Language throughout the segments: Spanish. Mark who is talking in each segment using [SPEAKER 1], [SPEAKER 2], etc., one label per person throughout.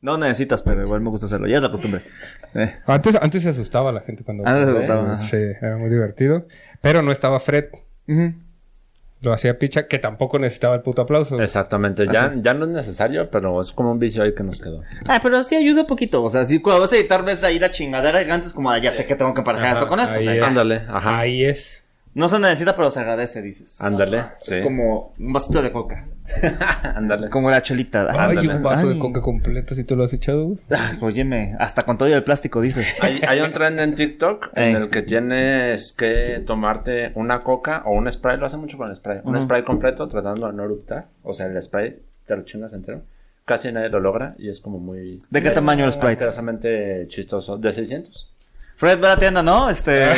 [SPEAKER 1] No necesitas, pero igual me gusta hacerlo. Ya es la costumbre. Eh.
[SPEAKER 2] Antes, antes se asustaba la gente cuando.
[SPEAKER 1] Antes Ah, se asustaba.
[SPEAKER 2] Sí, era muy divertido. Pero no estaba Fred.
[SPEAKER 1] Ujú.
[SPEAKER 2] Lo hacía Picha, que tampoco necesitaba el puto aplauso.
[SPEAKER 3] Exactamente, ya, ya no es necesario, pero es como un vicio ahí que nos quedó.
[SPEAKER 1] Ah, pero sí ayuda un poquito. O sea, si cuando vas a editar, ves ahí la chingadera que antes, como, ah, ya sé que tengo que emparejar esto
[SPEAKER 2] Ajá,
[SPEAKER 1] con esto.
[SPEAKER 2] ahí
[SPEAKER 1] o sea,
[SPEAKER 2] es.
[SPEAKER 3] Ándale, ajá.
[SPEAKER 2] Ahí es.
[SPEAKER 1] No se necesita, pero se agradece, dices.
[SPEAKER 3] Ándale,
[SPEAKER 1] Ajá.
[SPEAKER 3] sí.
[SPEAKER 1] Es como un vasito de coca.
[SPEAKER 3] Ándale.
[SPEAKER 1] Como la cholita.
[SPEAKER 2] Ay,
[SPEAKER 3] Ándale.
[SPEAKER 2] un vaso
[SPEAKER 1] Ay.
[SPEAKER 2] de coca completo si tú lo has echado. güey.
[SPEAKER 1] Ah, Óyeme, hasta con todo y el plástico dices.
[SPEAKER 3] Hay, hay un trend en TikTok en
[SPEAKER 1] Ey.
[SPEAKER 3] el que tienes que tomarte una coca o un spray, lo hace mucho con el spray, un
[SPEAKER 1] Ujú.
[SPEAKER 3] spray completo tratando de no eruptar, o sea, el spray te lo chingas entero, casi nadie lo logra y es como muy...
[SPEAKER 1] ¿De qué
[SPEAKER 3] es
[SPEAKER 1] tamaño el Sprite?
[SPEAKER 3] Asquerosamente chistoso, de 600.
[SPEAKER 1] Fred, ve a la tienda, ¿no? Este.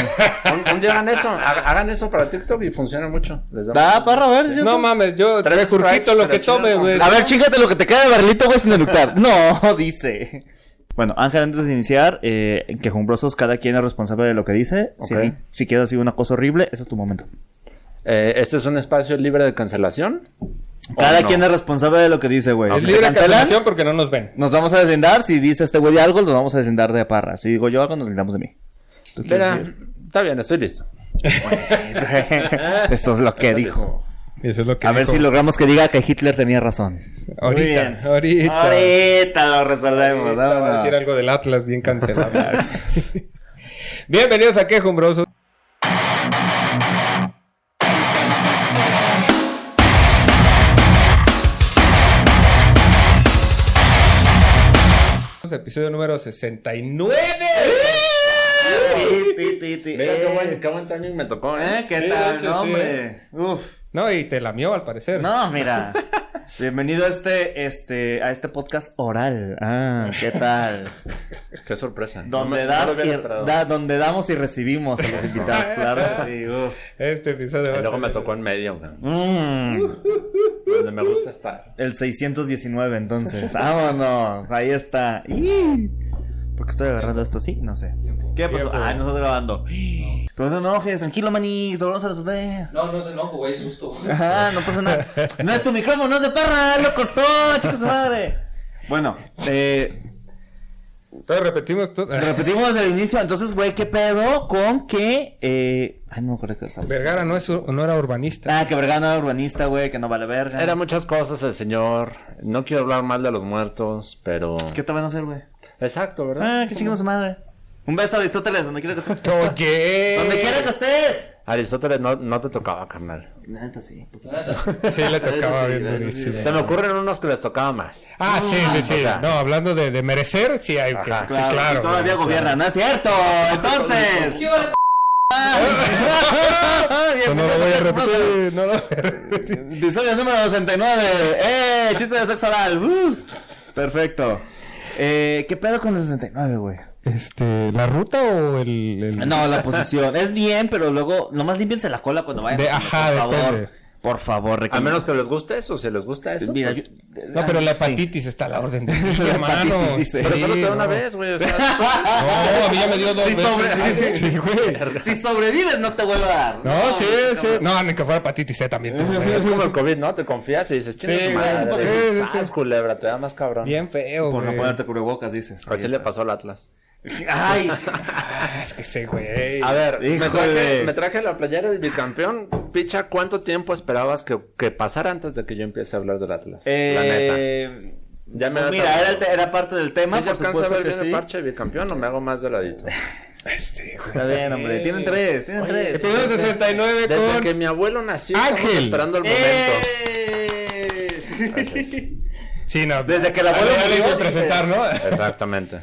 [SPEAKER 3] Un, un día hagan eso, ha- hagan eso para TikTok y funciona mucho. Les da
[SPEAKER 1] Da, parra, a ver. ¿sí?
[SPEAKER 2] No mames, yo
[SPEAKER 3] Tres
[SPEAKER 2] tres
[SPEAKER 3] Sprites,
[SPEAKER 2] curquito lo
[SPEAKER 3] pero
[SPEAKER 2] que
[SPEAKER 3] chido,
[SPEAKER 2] tome, güey.
[SPEAKER 3] completo.
[SPEAKER 1] A ver, chingate lo que te queda de barrilito, güey, sin eructar. No, dice. Bueno, Ángel, antes de iniciar, eh, quejumbrosos, cada quien es responsable de lo que dice. Si,
[SPEAKER 3] Ok.
[SPEAKER 1] a mí- si quieres decir una cosa horrible, ese es tu momento.
[SPEAKER 3] Eh, este es un espacio libre de cancelación.
[SPEAKER 1] Cada
[SPEAKER 3] ¿O no?
[SPEAKER 1] quien es responsable de lo que dice, güey.
[SPEAKER 2] Es
[SPEAKER 1] Si te
[SPEAKER 2] Oh, libre de
[SPEAKER 1] cancelan,
[SPEAKER 2] cancelación porque no nos ven.
[SPEAKER 1] Nos vamos a descendar. Si dice este güey algo, nos vamos a descendar de parra. Si digo yo algo, nos lindamos de mí. ¿Tú quieres
[SPEAKER 3] Mira,
[SPEAKER 1] decir?
[SPEAKER 3] está bien, estoy listo.
[SPEAKER 1] Eso es lo que
[SPEAKER 3] Estoy
[SPEAKER 1] dijo.
[SPEAKER 3] listo.
[SPEAKER 2] Eso es lo que
[SPEAKER 1] A ver
[SPEAKER 2] dijo.
[SPEAKER 1] si logramos que diga que Hitler tenía razón.
[SPEAKER 2] Ahorita,
[SPEAKER 1] bien.
[SPEAKER 2] ahorita.
[SPEAKER 1] Ahorita lo resolvemos.
[SPEAKER 2] Ahorita va a
[SPEAKER 1] vámonos.
[SPEAKER 2] decir algo del Atlas bien cancelado. Bienvenidos a Quejumbroso. Episodio número 69.
[SPEAKER 1] Ti, ti, ti, ti.
[SPEAKER 3] Mira, qué buen,
[SPEAKER 1] Eh,
[SPEAKER 3] qué buen timing me tocó,
[SPEAKER 1] eh,
[SPEAKER 3] ¿eh?
[SPEAKER 1] ¿Qué
[SPEAKER 2] Sí, de
[SPEAKER 1] tal,
[SPEAKER 2] hecho,
[SPEAKER 1] no,
[SPEAKER 2] sí,
[SPEAKER 1] hombre? Uf.
[SPEAKER 2] No, y te lamió al parecer.
[SPEAKER 1] No, mira. Bienvenido a este, este, a este podcast oral. Ah, ¿qué tal?
[SPEAKER 3] Qué sorpresa. No me-
[SPEAKER 1] Donde,
[SPEAKER 3] no
[SPEAKER 1] das
[SPEAKER 3] lo hubiera
[SPEAKER 1] y-
[SPEAKER 3] esperado.
[SPEAKER 1] da- donde damos y recibimos a los invitados, claro que sí. uf.
[SPEAKER 2] Este episodio. va a
[SPEAKER 3] Y luego me
[SPEAKER 2] estar-
[SPEAKER 3] tocó en medio, güey,
[SPEAKER 1] Mm,
[SPEAKER 3] donde me gusta estar.
[SPEAKER 1] el 619, entonces. Vámonos, ahí está. ¡Ih! ¿Por qué estoy agarrando esto así? No sé. ¿Qué pasó?
[SPEAKER 2] Tiempo.
[SPEAKER 1] Ah, no estás grabando. Pero no te enojes, tranquilo, manis. Lo vamos a resolver.
[SPEAKER 4] No, no se enojo, güey, es susto. güey.
[SPEAKER 1] Ajá, no pasa nada. No es tu micrófono, es de perra, lo costó, chicos madre. Bueno, eh,
[SPEAKER 2] Entonces repetimos todo.
[SPEAKER 1] repetimos desde el inicio. Entonces, güey, ¿qué pedo con que. Eh... Ay, no me acuerdo qué estaba.
[SPEAKER 2] Vergara no, es, ur- no era urbanista.
[SPEAKER 1] Ah, que verga no era urbanista, güey, que no vale verga.
[SPEAKER 3] Era muchas cosas el señor. No quiero hablar mal de los muertos, pero...
[SPEAKER 1] ¿Qué te van a hacer, güey?
[SPEAKER 3] Exacto, ¿verdad?
[SPEAKER 1] Ah, qué chingón su madre. Un beso a Aristóteles, donde quiera que estés.
[SPEAKER 2] Oye.
[SPEAKER 1] Donde quiera que estés.
[SPEAKER 3] Aristóteles no, no te tocaba, carnal.
[SPEAKER 1] La neta sí. poquito.
[SPEAKER 2] Sí, le tocaba
[SPEAKER 1] Sí,
[SPEAKER 2] bien
[SPEAKER 1] sí,
[SPEAKER 2] durísimo.
[SPEAKER 3] Se me ocurren unos que les tocaba más.
[SPEAKER 2] Ah, sí, sí, sí.
[SPEAKER 3] o sea-
[SPEAKER 2] no, hablando de, de merecer, sí hay que.
[SPEAKER 3] Ajá.
[SPEAKER 2] sí, claro.
[SPEAKER 1] y todavía
[SPEAKER 2] güey.
[SPEAKER 1] gobierna, ¿no es cierto? Entonces.
[SPEAKER 4] ¿Qué vale?
[SPEAKER 2] No, no
[SPEAKER 1] Bienvenidos
[SPEAKER 2] lo voy a
[SPEAKER 1] Qué Hermoso.
[SPEAKER 2] repetir. No lo voy a repetir.
[SPEAKER 1] Episodio número 69. ¡Eh! Chiste de sexo oral. ¡Uh! Perfecto. Eh, ¿Qué pedo con el 69, güey?
[SPEAKER 2] Este, ¿La ruta o el.? el-
[SPEAKER 1] No, la posición. Es bien, pero luego nomás límpiense la cola cuando vayan.
[SPEAKER 2] De-
[SPEAKER 1] a comer,
[SPEAKER 2] ajá,
[SPEAKER 1] por favor.
[SPEAKER 2] depende.
[SPEAKER 1] Por favor,
[SPEAKER 3] A
[SPEAKER 1] recomiendo.
[SPEAKER 3] menos que les guste eso, si les gusta eso.
[SPEAKER 1] Mira,
[SPEAKER 3] pues-
[SPEAKER 1] yo-
[SPEAKER 2] No, pero la
[SPEAKER 1] Sí.
[SPEAKER 2] hepatitis está a la orden del día,
[SPEAKER 1] La
[SPEAKER 2] hermano.
[SPEAKER 1] hepatitis, dice.
[SPEAKER 3] Pero
[SPEAKER 2] Sí,
[SPEAKER 3] solo te da
[SPEAKER 2] no.
[SPEAKER 3] una vez, güey. O sea,
[SPEAKER 2] No, a mí ya me dio dos
[SPEAKER 1] Sí,
[SPEAKER 2] veces. Ah,
[SPEAKER 1] sobre-
[SPEAKER 2] Sí, güey.
[SPEAKER 1] Si sobrevives, no te vuelvo a dar.
[SPEAKER 2] No, sí,
[SPEAKER 1] hombre,
[SPEAKER 2] sí. No, ni que fuera hepatitis C también. tú, güey.
[SPEAKER 3] es como el COVID, ¿no? Te confías y dices, chinga
[SPEAKER 2] Sí,
[SPEAKER 3] tu
[SPEAKER 2] güey,
[SPEAKER 3] madre.
[SPEAKER 2] sí, sí,
[SPEAKER 3] Sas,
[SPEAKER 2] sí.
[SPEAKER 3] culebra, te da más cabrón.
[SPEAKER 2] Bien feo,
[SPEAKER 1] Por no
[SPEAKER 2] güey.
[SPEAKER 1] ponerte cubrebocas, dices.
[SPEAKER 3] Así le pasó al Atlas.
[SPEAKER 1] Ay,
[SPEAKER 2] Ah, es que ese güey.
[SPEAKER 3] A ver, me
[SPEAKER 1] Híjole.
[SPEAKER 3] traje, me traje la playera del bicampeón. Picha, ¿cuánto tiempo esperabas que, que pasara antes de que yo empiece a hablar del Atlas? la neta.
[SPEAKER 1] eh,
[SPEAKER 3] Ya me
[SPEAKER 1] pues
[SPEAKER 3] da
[SPEAKER 1] mira,
[SPEAKER 3] tanto.
[SPEAKER 1] era, el te- era parte del tema,
[SPEAKER 3] ¿Sí se
[SPEAKER 1] por
[SPEAKER 3] alcanza a
[SPEAKER 1] supuesto
[SPEAKER 3] ver
[SPEAKER 1] que
[SPEAKER 3] bien el
[SPEAKER 1] sí.
[SPEAKER 3] parche de bicampeón o me hago más de ladito?
[SPEAKER 2] Este, güey.
[SPEAKER 1] Está bien, hombre. Tienen tres, tienen tres.
[SPEAKER 3] este
[SPEAKER 2] Episodio 69
[SPEAKER 3] Desde
[SPEAKER 2] con.
[SPEAKER 3] que mi abuelo nació, estamos
[SPEAKER 2] Ángel.
[SPEAKER 3] esperando el momento.
[SPEAKER 1] ¡Eh!
[SPEAKER 2] Sí, no. Ah,
[SPEAKER 1] Desde que la abuela
[SPEAKER 2] Ya le
[SPEAKER 1] murió, dices.
[SPEAKER 2] hice presentar, ¿no?
[SPEAKER 3] Exactamente.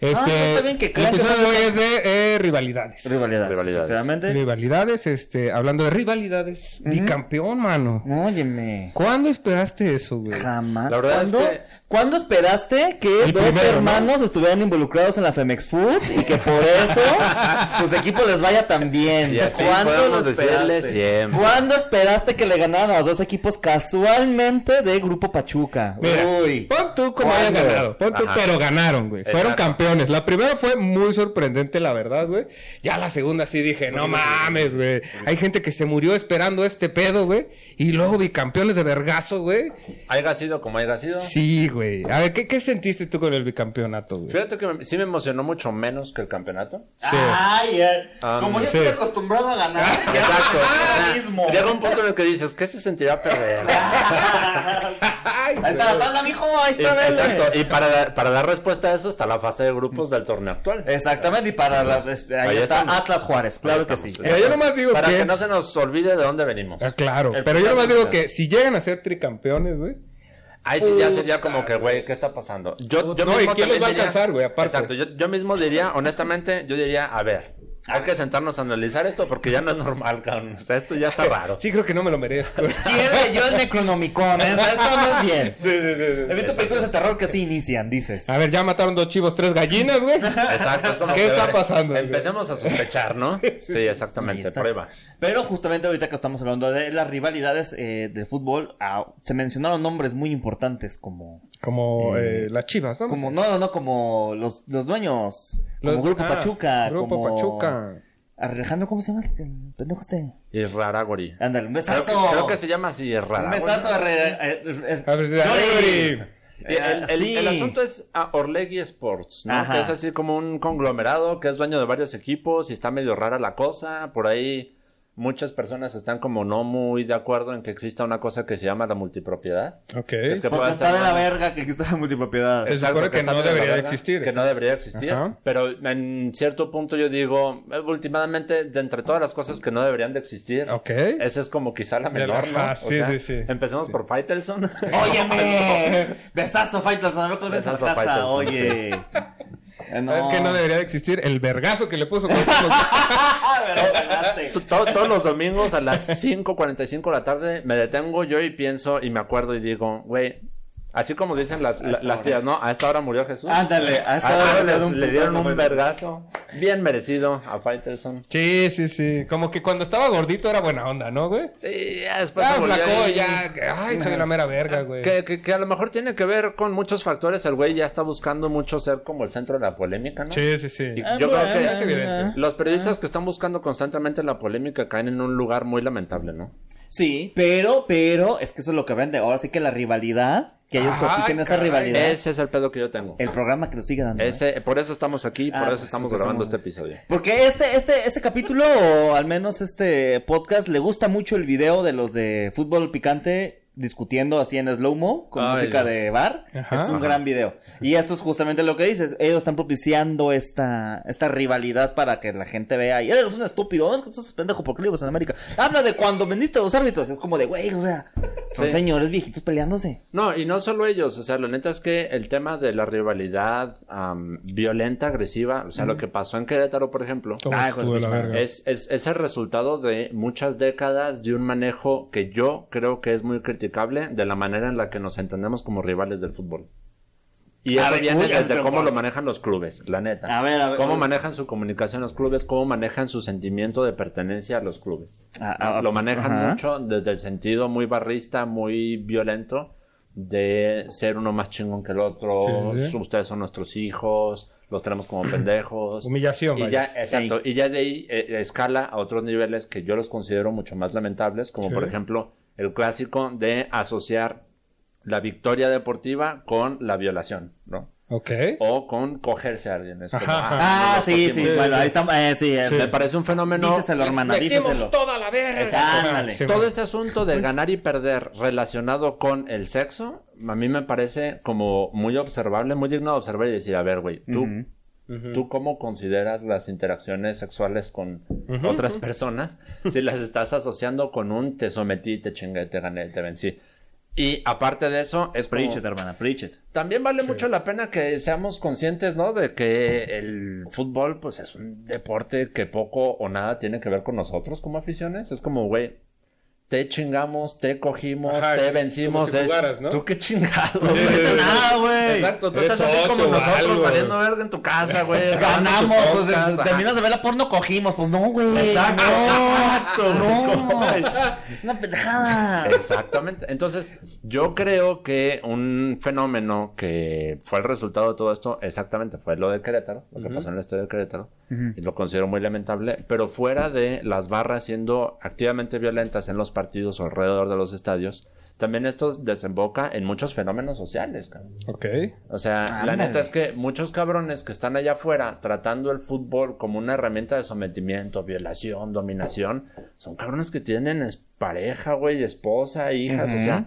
[SPEAKER 2] Este,
[SPEAKER 1] Ah, está bien que
[SPEAKER 2] el
[SPEAKER 1] crean que
[SPEAKER 2] episodio
[SPEAKER 1] son-
[SPEAKER 2] de hoy es de eh, rivalidades.
[SPEAKER 1] Rivalidades.
[SPEAKER 3] Rivalidades.
[SPEAKER 1] Realmente.
[SPEAKER 2] Rivalidades, este, hablando de rivalidades, bicampeón, mano.
[SPEAKER 1] Óyeme.
[SPEAKER 2] ¿Cuándo esperaste eso, güey?
[SPEAKER 1] Jamás.
[SPEAKER 3] La verdad es
[SPEAKER 1] ¿Cuándo,
[SPEAKER 3] que-
[SPEAKER 1] ¿Cuándo esperaste que
[SPEAKER 2] El
[SPEAKER 1] dos
[SPEAKER 2] primero, ¿no?
[SPEAKER 1] hermanos estuvieran involucrados en la Femex Food y que por eso sus equipos les vaya tan bien?
[SPEAKER 3] Y así
[SPEAKER 1] ¿Cuándo lo
[SPEAKER 3] podemos decirle
[SPEAKER 1] esperaste?
[SPEAKER 3] siempre.
[SPEAKER 1] ¿Cuándo esperaste que le ganaran a los dos equipos casualmente de Grupo Pachuca? Uh.
[SPEAKER 2] Mira,
[SPEAKER 1] Uy.
[SPEAKER 2] pon tú como hayan
[SPEAKER 3] ¿Cuándo?
[SPEAKER 2] ganado, pon tú,
[SPEAKER 3] Ajá.
[SPEAKER 2] pero ganaron, güey. Fueron
[SPEAKER 3] Exacto.
[SPEAKER 2] campeones. La primera fue muy sorprendente, la verdad, güey. Ya la segunda sí dije, no mames, güey. Hay gente que se murió esperando este pedo, güey. Y luego bicampeones de vergazo, güey.
[SPEAKER 3] Haya sido como haya sido.
[SPEAKER 2] Sí, güey. A ver, ¿qué, qué sentiste tú con el bicampeonato, güey?
[SPEAKER 3] Fíjate que me- sí me emocionó mucho menos que el campeonato.
[SPEAKER 2] Sí.
[SPEAKER 1] Ay, eh,
[SPEAKER 3] Ah,
[SPEAKER 1] como yo
[SPEAKER 2] sí.
[SPEAKER 1] estoy acostumbrado a ganar. ya
[SPEAKER 3] Exacto.
[SPEAKER 2] Ah,
[SPEAKER 1] lo mismo.
[SPEAKER 3] Llega un punto en el que dices, ¿qué se sentirá perder?
[SPEAKER 1] Ahí
[SPEAKER 2] Ay,
[SPEAKER 1] está la
[SPEAKER 2] güey.
[SPEAKER 1] tabla, mijo. Ahí
[SPEAKER 3] Y-
[SPEAKER 1] está, vele.
[SPEAKER 3] Exacto. Y para, dar- para dar respuesta a eso está la fase de grupos del torneo actual.
[SPEAKER 1] Exactamente, y para las. Ahí,
[SPEAKER 3] Ahí
[SPEAKER 1] está
[SPEAKER 3] estamos.
[SPEAKER 1] Atlas Juárez,
[SPEAKER 3] Ahí
[SPEAKER 1] claro que sí.
[SPEAKER 3] estamos.
[SPEAKER 2] Pero yo nomás digo
[SPEAKER 3] para
[SPEAKER 2] que-
[SPEAKER 3] que no se nos olvide de dónde venimos.
[SPEAKER 2] Ah, claro.
[SPEAKER 3] El
[SPEAKER 2] Pero yo nomás digo
[SPEAKER 3] primero.
[SPEAKER 2] que si llegan a ser tricampeones, güey.
[SPEAKER 3] Ahí sí ya
[SPEAKER 2] Puta.
[SPEAKER 3] sería como que, güey, ¿qué está pasando? Yo, yo
[SPEAKER 2] No, ¿y
[SPEAKER 3] mismo
[SPEAKER 2] quién los
[SPEAKER 3] también
[SPEAKER 2] va a
[SPEAKER 3] diría-
[SPEAKER 2] alcanzar, güey, aparte?
[SPEAKER 3] Exacto, yo, yo mismo diría, honestamente, yo diría, a ver, hay que sentarnos a analizar esto porque ya no es normal, cabrón. O sea, esto ya está raro.
[SPEAKER 2] Sí, creo que no me lo merezco. sí,
[SPEAKER 1] Quiere yo el Necronomicon. ¿eh? Esto no es bien.
[SPEAKER 2] sí, sí, sí.
[SPEAKER 1] He visto películas de terror que sí inician, dices.
[SPEAKER 3] Ah,
[SPEAKER 2] A ver, ya mataron dos chivos, tres gallinas, güey.
[SPEAKER 3] Exacto, es como
[SPEAKER 2] ¿Qué
[SPEAKER 3] que,
[SPEAKER 2] está
[SPEAKER 3] güey,
[SPEAKER 2] pasando, güey?
[SPEAKER 3] Empecemos a sospechar, ¿no? Sí,
[SPEAKER 1] Ahí
[SPEAKER 3] exactamente,
[SPEAKER 1] está.
[SPEAKER 3] prueba.
[SPEAKER 1] Pero justamente ahorita que estamos hablando de las rivalidades eh, de fútbol, ah, se mencionaron nombres muy importantes como.
[SPEAKER 2] Como
[SPEAKER 1] Eh,
[SPEAKER 2] eh, las chivas, ¿no?
[SPEAKER 1] como no, no, no, como los, los dueños.
[SPEAKER 2] Los-
[SPEAKER 1] como Grupo
[SPEAKER 2] ah,
[SPEAKER 1] Pachuca.
[SPEAKER 2] Grupo
[SPEAKER 1] como-
[SPEAKER 2] Pachuca.
[SPEAKER 1] Alejandro, ¿cómo se llama? El pendejo este.
[SPEAKER 3] Y Raragori.
[SPEAKER 1] Ándale, un
[SPEAKER 3] Creo,
[SPEAKER 1] besazo.
[SPEAKER 3] que- creo que se llama así,
[SPEAKER 1] Un
[SPEAKER 3] Raragori.
[SPEAKER 1] besazo a. Re- eh, a- a-
[SPEAKER 2] A ver, sí,
[SPEAKER 1] Yori.
[SPEAKER 2] Yori.
[SPEAKER 3] Y Eh, el, el-
[SPEAKER 1] Sí.
[SPEAKER 3] el asunto es a Orlegui Sports, ¿no?
[SPEAKER 1] Ajá.
[SPEAKER 3] Que es así como un conglomerado que es dueño de varios equipos y está medio rara la cosa. Por ahí muchas personas están como no muy de acuerdo en que exista una cosa que se llama la multipropiedad.
[SPEAKER 2] Ok.
[SPEAKER 3] Es que-
[SPEAKER 1] Porque
[SPEAKER 3] puede
[SPEAKER 1] está
[SPEAKER 3] ser,
[SPEAKER 1] de la
[SPEAKER 3] ¿no?
[SPEAKER 1] verga que está la multipropiedad.
[SPEAKER 2] Se supone que
[SPEAKER 3] está
[SPEAKER 2] no
[SPEAKER 3] medio la
[SPEAKER 2] debería de
[SPEAKER 3] verga,
[SPEAKER 2] existir.
[SPEAKER 3] Que no debería existir.
[SPEAKER 2] Ajá.
[SPEAKER 3] Pero en cierto punto yo digo, eh, últimamente, de entre todas las cosas que no deberían de existir,
[SPEAKER 2] Ok.
[SPEAKER 3] esa es como quizá la
[SPEAKER 2] De
[SPEAKER 3] menor,
[SPEAKER 2] las
[SPEAKER 3] ¿no?
[SPEAKER 2] más, sí, sí, sí.
[SPEAKER 3] Empecemos por Faitelson.
[SPEAKER 1] Óyeme. Besazo, Fighters. A ver otra vez a la
[SPEAKER 3] Besazo,
[SPEAKER 1] taza.
[SPEAKER 3] Fighters,
[SPEAKER 1] Oye. Eh,
[SPEAKER 2] Es que no debería de existir el vergazo que le puso. con todos los-
[SPEAKER 1] Ah, pero la cagaste.
[SPEAKER 3] To- to- todos los domingos a las 5.45 de la tarde me detengo yo y pienso y me acuerdo y digo, güey, así como dicen las, la-
[SPEAKER 1] esta
[SPEAKER 3] las
[SPEAKER 1] hora.
[SPEAKER 3] tías, ¿no? A esta hora murió Jesús.
[SPEAKER 1] Ándale, a esta hora le
[SPEAKER 3] les-
[SPEAKER 1] dieron un
[SPEAKER 3] le, dieron
[SPEAKER 1] putazo,
[SPEAKER 3] un vergazo. Bien merecido a Faitelson.
[SPEAKER 2] Sí, sí, sí. Como que cuando estaba gordito era buena onda, ¿no, güey?
[SPEAKER 3] Y ya después
[SPEAKER 2] Ah,
[SPEAKER 3] se volvió
[SPEAKER 2] flaco,
[SPEAKER 3] ahí.
[SPEAKER 2] ya. que- Ay, soy la mera verga, güey.
[SPEAKER 3] Que, que- que a lo mejor tiene que ver con muchos factores. El güey ya está buscando mucho ser como el centro de la polémica, ¿no?
[SPEAKER 2] Sí, sí, sí.
[SPEAKER 3] Y
[SPEAKER 1] Ah,
[SPEAKER 3] yo
[SPEAKER 1] bueno, Ah.
[SPEAKER 3] creo que
[SPEAKER 2] es evidente.
[SPEAKER 3] los periodistas que están buscando constantemente la polémica caen en un lugar muy lamentable, ¿no?
[SPEAKER 1] Sí, pero, pero, es que eso es lo que vende. Ahora sí que la rivalidad, que ellos
[SPEAKER 2] Ay,
[SPEAKER 1] propician esa
[SPEAKER 2] caray.
[SPEAKER 1] rivalidad,
[SPEAKER 3] Ese es el pedo que yo tengo.
[SPEAKER 1] el programa que nos sigue dando. ¿eh?
[SPEAKER 3] Ese, por eso estamos aquí,
[SPEAKER 1] Ah,
[SPEAKER 3] por
[SPEAKER 1] pues,
[SPEAKER 3] eso estamos
[SPEAKER 1] pues,
[SPEAKER 3] grabando
[SPEAKER 1] estamos-
[SPEAKER 3] este episodio.
[SPEAKER 1] Porque este, este, este capítulo, o al menos este podcast, le gusta mucho el video de los de fútbol picante discutiendo así en slow-mo con
[SPEAKER 3] Ay,
[SPEAKER 1] música
[SPEAKER 3] Dios.
[SPEAKER 1] de bar.
[SPEAKER 2] Ajá.
[SPEAKER 1] Es un
[SPEAKER 2] Ajá.
[SPEAKER 1] gran video. Y eso es justamente lo que dices. Ellos están propiciando esta, esta rivalidad para que la gente vea. Y eres un estúpido. No es que tú eres pendejo porque libros en América. Habla de cuando vendiste a los árbitros. Es como de, güey, o sea, son
[SPEAKER 3] Sí.
[SPEAKER 1] señores viejitos peleándose.
[SPEAKER 3] No, y no solo ellos, o sea, la neta es que el tema de la rivalidad am, violenta, agresiva, o sea, lo que pasó en Querétaro, por ejemplo,
[SPEAKER 2] Uf,
[SPEAKER 1] Ah, hijo de
[SPEAKER 2] tú de la
[SPEAKER 1] su madre.
[SPEAKER 2] Oh, verga.
[SPEAKER 3] es, es, es el resultado de muchas décadas de un manejo que yo creo que es muy criticable de la manera en la que nos entendemos como rivales del fútbol. Y
[SPEAKER 1] A
[SPEAKER 3] eso
[SPEAKER 1] ver,
[SPEAKER 3] viene
[SPEAKER 1] uy, ya
[SPEAKER 3] desde
[SPEAKER 1] me
[SPEAKER 3] cómo lo
[SPEAKER 1] preocupa.
[SPEAKER 3] manejan los clubes, la neta.
[SPEAKER 1] A ver, a ver, a
[SPEAKER 3] Cómo
[SPEAKER 1] ver.
[SPEAKER 3] manejan su comunicación los clubes, cómo manejan su sentimiento de pertenencia a los clubes.
[SPEAKER 1] Ah, ah,
[SPEAKER 3] lo manejan
[SPEAKER 1] ajá.
[SPEAKER 3] mucho desde el sentido muy barrista, muy violento, de ser uno más chingón que el otro,
[SPEAKER 2] Sí, sí.
[SPEAKER 3] ustedes son nuestros hijos, los tenemos como pendejos.
[SPEAKER 2] Humillación,
[SPEAKER 3] Y
[SPEAKER 2] vaya.
[SPEAKER 3] ya, exacto, y ya de ahí eh, escala a otros niveles que yo los considero mucho más lamentables, como
[SPEAKER 2] Sí.
[SPEAKER 3] por ejemplo el clásico de asociar la victoria deportiva con la violación, ¿no?
[SPEAKER 2] Ok.
[SPEAKER 3] O con cogerse a alguien. Es como,
[SPEAKER 2] Ajá, ajá.
[SPEAKER 1] Ah,
[SPEAKER 3] no nos
[SPEAKER 1] sí, sí.
[SPEAKER 3] cogimos.
[SPEAKER 1] Bueno, ahí está. eh, sí, eh,
[SPEAKER 2] Sí.
[SPEAKER 3] Me parece un fenómeno.
[SPEAKER 1] Díselo, hermana, díselo.
[SPEAKER 2] toda la verga.
[SPEAKER 1] Ándale.
[SPEAKER 2] Sí,
[SPEAKER 3] Todo
[SPEAKER 2] güey.
[SPEAKER 3] ese asunto de ganar y perder relacionado con el sexo, a mí me parece como muy observable, muy digno de observar y decir, a ver, güey, tú, tú cómo consideras las interacciones sexuales con otras personas si las estás asociando con un te sometí, te chingué, te gané, te vencí. Y aparte de eso, es como-
[SPEAKER 1] Pritchett, hermana, Pritchett.
[SPEAKER 3] también vale mucho la pena que seamos conscientes, ¿no? De que el fútbol, pues, es un deporte que poco o nada tiene que ver con nosotros como aficiones. Es como, güey, te chingamos, te cogimos,
[SPEAKER 2] Ajá,
[SPEAKER 3] te
[SPEAKER 2] es
[SPEAKER 3] vencimos.
[SPEAKER 2] como si
[SPEAKER 3] es-
[SPEAKER 2] jugaras, ¿no?
[SPEAKER 3] Tú qué chingado,
[SPEAKER 2] Sí,
[SPEAKER 3] güey.
[SPEAKER 2] sí, sí.
[SPEAKER 1] nada, güey.
[SPEAKER 3] Exacto, tú estás
[SPEAKER 2] Tres,
[SPEAKER 3] así como
[SPEAKER 2] ocho o
[SPEAKER 3] nosotros
[SPEAKER 2] algo.
[SPEAKER 3] valiendo verga en tu casa, güey.
[SPEAKER 1] Ganamos,
[SPEAKER 3] grabando tu
[SPEAKER 1] pues
[SPEAKER 3] podcast,
[SPEAKER 1] eh,
[SPEAKER 3] ajá.
[SPEAKER 1] terminas de ver la porno, cogimos. Pues no, güey.
[SPEAKER 3] Exacto,
[SPEAKER 1] no,
[SPEAKER 3] exacto, güey.
[SPEAKER 1] No. Es una pendejada.
[SPEAKER 3] Exactamente. Entonces, yo creo que un fenómeno que fue el resultado de todo esto, exactamente, fue lo de Querétaro, lo que pasó en el estadio de Querétaro, y lo considero muy lamentable, pero fuera de las barras siendo activamente violentas en los partidos o alrededor de los estadios, también esto desemboca en muchos fenómenos sociales, cabrón.
[SPEAKER 2] Ok.
[SPEAKER 3] O sea, la
[SPEAKER 1] Ándale.
[SPEAKER 3] neta es que muchos cabrones que están allá afuera tratando el fútbol como una herramienta de sometimiento, violación, dominación, son cabrones que tienen es- pareja, güey, esposa, hijas, o sea,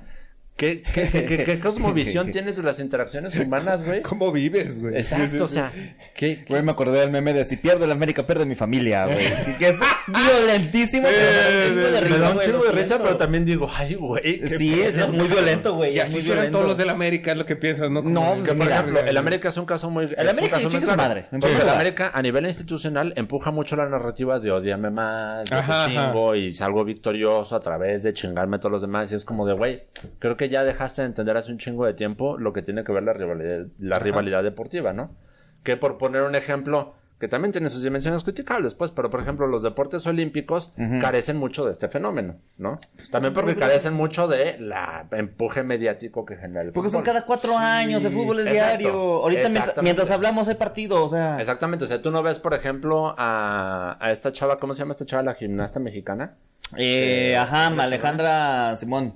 [SPEAKER 3] ¿qué, qué, qué- qué- qué cosmovisión tienes de las interacciones humanas, güey?
[SPEAKER 2] ¿Cómo vives, güey?
[SPEAKER 3] Exacto,
[SPEAKER 2] Sí, sí,
[SPEAKER 3] o sea, ¿qué, qué-
[SPEAKER 1] Güey, me acordé del meme de si pierdo la América, pierde mi familia, güey. Que es violentísimo. pero es muy de
[SPEAKER 3] Me
[SPEAKER 1] risa,
[SPEAKER 3] da un
[SPEAKER 1] güey,
[SPEAKER 3] chingo
[SPEAKER 1] lo
[SPEAKER 3] de risa,
[SPEAKER 1] siento.
[SPEAKER 3] pero también digo, ay, güey. qué
[SPEAKER 1] Sí, es,
[SPEAKER 3] pedo,
[SPEAKER 1] es muy violento, güey.
[SPEAKER 2] Y
[SPEAKER 1] es
[SPEAKER 2] así
[SPEAKER 1] muy
[SPEAKER 2] serán
[SPEAKER 1] violento.
[SPEAKER 2] todos los de la América, es lo que piensas, ¿no? Como
[SPEAKER 1] No,
[SPEAKER 2] que,
[SPEAKER 1] pues,
[SPEAKER 2] por
[SPEAKER 1] mira,
[SPEAKER 2] ejemplo,
[SPEAKER 3] El América es un caso muy. es un
[SPEAKER 1] América
[SPEAKER 3] caso muy
[SPEAKER 1] chingue su
[SPEAKER 3] claro.
[SPEAKER 1] madre, no
[SPEAKER 3] Porque
[SPEAKER 1] importa.
[SPEAKER 3] el América, a nivel institucional, empuja mucho la narrativa de odiame más, yo te
[SPEAKER 2] Ajá, ajá.
[SPEAKER 3] chingo y salgo victorioso a través de chingarme a todos los demás. Y es como de, güey, creo que ya dejaste de entender hace un chingo de tiempo lo que tiene que ver la rivalidad, la rivalidad deportiva, ¿no? Que por poner un ejemplo. Que también tiene sus dimensiones criticables, pues, pero por ejemplo, los deportes olímpicos carecen mucho de este fenómeno, ¿no? También porque carecen mucho de la empuje mediático que genera el
[SPEAKER 1] Porque son
[SPEAKER 3] fútbol.
[SPEAKER 1] cada cuatro años, el fútbol es
[SPEAKER 3] Exacto.
[SPEAKER 1] diario. Ahorita mientras,
[SPEAKER 3] Exactamente.
[SPEAKER 1] mientras hablamos hay partido, o sea.
[SPEAKER 3] Exactamente, o sea, tú no ves, por ejemplo, a, a esta chava, ¿cómo se llama esta chava, la gimnasta mexicana?
[SPEAKER 1] Eh, ajá, Alejandra Simón.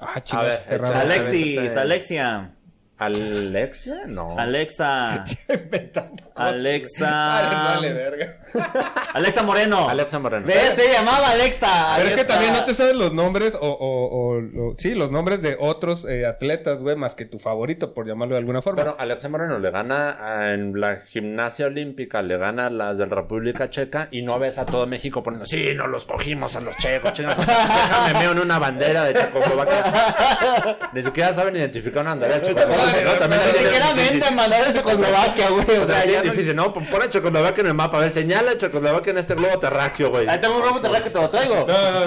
[SPEAKER 2] Ah,
[SPEAKER 3] A
[SPEAKER 2] chingada,
[SPEAKER 3] ver,
[SPEAKER 2] qué raro.
[SPEAKER 3] échale.
[SPEAKER 1] Alexis,
[SPEAKER 3] Exactamente.
[SPEAKER 1] Alexia,
[SPEAKER 3] ¿Alexia? No.
[SPEAKER 1] Oh. Alexa,
[SPEAKER 2] Vale, vale,
[SPEAKER 1] Alexa,
[SPEAKER 2] verga.
[SPEAKER 1] Alexa Moreno.
[SPEAKER 3] Alexa Moreno.
[SPEAKER 1] ¿Ves? Se llamaba Alexa.
[SPEAKER 2] Pero es
[SPEAKER 1] Ahí
[SPEAKER 2] que
[SPEAKER 1] está.
[SPEAKER 2] también no te sabes los nombres o, o- o- lo- sí, los nombres de otros eh, atletas, güey, más que tu favorito, por llamarlo de alguna forma.
[SPEAKER 3] Pero Alexia Moreno le gana a- en la gimnasia olímpica, le gana a las de la República Checa y no ves a todo México poniendo, sí, no los cogimos a los checos, chingas, déjame meo en una bandera de Checoslovaquia. Ni siquiera saben identificar una bandera de Checoslovaquia. ¿no? También
[SPEAKER 1] Ni
[SPEAKER 3] es
[SPEAKER 1] siquiera
[SPEAKER 3] difícil.
[SPEAKER 1] venden mandar de Checoslovaquia, güey. O
[SPEAKER 3] O sea,
[SPEAKER 1] sea,
[SPEAKER 3] sí
[SPEAKER 1] ya
[SPEAKER 3] es
[SPEAKER 1] no-
[SPEAKER 3] difícil, ¿no? Pon pon a Checoslovaquia en el mapa, a ver, señala a Checoslovaquia en este globo terráqueo, güey.
[SPEAKER 1] Ahí tengo un robo terráqueo, te lo traigo.
[SPEAKER 2] No, no, no.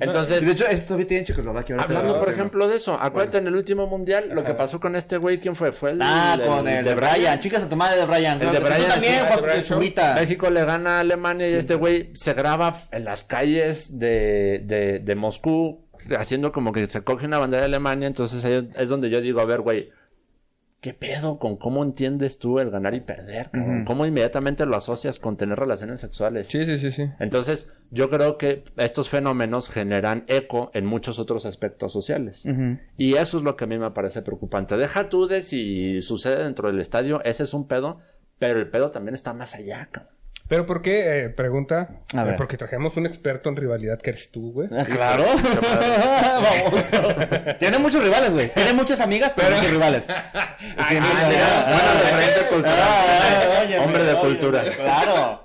[SPEAKER 3] Entonces,
[SPEAKER 1] De hecho, esto todavía tiene Checoslovaquia. ahora que
[SPEAKER 3] Hablando,
[SPEAKER 1] lo-
[SPEAKER 3] por ejemplo, de eso, acuérdate en el último mundial lo que pasó con este güey, ¿quién fue? Fue el.
[SPEAKER 1] Ah, con el, de Brian. Chicas a tu madre de Brian. Claro
[SPEAKER 3] de
[SPEAKER 1] que sí, tú
[SPEAKER 3] Brian, sí,
[SPEAKER 1] también,
[SPEAKER 3] el de
[SPEAKER 1] Juan
[SPEAKER 2] Brian,
[SPEAKER 1] de Zubita.
[SPEAKER 3] México le gana a Alemania y este güey se graba en las calles de, de, de Moscú haciendo como que se coge una bandera de Alemania. Entonces ahí es donde yo digo, a ver, güey, ¿qué pedo con cómo entiendes tú el ganar y perder? cabrón? ¿Cómo inmediatamente lo asocias con tener relaciones sexuales?
[SPEAKER 2] Sí, sí, sí, sí.
[SPEAKER 3] Entonces, yo creo que estos fenómenos generan eco en muchos otros aspectos sociales. Y eso es lo que a mí me parece preocupante. Deja tú de si sucede dentro del estadio, ese es un pedo, pero el pedo también está más allá. cabrón.
[SPEAKER 2] Pero ¿por qué? eh, pregunta.
[SPEAKER 1] A
[SPEAKER 2] eh,
[SPEAKER 1] ver.
[SPEAKER 2] porque trajimos un experto en rivalidad que eres tú, güey.
[SPEAKER 1] Ah, Claro. Vamos. Tiene muchos rivales, güey. Tiene muchas amigas, pero, muchos rivales. Sin
[SPEAKER 2] ah,
[SPEAKER 1] duda.
[SPEAKER 2] mira,
[SPEAKER 1] Ah,
[SPEAKER 3] buena
[SPEAKER 1] ah,
[SPEAKER 3] referencia cultural.
[SPEAKER 1] ah, ah,
[SPEAKER 3] Hombre de
[SPEAKER 1] óyeme,
[SPEAKER 3] cultura.
[SPEAKER 1] óyeme, Claro.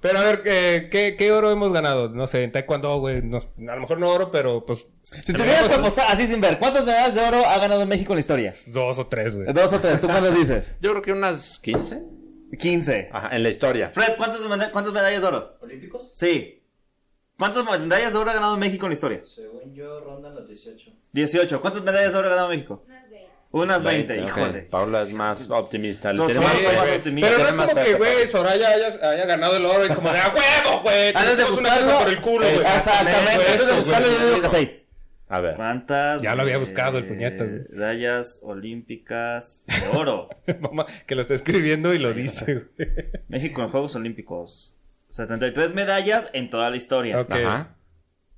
[SPEAKER 2] Pero a ver, eh, ¿qué, ¿qué oro hemos ganado? No sé, en taekwondo, güey. nos- a lo mejor no oro, pero pues...
[SPEAKER 1] Si tuvieras que apostar así sin ver, ¿cuántas medallas de oro ha ganado México en la historia?
[SPEAKER 2] Dos o tres, güey.
[SPEAKER 1] Dos o tres, ¿tú cuántas dices?
[SPEAKER 3] Yo creo que unas 15
[SPEAKER 1] 15.
[SPEAKER 3] Ajá, en la historia.
[SPEAKER 1] Fred, ¿cuántas, meda- cuántas medallas de oro?
[SPEAKER 4] ¿Olímpicos?
[SPEAKER 1] Sí. ¿Cuántas medallas de oro ha ganado México en la historia?
[SPEAKER 4] Según yo, rondan los 18.
[SPEAKER 1] 18. ¿Cuántas medallas de oro ha ganado México? Unas 20.
[SPEAKER 3] ok.
[SPEAKER 1] híjole.
[SPEAKER 3] Paula es más optimista. Le
[SPEAKER 1] Sos-
[SPEAKER 3] tenemos
[SPEAKER 1] sos-
[SPEAKER 3] fe.
[SPEAKER 1] más
[SPEAKER 2] güey.
[SPEAKER 1] optimista,
[SPEAKER 2] pero no es
[SPEAKER 3] más
[SPEAKER 2] como que,
[SPEAKER 3] fuerte,
[SPEAKER 2] güey, Soraya haya, haya ganado el oro y como de a huevo, güey.
[SPEAKER 1] Antes de
[SPEAKER 2] tenemos una cosa
[SPEAKER 1] buscarlo.
[SPEAKER 2] por el culo, güey.
[SPEAKER 1] Exactamente.
[SPEAKER 2] Eso,
[SPEAKER 1] Antes de
[SPEAKER 2] güey.
[SPEAKER 1] buscarlo, yo digo que 6.
[SPEAKER 3] A ver.
[SPEAKER 1] ¿Cuántas?
[SPEAKER 2] Ya lo había buscado el
[SPEAKER 1] eh,
[SPEAKER 2] puñetas, güey.
[SPEAKER 1] Medallas olímpicas de oro.
[SPEAKER 2] Mamá, que lo está escribiendo y lo dice, güey.
[SPEAKER 1] México en Juegos Olímpicos. 73 medallas en toda la historia.
[SPEAKER 2] Ok.
[SPEAKER 3] Ajá.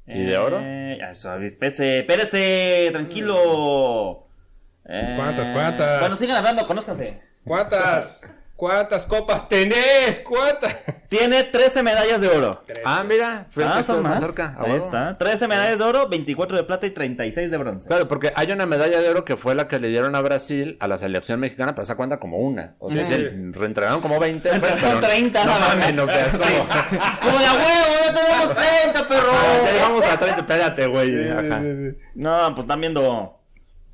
[SPEAKER 3] ¿Y de oro?
[SPEAKER 1] Eh, ya, eso, espérese, espérese, tranquilo. Eh,
[SPEAKER 2] ¿Cuántas, cuántas?
[SPEAKER 1] Bueno, sigan hablando, conózcanse.
[SPEAKER 2] ¿Cuántas? ¿Cuántas copas tenés? ¿Cuántas?
[SPEAKER 1] Tiene 13 medallas de oro.
[SPEAKER 3] Ah, mira, Fred,
[SPEAKER 1] Ah,
[SPEAKER 3] estuvo
[SPEAKER 1] son más.
[SPEAKER 3] cerca. A
[SPEAKER 1] Ahí
[SPEAKER 3] huevo.
[SPEAKER 1] está. 13 medallas de oro, 24 de plata y 36 de bronce.
[SPEAKER 3] Claro, porque hay una medalla de oro que fue la que le dieron a Brasil a la selección mexicana, pero esa cuenta como una. O sea,
[SPEAKER 2] Sí.
[SPEAKER 3] se reentregaron como 20. pues,
[SPEAKER 1] Son
[SPEAKER 3] pero
[SPEAKER 1] 30
[SPEAKER 3] No
[SPEAKER 1] nada
[SPEAKER 3] mames,
[SPEAKER 1] más.
[SPEAKER 3] o sea, es como-
[SPEAKER 1] Sí. Como de a huevo, ya tenemos 30, perro.
[SPEAKER 3] Ah, ya llegamos a 30, espérate, güey. Ajá.
[SPEAKER 1] No, pues están viendo.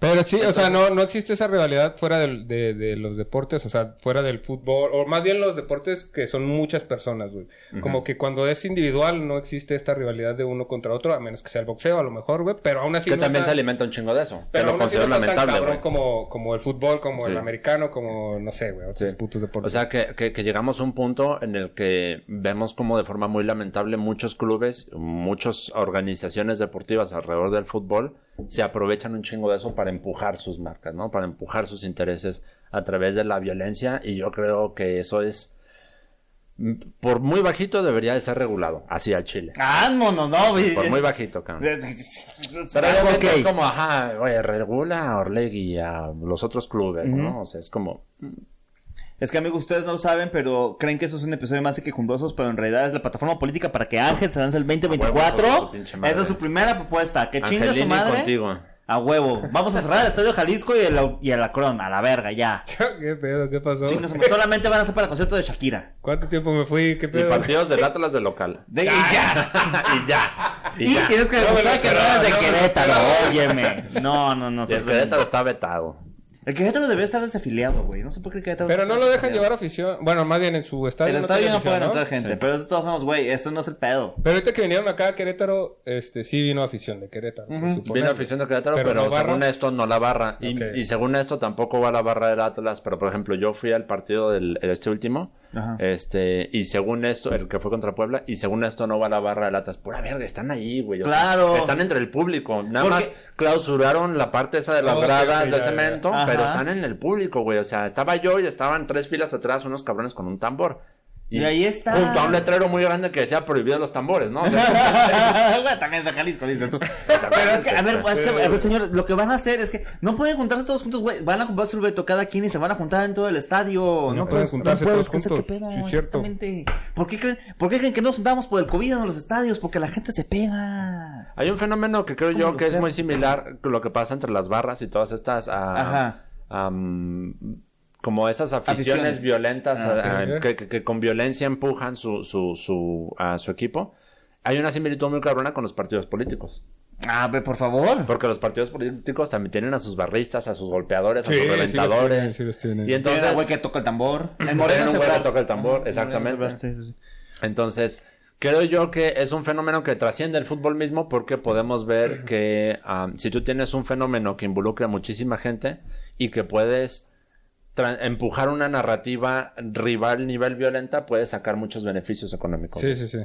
[SPEAKER 2] Pero sí, o sea, no, no existe esa rivalidad fuera del- de, de los deportes, o sea, fuera del fútbol, o más bien los deportes que son muchas personas, güey. Como que cuando es individual no existe esta rivalidad de uno contra otro, a menos que sea el boxeo, a lo mejor, güey, pero aún así...
[SPEAKER 3] que
[SPEAKER 2] no
[SPEAKER 3] también se
[SPEAKER 2] está-
[SPEAKER 3] alimenta un chingo de eso.
[SPEAKER 2] pero
[SPEAKER 3] que lo
[SPEAKER 2] aún así no
[SPEAKER 3] considero
[SPEAKER 2] está tan
[SPEAKER 3] lamentable,
[SPEAKER 2] cabrón
[SPEAKER 3] güey.
[SPEAKER 2] como, como el fútbol, como
[SPEAKER 3] Sí.
[SPEAKER 2] el americano, como, no sé, güey, otros
[SPEAKER 3] Sí.
[SPEAKER 2] putos
[SPEAKER 3] O
[SPEAKER 2] deportes.
[SPEAKER 3] sea, que, que- que llegamos a un punto en el que vemos como de forma muy lamentable muchos clubes, muchas organizaciones deportivas alrededor del fútbol se aprovechan un chingo de eso para empujar sus marcas, ¿no? Para empujar sus intereses a través de la violencia y yo creo que eso es, mm, por muy bajito debería de ser regulado, así al Chile.
[SPEAKER 1] Vámonos, no, güey.
[SPEAKER 3] Por muy bajito, cabrón. Pero
[SPEAKER 1] Algo
[SPEAKER 3] obviamente es
[SPEAKER 1] ok.
[SPEAKER 3] como, ajá, oye, regula a Orlegui, a los otros clubes, ¿no? O sea, es como,
[SPEAKER 1] Es que amigos, ustedes no lo saben, pero creen que eso es un episodio más de que cumbrosos, pero en realidad es la plataforma política para que Ángel se lance el
[SPEAKER 3] A huevo, su
[SPEAKER 1] 2024.
[SPEAKER 3] pinche madre.
[SPEAKER 1] Esa es su primera propuesta. Que chingue su
[SPEAKER 3] Angelini
[SPEAKER 1] madre.
[SPEAKER 3] contigo.
[SPEAKER 1] A huevo. Vamos a cerrar el Estadio Jalisco y el, y el Acron, a la verga, ya.
[SPEAKER 2] ¿Qué pedo? ¿Qué pasó?
[SPEAKER 1] Chingue su madre. Solamente van a ser para concierto de Shakira.
[SPEAKER 2] ¿Cuánto tiempo me fui? ¿Qué
[SPEAKER 3] Y
[SPEAKER 2] pedo?
[SPEAKER 3] partidos del Atlas de local.
[SPEAKER 1] De, y ya.
[SPEAKER 3] y ya.
[SPEAKER 1] Y, tienes que
[SPEAKER 2] No me lo
[SPEAKER 1] demostrar que no
[SPEAKER 2] esperaba,
[SPEAKER 1] eres de
[SPEAKER 2] no me lo
[SPEAKER 1] Querétaro,
[SPEAKER 2] esperaba.
[SPEAKER 1] óyeme. No, no, no.
[SPEAKER 3] Y el
[SPEAKER 1] sorprende.
[SPEAKER 3] Querétaro está vetado.
[SPEAKER 1] El Querétaro debería estar desafiliado, güey. No sé por qué el Querétaro
[SPEAKER 2] Pero
[SPEAKER 1] está
[SPEAKER 2] no lo dejan
[SPEAKER 1] desafiliado.
[SPEAKER 2] llevar afición. Bueno, más bien en su estadio.
[SPEAKER 1] El
[SPEAKER 2] no
[SPEAKER 1] estadio
[SPEAKER 2] tiene
[SPEAKER 1] no
[SPEAKER 2] afición,
[SPEAKER 1] pueden
[SPEAKER 2] ¿no?
[SPEAKER 1] entrar gente,
[SPEAKER 3] Sí.
[SPEAKER 1] pero de todos modos, güey, eso no es el pedo.
[SPEAKER 2] Pero ahorita que vinieron acá a Querétaro, este, sí vino afición de Querétaro. por suponer.
[SPEAKER 3] Vino afición de Querétaro,
[SPEAKER 2] Pero
[SPEAKER 3] pero,
[SPEAKER 2] no barra.
[SPEAKER 3] según esto no la barra. Y,
[SPEAKER 2] Ok.
[SPEAKER 3] y según esto tampoco va la barra del Atlas. Pero por ejemplo, yo fui al partido del el- este último.
[SPEAKER 1] Ajá.
[SPEAKER 3] Este, y según esto, el que fue contra Puebla, y según esto no va la barra del Atlas. Pura verga, están ahí, güey. o sea,
[SPEAKER 1] Claro.
[SPEAKER 3] están entre el público. Nada
[SPEAKER 1] Porque-
[SPEAKER 3] más clausuraron la parte esa de las
[SPEAKER 2] Ok,
[SPEAKER 3] gradas
[SPEAKER 2] ok,
[SPEAKER 3] de
[SPEAKER 2] ya, ya, ya.
[SPEAKER 3] cemento,
[SPEAKER 1] Ajá.
[SPEAKER 3] pero están en el público, güey. O sea, estaba yo y estaban tres filas atrás, unos cabrones con un tambor.
[SPEAKER 1] Y ahí está.
[SPEAKER 3] Junto a un letrero muy grande que decía prohibido los tambores, ¿no? O sea,
[SPEAKER 1] Bueno, También es de Jalisco, dices tú. Pero es que, a ver, es que, a ver, señores, lo que van a hacer es que no pueden juntarse todos juntos, güey. Van a comprar su beto cada quien y se van a juntar en todo el estadio. No,
[SPEAKER 2] pueden
[SPEAKER 1] puedes-
[SPEAKER 2] juntarse
[SPEAKER 1] no puedes
[SPEAKER 2] todos
[SPEAKER 1] hacer,
[SPEAKER 2] juntos.
[SPEAKER 1] ¿qué pedo?
[SPEAKER 2] Sí, es cierto.
[SPEAKER 1] Exactamente. ¿Por qué, creen, ¿Por qué creen que nos juntamos por el COVID en los estadios? Porque la gente se pega.
[SPEAKER 3] Hay un fenómeno que creo
[SPEAKER 1] como
[SPEAKER 3] yo
[SPEAKER 1] los
[SPEAKER 3] que es
[SPEAKER 1] perros.
[SPEAKER 3] muy similar a lo que pasa entre las barras y todas estas. ah,
[SPEAKER 1] Ajá.
[SPEAKER 3] am, como esas aficiones,
[SPEAKER 1] Aficiones.
[SPEAKER 3] violentas
[SPEAKER 2] Ah,
[SPEAKER 3] ah,
[SPEAKER 2] ok.
[SPEAKER 3] que, que- que con violencia empujan su, su, su, a su equipo. Hay una similitud muy cabrona con los partidos políticos.
[SPEAKER 1] A ver, Ah, por favor.
[SPEAKER 3] Porque los partidos políticos también tienen a sus barristas, a sus golpeadores, a
[SPEAKER 2] Sí,
[SPEAKER 3] sus
[SPEAKER 2] sí los tienen,
[SPEAKER 3] reventadores.
[SPEAKER 2] sí los tienen.
[SPEAKER 3] Y
[SPEAKER 1] Tienen
[SPEAKER 3] entonces.
[SPEAKER 1] a güey que toca el tambor. El
[SPEAKER 3] tienen un güey que
[SPEAKER 1] Sebrat.
[SPEAKER 3] toca el tambor,
[SPEAKER 1] Ajá,
[SPEAKER 3] exactamente.
[SPEAKER 1] Moreno Sebrat, Sí, sí, sí.
[SPEAKER 3] Entonces, creo yo que es un fenómeno que trasciende el fútbol mismo porque podemos ver que am, si tú tienes un fenómeno que involucra a muchísima gente y que puedes tra- empujar una narrativa rival nivel violenta, puedes sacar muchos beneficios económicos,
[SPEAKER 2] Sí, sí, sí.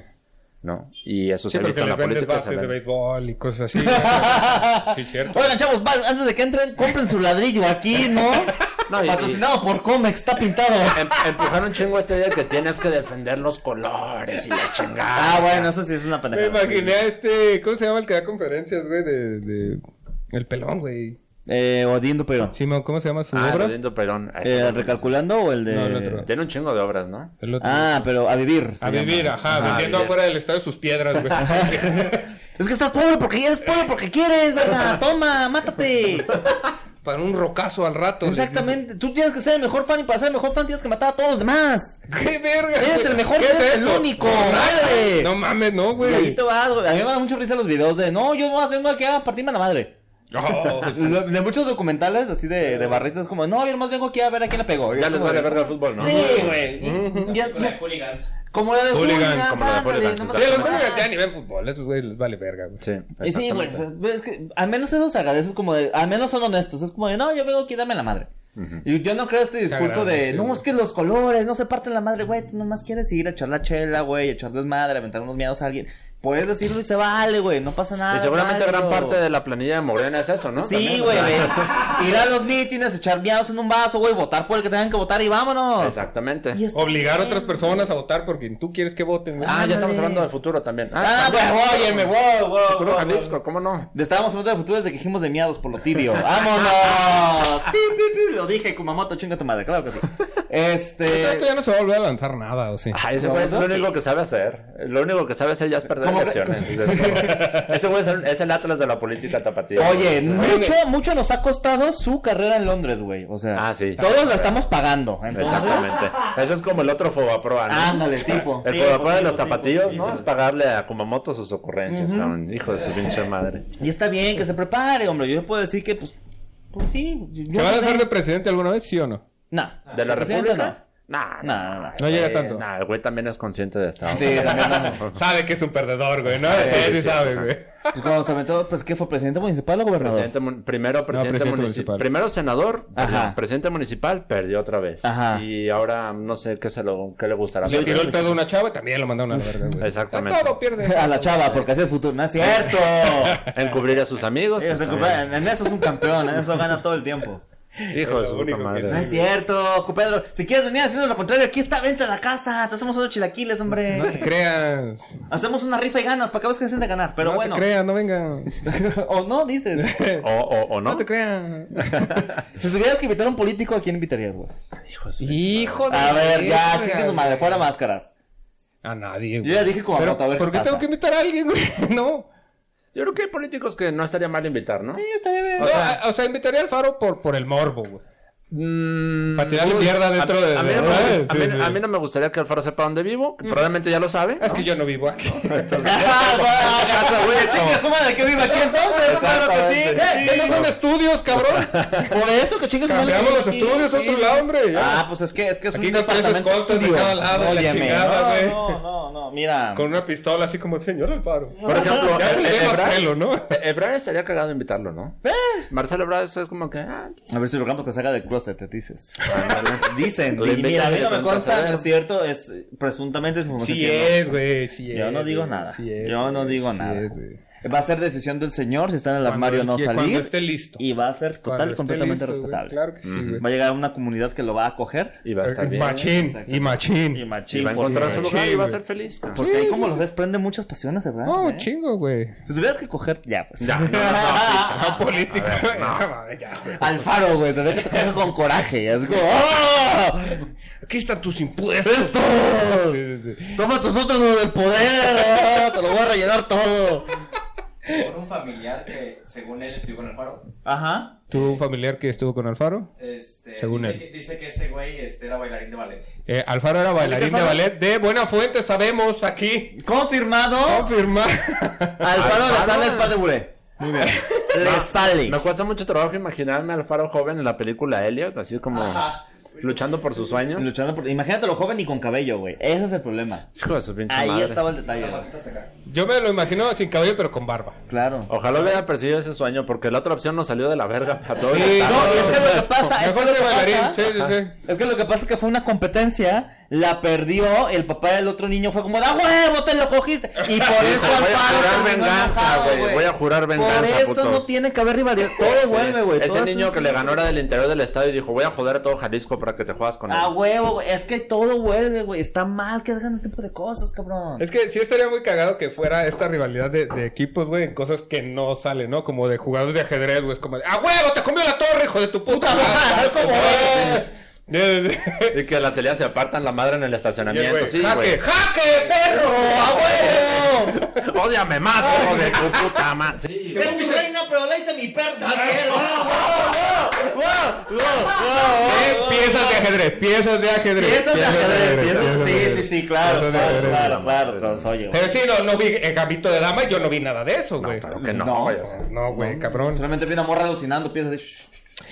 [SPEAKER 3] ¿no? Y eso
[SPEAKER 2] Sí,
[SPEAKER 3] se ha
[SPEAKER 2] porque
[SPEAKER 3] visto en
[SPEAKER 2] les
[SPEAKER 3] la
[SPEAKER 2] vendes
[SPEAKER 3] política.
[SPEAKER 2] bates
[SPEAKER 3] se
[SPEAKER 2] de
[SPEAKER 3] ve.
[SPEAKER 2] béisbol y cosas así. sí, cierto.
[SPEAKER 1] Oigan, chavos, va- antes de que entren, compren su ladrillo aquí, ¿no?
[SPEAKER 3] No, y-
[SPEAKER 1] Patrocinado por Comex, está pintado.
[SPEAKER 3] Em- empujar un chingo esta idea de que tienes que defender los colores y la chingada.
[SPEAKER 1] Ah, bueno, eso sí es una
[SPEAKER 2] Me
[SPEAKER 1] pendejada.
[SPEAKER 2] imaginé a este, ¿cómo se llama el que da conferencias, güey? De, de- El pelón, güey.
[SPEAKER 1] Eh, Odindo Perón.
[SPEAKER 2] Sí, no, ¿cómo se llama su
[SPEAKER 3] Ah,
[SPEAKER 2] obra?
[SPEAKER 3] Rodindo Perón. Ah, ese
[SPEAKER 1] Eh,
[SPEAKER 3] güey.
[SPEAKER 1] ¿Recalculando o el de...?
[SPEAKER 2] No, el otro.
[SPEAKER 3] Tiene un chingo de obras, ¿no?
[SPEAKER 2] El otro.
[SPEAKER 1] Ah, pero a vivir. se
[SPEAKER 2] a vivir,
[SPEAKER 1] llama.
[SPEAKER 2] ajá,
[SPEAKER 3] Ah,
[SPEAKER 2] vendiendo
[SPEAKER 3] ya.
[SPEAKER 2] afuera del estadio sus piedras, güey.
[SPEAKER 1] Es que estás pobre porque eres pobre porque quieres, verga. Toma, mátate.
[SPEAKER 2] Para un rocazo al rato. les dice.
[SPEAKER 1] Exactamente. Tú tienes que ser el mejor fan y para ser el mejor fan tienes que matar a todos los demás.
[SPEAKER 2] ¡Qué verga!
[SPEAKER 1] Eres
[SPEAKER 2] güey!
[SPEAKER 1] el mejor,
[SPEAKER 2] ¿Qué
[SPEAKER 1] eres
[SPEAKER 2] es
[SPEAKER 1] el
[SPEAKER 2] esto?
[SPEAKER 1] único, madre.
[SPEAKER 2] ¡Madre! No mames, no,
[SPEAKER 1] Y ahí
[SPEAKER 2] güey.
[SPEAKER 1] te vas, güey. A mí me da mucha risa los videos de, no, yo nomás vengo aquí a partirme la madre.
[SPEAKER 2] Oh,
[SPEAKER 1] Lo- De muchos documentales así de, de barristas como, no, yo nomás vengo aquí a ver a quién le pegó. Y
[SPEAKER 3] Ya
[SPEAKER 1] es
[SPEAKER 3] les
[SPEAKER 1] como
[SPEAKER 3] vale
[SPEAKER 1] de-
[SPEAKER 3] verga el fútbol, ¿no?
[SPEAKER 1] Sí, güey. Ya-
[SPEAKER 4] Con
[SPEAKER 1] ya-
[SPEAKER 4] las hooligans.
[SPEAKER 1] Como la de
[SPEAKER 2] Hooligan,
[SPEAKER 1] Hooligans,
[SPEAKER 3] como la de
[SPEAKER 1] ándale,
[SPEAKER 3] Hooligans,
[SPEAKER 1] nomás-
[SPEAKER 2] Sí, a los únicos ya ni ven fútbol, esos güeyes les vale verga, güey.
[SPEAKER 3] Sí,
[SPEAKER 1] Y sí, güey,
[SPEAKER 3] exactamente.
[SPEAKER 1] pues, es que al menos eso se agradece, es como de, al menos son honestos, es como de, no, yo vengo aquí, dame la madre. Y yo no creo este discurso
[SPEAKER 2] agradece,
[SPEAKER 1] de, no,
[SPEAKER 2] güey.
[SPEAKER 1] es que los colores, no se parten la madre, güey, tú nomás quieres ir a echar la chela, güey, echar desmadre, aventar unos miedos a alguien. Puedes decirlo y se vale, güey, no pasa nada.
[SPEAKER 3] Y seguramente gran
[SPEAKER 1] déjalo.
[SPEAKER 3] parte de la planilla de Morena es eso, ¿no?
[SPEAKER 1] Sí,
[SPEAKER 3] También, o
[SPEAKER 1] güey,
[SPEAKER 3] sea,
[SPEAKER 1] de ir a los mítines, echar miedos en un vaso, güey, votar por el que tengan que votar y vámonos.
[SPEAKER 3] Exactamente.
[SPEAKER 1] Y está
[SPEAKER 2] Obligar a
[SPEAKER 1] bien.
[SPEAKER 2] otras personas a votar porque tú quieres que voten, güey.
[SPEAKER 3] Ah, ya
[SPEAKER 1] Ándale.
[SPEAKER 3] estamos hablando de futuro también.
[SPEAKER 1] Ah,
[SPEAKER 3] también.
[SPEAKER 1] güey, óyeme, wow, wow.
[SPEAKER 3] Futuro
[SPEAKER 1] wow,
[SPEAKER 3] Jalisco, ¿cómo no?
[SPEAKER 1] De- Estábamos hablando de futuro desde que dijimos de miados por lo tibio. ¡Vámonos! Pi, pi, pi. Lo dije, Kumamoto, chinga tu madre, claro que sí.
[SPEAKER 2] Pero ese
[SPEAKER 1] Este.
[SPEAKER 2] vato ya no se va a volver a lanzar nada, ¿o sí?
[SPEAKER 3] Ah, ese güey es lo
[SPEAKER 1] ¿Cómo no?
[SPEAKER 3] único que sabe hacer. Lo único que sabe hacer ya es perder
[SPEAKER 1] ¿Cómo
[SPEAKER 3] elecciones. Entonces, como- Ese güey es el, es el Atlas de la política tapatía.
[SPEAKER 1] Oye,
[SPEAKER 3] Sí.
[SPEAKER 1] mucho, mucho nos ha costado su carrera en Londres, güey. O sea,
[SPEAKER 3] Ah, sí.
[SPEAKER 1] todos la estamos pagando. Entonces,
[SPEAKER 3] Exactamente. Ese es como el otro Fobaproa, ¿no?
[SPEAKER 1] ándale, tipo.
[SPEAKER 3] El Fobaproa de los tapatíos, ¿no? Es pagarle a Kumamoto sus ocurrencias, cabrón. Hijo de su pinche madre.
[SPEAKER 1] Y está bien que se prepare, hombre. Yo puedo decir que, pues, Pues sí. yo-
[SPEAKER 2] ¿Se va a
[SPEAKER 1] yo-
[SPEAKER 2] lanzar de presidente alguna vez, sí o no?
[SPEAKER 1] No.
[SPEAKER 3] ¿De la
[SPEAKER 1] Presidente,
[SPEAKER 3] República? No,
[SPEAKER 1] No, no, no.
[SPEAKER 2] No llega
[SPEAKER 3] Eh,
[SPEAKER 2] tanto.
[SPEAKER 3] nah, el güey también es consciente de esto.
[SPEAKER 1] Sí, también no.
[SPEAKER 2] Sabe que es un perdedor, güey, ¿no?
[SPEAKER 3] Sabe,
[SPEAKER 2] Sí,
[SPEAKER 3] sí,
[SPEAKER 2] sí,
[SPEAKER 3] sí,
[SPEAKER 2] sabe,
[SPEAKER 3] ajá.
[SPEAKER 2] güey.
[SPEAKER 1] Pues cuando se aventó, pues ¿qué fue? ¿Presidente municipal o gobernador?
[SPEAKER 3] Presidente mun- primero presidente,
[SPEAKER 2] presidente
[SPEAKER 3] munici-
[SPEAKER 2] municipal.
[SPEAKER 3] Primero senador,
[SPEAKER 1] Ajá.
[SPEAKER 3] perdón, presidente municipal, perdió otra vez.
[SPEAKER 1] Ajá.
[SPEAKER 3] Y ahora no sé qué, se lo, qué le gustará.
[SPEAKER 2] Le tiró el pedo a una chava y también lo mandaron a la verga, güey.
[SPEAKER 3] Exactamente.
[SPEAKER 2] Todo pierde.
[SPEAKER 1] A la chava, porque así es futuro. No es cierto.
[SPEAKER 3] Encubrir a sus amigos.
[SPEAKER 1] Ellos
[SPEAKER 3] pues,
[SPEAKER 1] se
[SPEAKER 3] también.
[SPEAKER 1] ocupan- en eso es un campeón, en eso gana todo el tiempo.
[SPEAKER 3] Hijo de
[SPEAKER 2] Es
[SPEAKER 3] su
[SPEAKER 2] lo
[SPEAKER 3] puta
[SPEAKER 2] único que
[SPEAKER 1] No es
[SPEAKER 3] madre.
[SPEAKER 2] sé.
[SPEAKER 1] cierto, Pedro. Si quieres venir haciendo lo contrario, aquí está, vente a la casa. Te hacemos unos chilaquiles, hombre.
[SPEAKER 2] No te creas.
[SPEAKER 1] Hacemos una rifa y ganas para que veas que se de ganar. Pero
[SPEAKER 2] no
[SPEAKER 1] bueno,
[SPEAKER 2] te creas, no vengan.
[SPEAKER 1] o no, dices.
[SPEAKER 3] O, o, o no.
[SPEAKER 2] No te creas.
[SPEAKER 1] Si tuvieras que invitar a un político, ¿a quién invitarías, güey?
[SPEAKER 3] Hijo de
[SPEAKER 2] Pues
[SPEAKER 3] su-
[SPEAKER 2] Hijo de.
[SPEAKER 1] A ver, ya,
[SPEAKER 2] verga,
[SPEAKER 1] chingue su madre, fuera máscaras.
[SPEAKER 2] A nadie, güey.
[SPEAKER 1] Yo ya dije como
[SPEAKER 2] Pero,
[SPEAKER 1] Roto, a ver
[SPEAKER 2] ¿Por
[SPEAKER 1] qué
[SPEAKER 2] qué
[SPEAKER 1] pasa.
[SPEAKER 2] tengo que invitar a alguien, güey? No.
[SPEAKER 3] Yo creo que hay políticos que no estaría mal invitar, ¿no?
[SPEAKER 2] No, a- O sea, invitaría al Faro por, por el morbo, güey.
[SPEAKER 3] Mm,
[SPEAKER 2] Para tirarle mierda dentro de.
[SPEAKER 3] a mí, no me-
[SPEAKER 2] ¿verdad?
[SPEAKER 3] a mí-
[SPEAKER 2] Sí, sí.
[SPEAKER 3] a mí no me gustaría que Alfaro sepa dónde vivo. que Probablemente ya lo sabe.
[SPEAKER 2] Es que yo no vivo aquí.
[SPEAKER 1] Ah, casa, güey, chingue su madre, que viva aquí entonces. Claro que sí.
[SPEAKER 2] ¿Qué? ¿Qué no son estudios, cabrón?
[SPEAKER 1] Por eso que chingues
[SPEAKER 2] Cambiamos los estudios a otro lado, hombre. ya.
[SPEAKER 1] Ah, pues es que es que es
[SPEAKER 2] Aquí
[SPEAKER 1] un
[SPEAKER 2] no pareces
[SPEAKER 1] departamento
[SPEAKER 2] costas de
[SPEAKER 1] estudio.
[SPEAKER 2] cada lado, la
[SPEAKER 1] Óyeme,
[SPEAKER 2] chingada, güey.
[SPEAKER 1] no, no, no, no, mira.
[SPEAKER 2] Con una pistola así como el señor Alfaro.
[SPEAKER 3] Por ejemplo,
[SPEAKER 2] Ya se le
[SPEAKER 3] eh,
[SPEAKER 2] ve más
[SPEAKER 3] Ebrard-
[SPEAKER 2] pelo, ¿no?
[SPEAKER 3] Ebrard estaría cagado invitarlo, ¿no? Marcelo Ebrard es como que... ah,
[SPEAKER 1] A ver si logramos que salga del closet, te dices. Dicen,
[SPEAKER 3] Lo
[SPEAKER 1] y mira, a mí no me
[SPEAKER 3] inventan,
[SPEAKER 1] consta,
[SPEAKER 3] ¿no?
[SPEAKER 1] no es cierto, es presuntamente es información
[SPEAKER 2] Sí
[SPEAKER 1] que no.
[SPEAKER 2] es, güey, sí es.
[SPEAKER 1] Yo no digo
[SPEAKER 2] güey,
[SPEAKER 1] nada.
[SPEAKER 2] sí es,
[SPEAKER 1] Yo no
[SPEAKER 2] güey,
[SPEAKER 1] digo
[SPEAKER 2] sí
[SPEAKER 1] nada.
[SPEAKER 2] es, güey.
[SPEAKER 1] Va a ser decisión del señor si está en el
[SPEAKER 2] Cuando
[SPEAKER 1] armario
[SPEAKER 2] él
[SPEAKER 1] no
[SPEAKER 2] quiera-
[SPEAKER 1] salir.
[SPEAKER 2] cuando esté listo.
[SPEAKER 1] Y va a ser
[SPEAKER 2] Cuando
[SPEAKER 1] total y
[SPEAKER 2] esté
[SPEAKER 1] completamente
[SPEAKER 2] listo, güey,
[SPEAKER 1] respetable.
[SPEAKER 2] Claro que sí, güey.
[SPEAKER 1] Va a llegar a una comunidad que lo va a acoger.
[SPEAKER 3] Y va a estar bien.
[SPEAKER 2] Machín, y machín.
[SPEAKER 1] Y
[SPEAKER 3] Y
[SPEAKER 1] machín.
[SPEAKER 3] va a encontrar su
[SPEAKER 1] porque-
[SPEAKER 3] lugar y
[SPEAKER 2] Machín,
[SPEAKER 3] va a
[SPEAKER 2] güey.
[SPEAKER 3] ser feliz. cabrón.
[SPEAKER 1] Porque ahí
[SPEAKER 2] Sí,
[SPEAKER 1] como
[SPEAKER 2] sí,
[SPEAKER 1] los ves prende muchas pasiones, ¿verdad?
[SPEAKER 2] No,
[SPEAKER 1] ¿Eh?
[SPEAKER 2] chingo, güey.
[SPEAKER 1] Si tuvieras que coger, ya, pues.
[SPEAKER 3] Ya, no, no, no, pinche.
[SPEAKER 2] Ah, político. No, mames, ya, güey.
[SPEAKER 1] Alfaro, güey, se ve que te coge con coraje. Es como, ¡Oh!
[SPEAKER 2] Aquí están tus impuestos.
[SPEAKER 1] ¡Esto!
[SPEAKER 2] Sí, sí, sí.
[SPEAKER 1] ¡Toma tus sótanos del poder! ¡Ah! ¡Te lo voy a rellenar todo!
[SPEAKER 4] Por un familiar que, según él, estuvo con el faro.
[SPEAKER 1] Ajá.
[SPEAKER 2] ¿Tuvo un familiar que estuvo con Alfaro?
[SPEAKER 4] Este,
[SPEAKER 2] Según
[SPEAKER 4] dice
[SPEAKER 2] él.
[SPEAKER 4] Que, dice que ese güey este, era bailarín de ballet.
[SPEAKER 2] Eh, Alfaro era bailarín de
[SPEAKER 1] Alfaro.
[SPEAKER 2] ballet de Buena Fuente, sabemos, aquí.
[SPEAKER 1] Confirmado.
[SPEAKER 2] Confirmar.
[SPEAKER 1] Alfaro le
[SPEAKER 3] Alfaro.
[SPEAKER 1] sale el pan de buré. Muy bien. Le sale.
[SPEAKER 3] Me cuesta mucho trabajo imaginarme al faro joven en la película Elliot, así como
[SPEAKER 4] Ajá.
[SPEAKER 3] luchando por su sueño.
[SPEAKER 1] Luchando por... Imagínatelo joven y con cabello, güey. Ese es el problema.
[SPEAKER 3] Hijo de su pinche
[SPEAKER 1] Ahí
[SPEAKER 3] madre.
[SPEAKER 1] estaba el detalle.
[SPEAKER 4] Las
[SPEAKER 1] güey.
[SPEAKER 4] patitas acá.
[SPEAKER 2] Yo me lo imagino sin cabello, pero con barba.
[SPEAKER 1] Claro.
[SPEAKER 3] Ojalá hubiera perseguido ese sueño, porque la otra opción nos salió de la verga a todos.
[SPEAKER 2] Sí,
[SPEAKER 1] No, y es que lo que pasa... Ah, Es que
[SPEAKER 2] Mejor
[SPEAKER 1] lo
[SPEAKER 2] de
[SPEAKER 1] que
[SPEAKER 2] bailarín.
[SPEAKER 1] pasa-
[SPEAKER 2] Sí, sí, sí.
[SPEAKER 1] Es que lo que pasa es que fue una competencia, la perdió, el papá del otro niño fue como, ¡da huevo, te lo cogiste! Y por eso
[SPEAKER 3] voy a
[SPEAKER 1] Alfaro
[SPEAKER 3] jurar
[SPEAKER 1] terminó
[SPEAKER 3] venganza,
[SPEAKER 1] enojado,
[SPEAKER 3] güey. Voy a jurar venganza,
[SPEAKER 1] Por eso no
[SPEAKER 3] putos.
[SPEAKER 1] tiene que haber rivalidad. Todo vuelve, güey.
[SPEAKER 3] Ese
[SPEAKER 1] todo es
[SPEAKER 3] niño
[SPEAKER 1] un
[SPEAKER 3] que le
[SPEAKER 1] ciclo.
[SPEAKER 3] ganó era del interior del estado y dijo, voy a joder a todo Jalisco para que te juegas con él.
[SPEAKER 1] A huevo, güey. Es que todo vuelve, güey. Está mal que hagan este tipo de cosas, cabrón.
[SPEAKER 2] Es que sí estaría muy cagado que fuera esta rivalidad de, de equipos, güey, en cosas que no salen, ¿no? Como de jugadores de ajedrez, güey. Es como de, ¡ah, huevo! ¡Te comió la torre, hijo de tu puta madre!
[SPEAKER 1] ¿Cómo
[SPEAKER 2] Sí, sí, sí.
[SPEAKER 3] Y que las heleas se apartan la madre en el
[SPEAKER 2] Y el
[SPEAKER 3] estacionamiento.
[SPEAKER 2] güey,
[SPEAKER 3] sí,
[SPEAKER 2] ¡Jaque!
[SPEAKER 3] güey.
[SPEAKER 2] ¡Jaque, perro! ¡A huevo!
[SPEAKER 3] Ódiame más, hijo de tu puta madre. Sí.
[SPEAKER 1] Es mi reina, pero la hice mi perra.
[SPEAKER 2] Eh, piezas de ajedrez, piezas de ajedrez.
[SPEAKER 1] Piezas de ajedrez, piezas-
[SPEAKER 2] piezas de
[SPEAKER 1] Sí, sí,
[SPEAKER 2] ajedrez.
[SPEAKER 1] sí, claro.
[SPEAKER 2] Piezas de
[SPEAKER 1] Claro,
[SPEAKER 2] ajedrez.
[SPEAKER 1] claro, claro. claro, Oye, güey.
[SPEAKER 2] Pero sí, no, no vi el gambito de dama, yo no vi nada de eso, güey.
[SPEAKER 3] Claro que no,
[SPEAKER 1] No.
[SPEAKER 3] güey, o sea.
[SPEAKER 2] No, güey, cabrón.
[SPEAKER 1] Solamente vi una morra alucinando piezas de...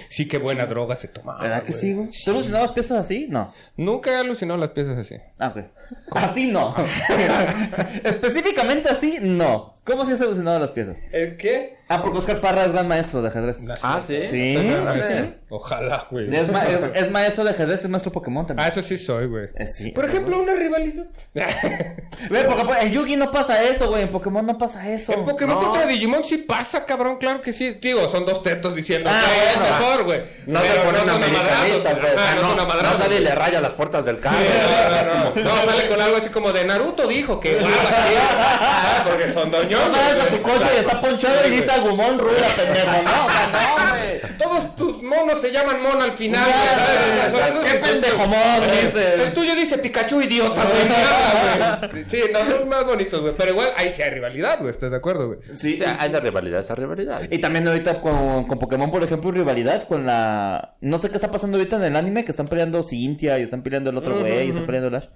[SPEAKER 2] Sí, qué buena droga se
[SPEAKER 3] Ah,
[SPEAKER 2] tomaba.
[SPEAKER 1] ¿Verdad que
[SPEAKER 2] güey.
[SPEAKER 1] sí, güey? ¿Tú alucinabas piezas así? No.
[SPEAKER 2] Nunca he alucinado las piezas así.
[SPEAKER 1] Ah, ok. Así no. Específicamente así, no. ¿Cómo se has alucinado las piezas?
[SPEAKER 2] ¿El qué?
[SPEAKER 1] Ah, porque Oscar Parra es gran maestro de ajedrez.
[SPEAKER 3] Ah, sí.
[SPEAKER 1] Sí, sí, sí.
[SPEAKER 2] Ojalá, güey.
[SPEAKER 1] Es, ma- es- es maestro de ajedrez, es maestro Pokémon
[SPEAKER 2] Ah,
[SPEAKER 1] también.
[SPEAKER 2] eso sí soy, güey.
[SPEAKER 1] Eh, sí.
[SPEAKER 2] Por ejemplo, una rivalidad.
[SPEAKER 1] Ve, porque por- en Yugi no pasa eso, güey. En Pokémon no pasa eso.
[SPEAKER 2] En Pokémon
[SPEAKER 3] No.
[SPEAKER 2] contra Digimon sí pasa, cabrón, claro que sí. Digo, son dos tetos diciendo
[SPEAKER 1] Ah,
[SPEAKER 2] que es
[SPEAKER 1] bueno.
[SPEAKER 2] mejor, güey.
[SPEAKER 3] No
[SPEAKER 2] Pero
[SPEAKER 3] se ponen
[SPEAKER 2] son
[SPEAKER 3] americanistas,
[SPEAKER 2] amadrazos. Ajá,
[SPEAKER 3] güey. O sea,
[SPEAKER 2] no, son
[SPEAKER 3] no, no
[SPEAKER 2] amadrazos.
[SPEAKER 3] sale y le raya las puertas del carro. Es
[SPEAKER 2] No,
[SPEAKER 3] como-
[SPEAKER 2] no, no, sale con algo así como de Naruto dijo que guau, así. Ah, porque son doñosos.
[SPEAKER 1] No sabes a tu
[SPEAKER 2] güey.
[SPEAKER 1] coche y está ponchado y dice Agumon Ruda, pendejo. No, o sea, no, güey.
[SPEAKER 2] Todos tus monos se llaman mono al final.
[SPEAKER 1] Ya,
[SPEAKER 2] güey.
[SPEAKER 1] o sea, Qué pendejomón,
[SPEAKER 2] El
[SPEAKER 1] dices.
[SPEAKER 2] tuyo dice Pikachu idiota, güey. Nada, güey. Sí, no son más bonitos, güey. Pero igual ahí sí hay rivalidad, güey. ¿Estás de acuerdo, güey?
[SPEAKER 3] O sea, hay la rivalidad, esa rivalidad.
[SPEAKER 1] Y también ahorita con, con Pokémon, por ejemplo, rivalidad con la... No sé qué está pasando ahorita en el anime, que están peleando Cintia y están peleando el otro güey y están peleando el... ar-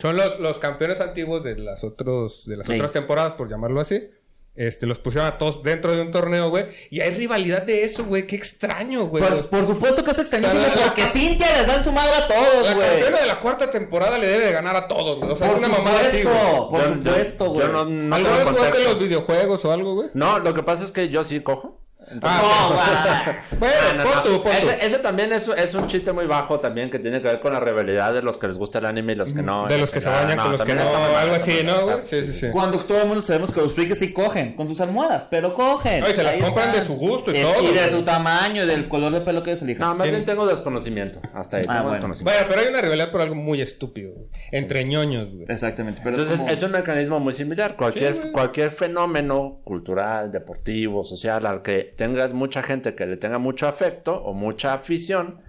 [SPEAKER 2] Son los, los campeones antiguos de las otros de las
[SPEAKER 1] Sí.
[SPEAKER 2] otras temporadas, por llamarlo así. Este, los pusieron a todos dentro de un torneo, güey. Y hay rivalidad de eso, güey. Qué extraño, güey.
[SPEAKER 1] Pues, por supuesto que es extrañísimo
[SPEAKER 2] O sea, la-
[SPEAKER 1] porque Cintia les dan su madre a todos,
[SPEAKER 2] la campeona
[SPEAKER 1] güey.
[SPEAKER 2] de la cuarta temporada le debe de ganar a todos, güey. O sea,
[SPEAKER 1] Por
[SPEAKER 2] es una mamada así,
[SPEAKER 1] supuesto.
[SPEAKER 2] güey.
[SPEAKER 1] Por
[SPEAKER 3] Yo- yo-
[SPEAKER 1] supuesto, güey.
[SPEAKER 3] Yo no,
[SPEAKER 2] ¿Alguna
[SPEAKER 3] no tengo
[SPEAKER 2] vez jugaste
[SPEAKER 3] contexto.
[SPEAKER 2] los videojuegos o algo, güey?
[SPEAKER 3] No, lo que pasa es que yo sí cojo.
[SPEAKER 1] No,
[SPEAKER 2] ok.
[SPEAKER 1] va.
[SPEAKER 3] Ah,
[SPEAKER 2] Ah, Bueno,
[SPEAKER 3] no,
[SPEAKER 2] pon
[SPEAKER 3] no.
[SPEAKER 2] tú, pon tú.
[SPEAKER 3] Ese, ese también es, es un chiste muy bajo también que tiene que ver con la rivalidad de los que les gusta el anime y los que no.
[SPEAKER 2] De los que se
[SPEAKER 3] Ah,
[SPEAKER 2] bañan con los que
[SPEAKER 3] también
[SPEAKER 2] no,
[SPEAKER 3] está muy mal,
[SPEAKER 2] algo
[SPEAKER 3] está
[SPEAKER 2] así,
[SPEAKER 3] muy mal,
[SPEAKER 2] ¿no, güey?
[SPEAKER 3] exacto,
[SPEAKER 2] Sí, sí, sí.
[SPEAKER 1] Cuando todo el mundo sabemos que los frikis sí cogen con sus almohadas, pero cogen.
[SPEAKER 2] Ay, se las
[SPEAKER 1] Ahí
[SPEAKER 2] compran de su gusto y
[SPEAKER 1] Es-
[SPEAKER 2] todo,
[SPEAKER 1] Y de
[SPEAKER 2] güey.
[SPEAKER 1] su tamaño y del color de pelo que ellos elijan.
[SPEAKER 3] No, más
[SPEAKER 2] Sí.
[SPEAKER 3] bien tengo desconocimiento. Hasta ahí.
[SPEAKER 1] Ah,
[SPEAKER 3] tengo
[SPEAKER 1] bueno.
[SPEAKER 3] desconocimiento.
[SPEAKER 2] Bueno, pero hay una rivalidad por algo muy estúpido, güey. Entre ñoños, güey.
[SPEAKER 1] Exactamente. Pero
[SPEAKER 3] Entonces
[SPEAKER 1] como-
[SPEAKER 3] es un mecanismo muy similar. Cualquier,
[SPEAKER 2] Sí, güey.
[SPEAKER 3] cualquier fenómeno cultural, deportivo, social, al que tengas mucha gente que le tenga mucho afecto o mucha afición,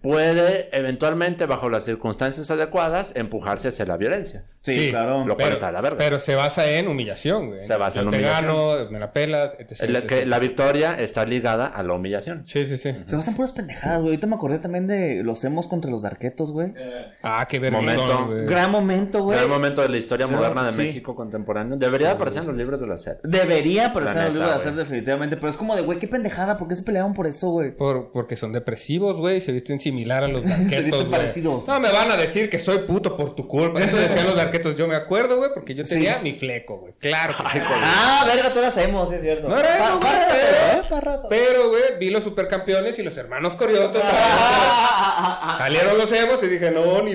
[SPEAKER 3] puede eventualmente, bajo las circunstancias adecuadas, empujarse hacia la violencia.
[SPEAKER 1] Sí,
[SPEAKER 2] Sí,
[SPEAKER 1] claro.
[SPEAKER 3] lo- cual
[SPEAKER 2] Pero,
[SPEAKER 3] está de la verga.
[SPEAKER 2] pero se basa en humillación, güey.
[SPEAKER 3] Se basa en
[SPEAKER 2] Yo te
[SPEAKER 3] humillación.
[SPEAKER 2] gano, me la pelas, etc.
[SPEAKER 3] Es la, que,
[SPEAKER 2] etc.
[SPEAKER 3] la victoria está ligada a la humillación.
[SPEAKER 2] Sí, sí, sí.
[SPEAKER 1] Se basan puras pendejadas, güey. Ahorita me acordé también de los hemos contra los arquetos, güey.
[SPEAKER 4] Eh,
[SPEAKER 2] Ah, qué vergüenza.
[SPEAKER 3] Momento.
[SPEAKER 1] Gran momento, güey.
[SPEAKER 3] Gran momento de la historia
[SPEAKER 1] Claro,
[SPEAKER 3] moderna de
[SPEAKER 1] sí.
[SPEAKER 3] México contemporáneo. Debería aparecer en los libros de la serie.
[SPEAKER 1] Debería aparecer
[SPEAKER 3] La
[SPEAKER 1] el libro
[SPEAKER 3] neta,
[SPEAKER 1] de hacer
[SPEAKER 3] güey.
[SPEAKER 1] definitivamente, pero es como de, güey, qué pendejada, ¿por qué se pelearon por eso, güey?
[SPEAKER 2] Por, porque son depresivos, güey, se visten similar a los
[SPEAKER 1] Se
[SPEAKER 2] darquetos,
[SPEAKER 1] visten
[SPEAKER 2] güey.
[SPEAKER 1] parecidos.
[SPEAKER 2] No me van a decir que soy puto por tu culpa. Eso decían los darquetos. Yo me acuerdo, güey, porque yo tenía mi fleco, güey. Claro. que sí.
[SPEAKER 1] Ah, verga, tú lo hacemos, sí, es cierto.
[SPEAKER 2] No era eso,
[SPEAKER 1] Pa-
[SPEAKER 2] güey,
[SPEAKER 1] pa-
[SPEAKER 2] pero-
[SPEAKER 1] eh, pa' rato.
[SPEAKER 2] Pero, güey, vi los supercampeones y los hermanos Coriotos. güey. Salieron los emos y dije, no, ni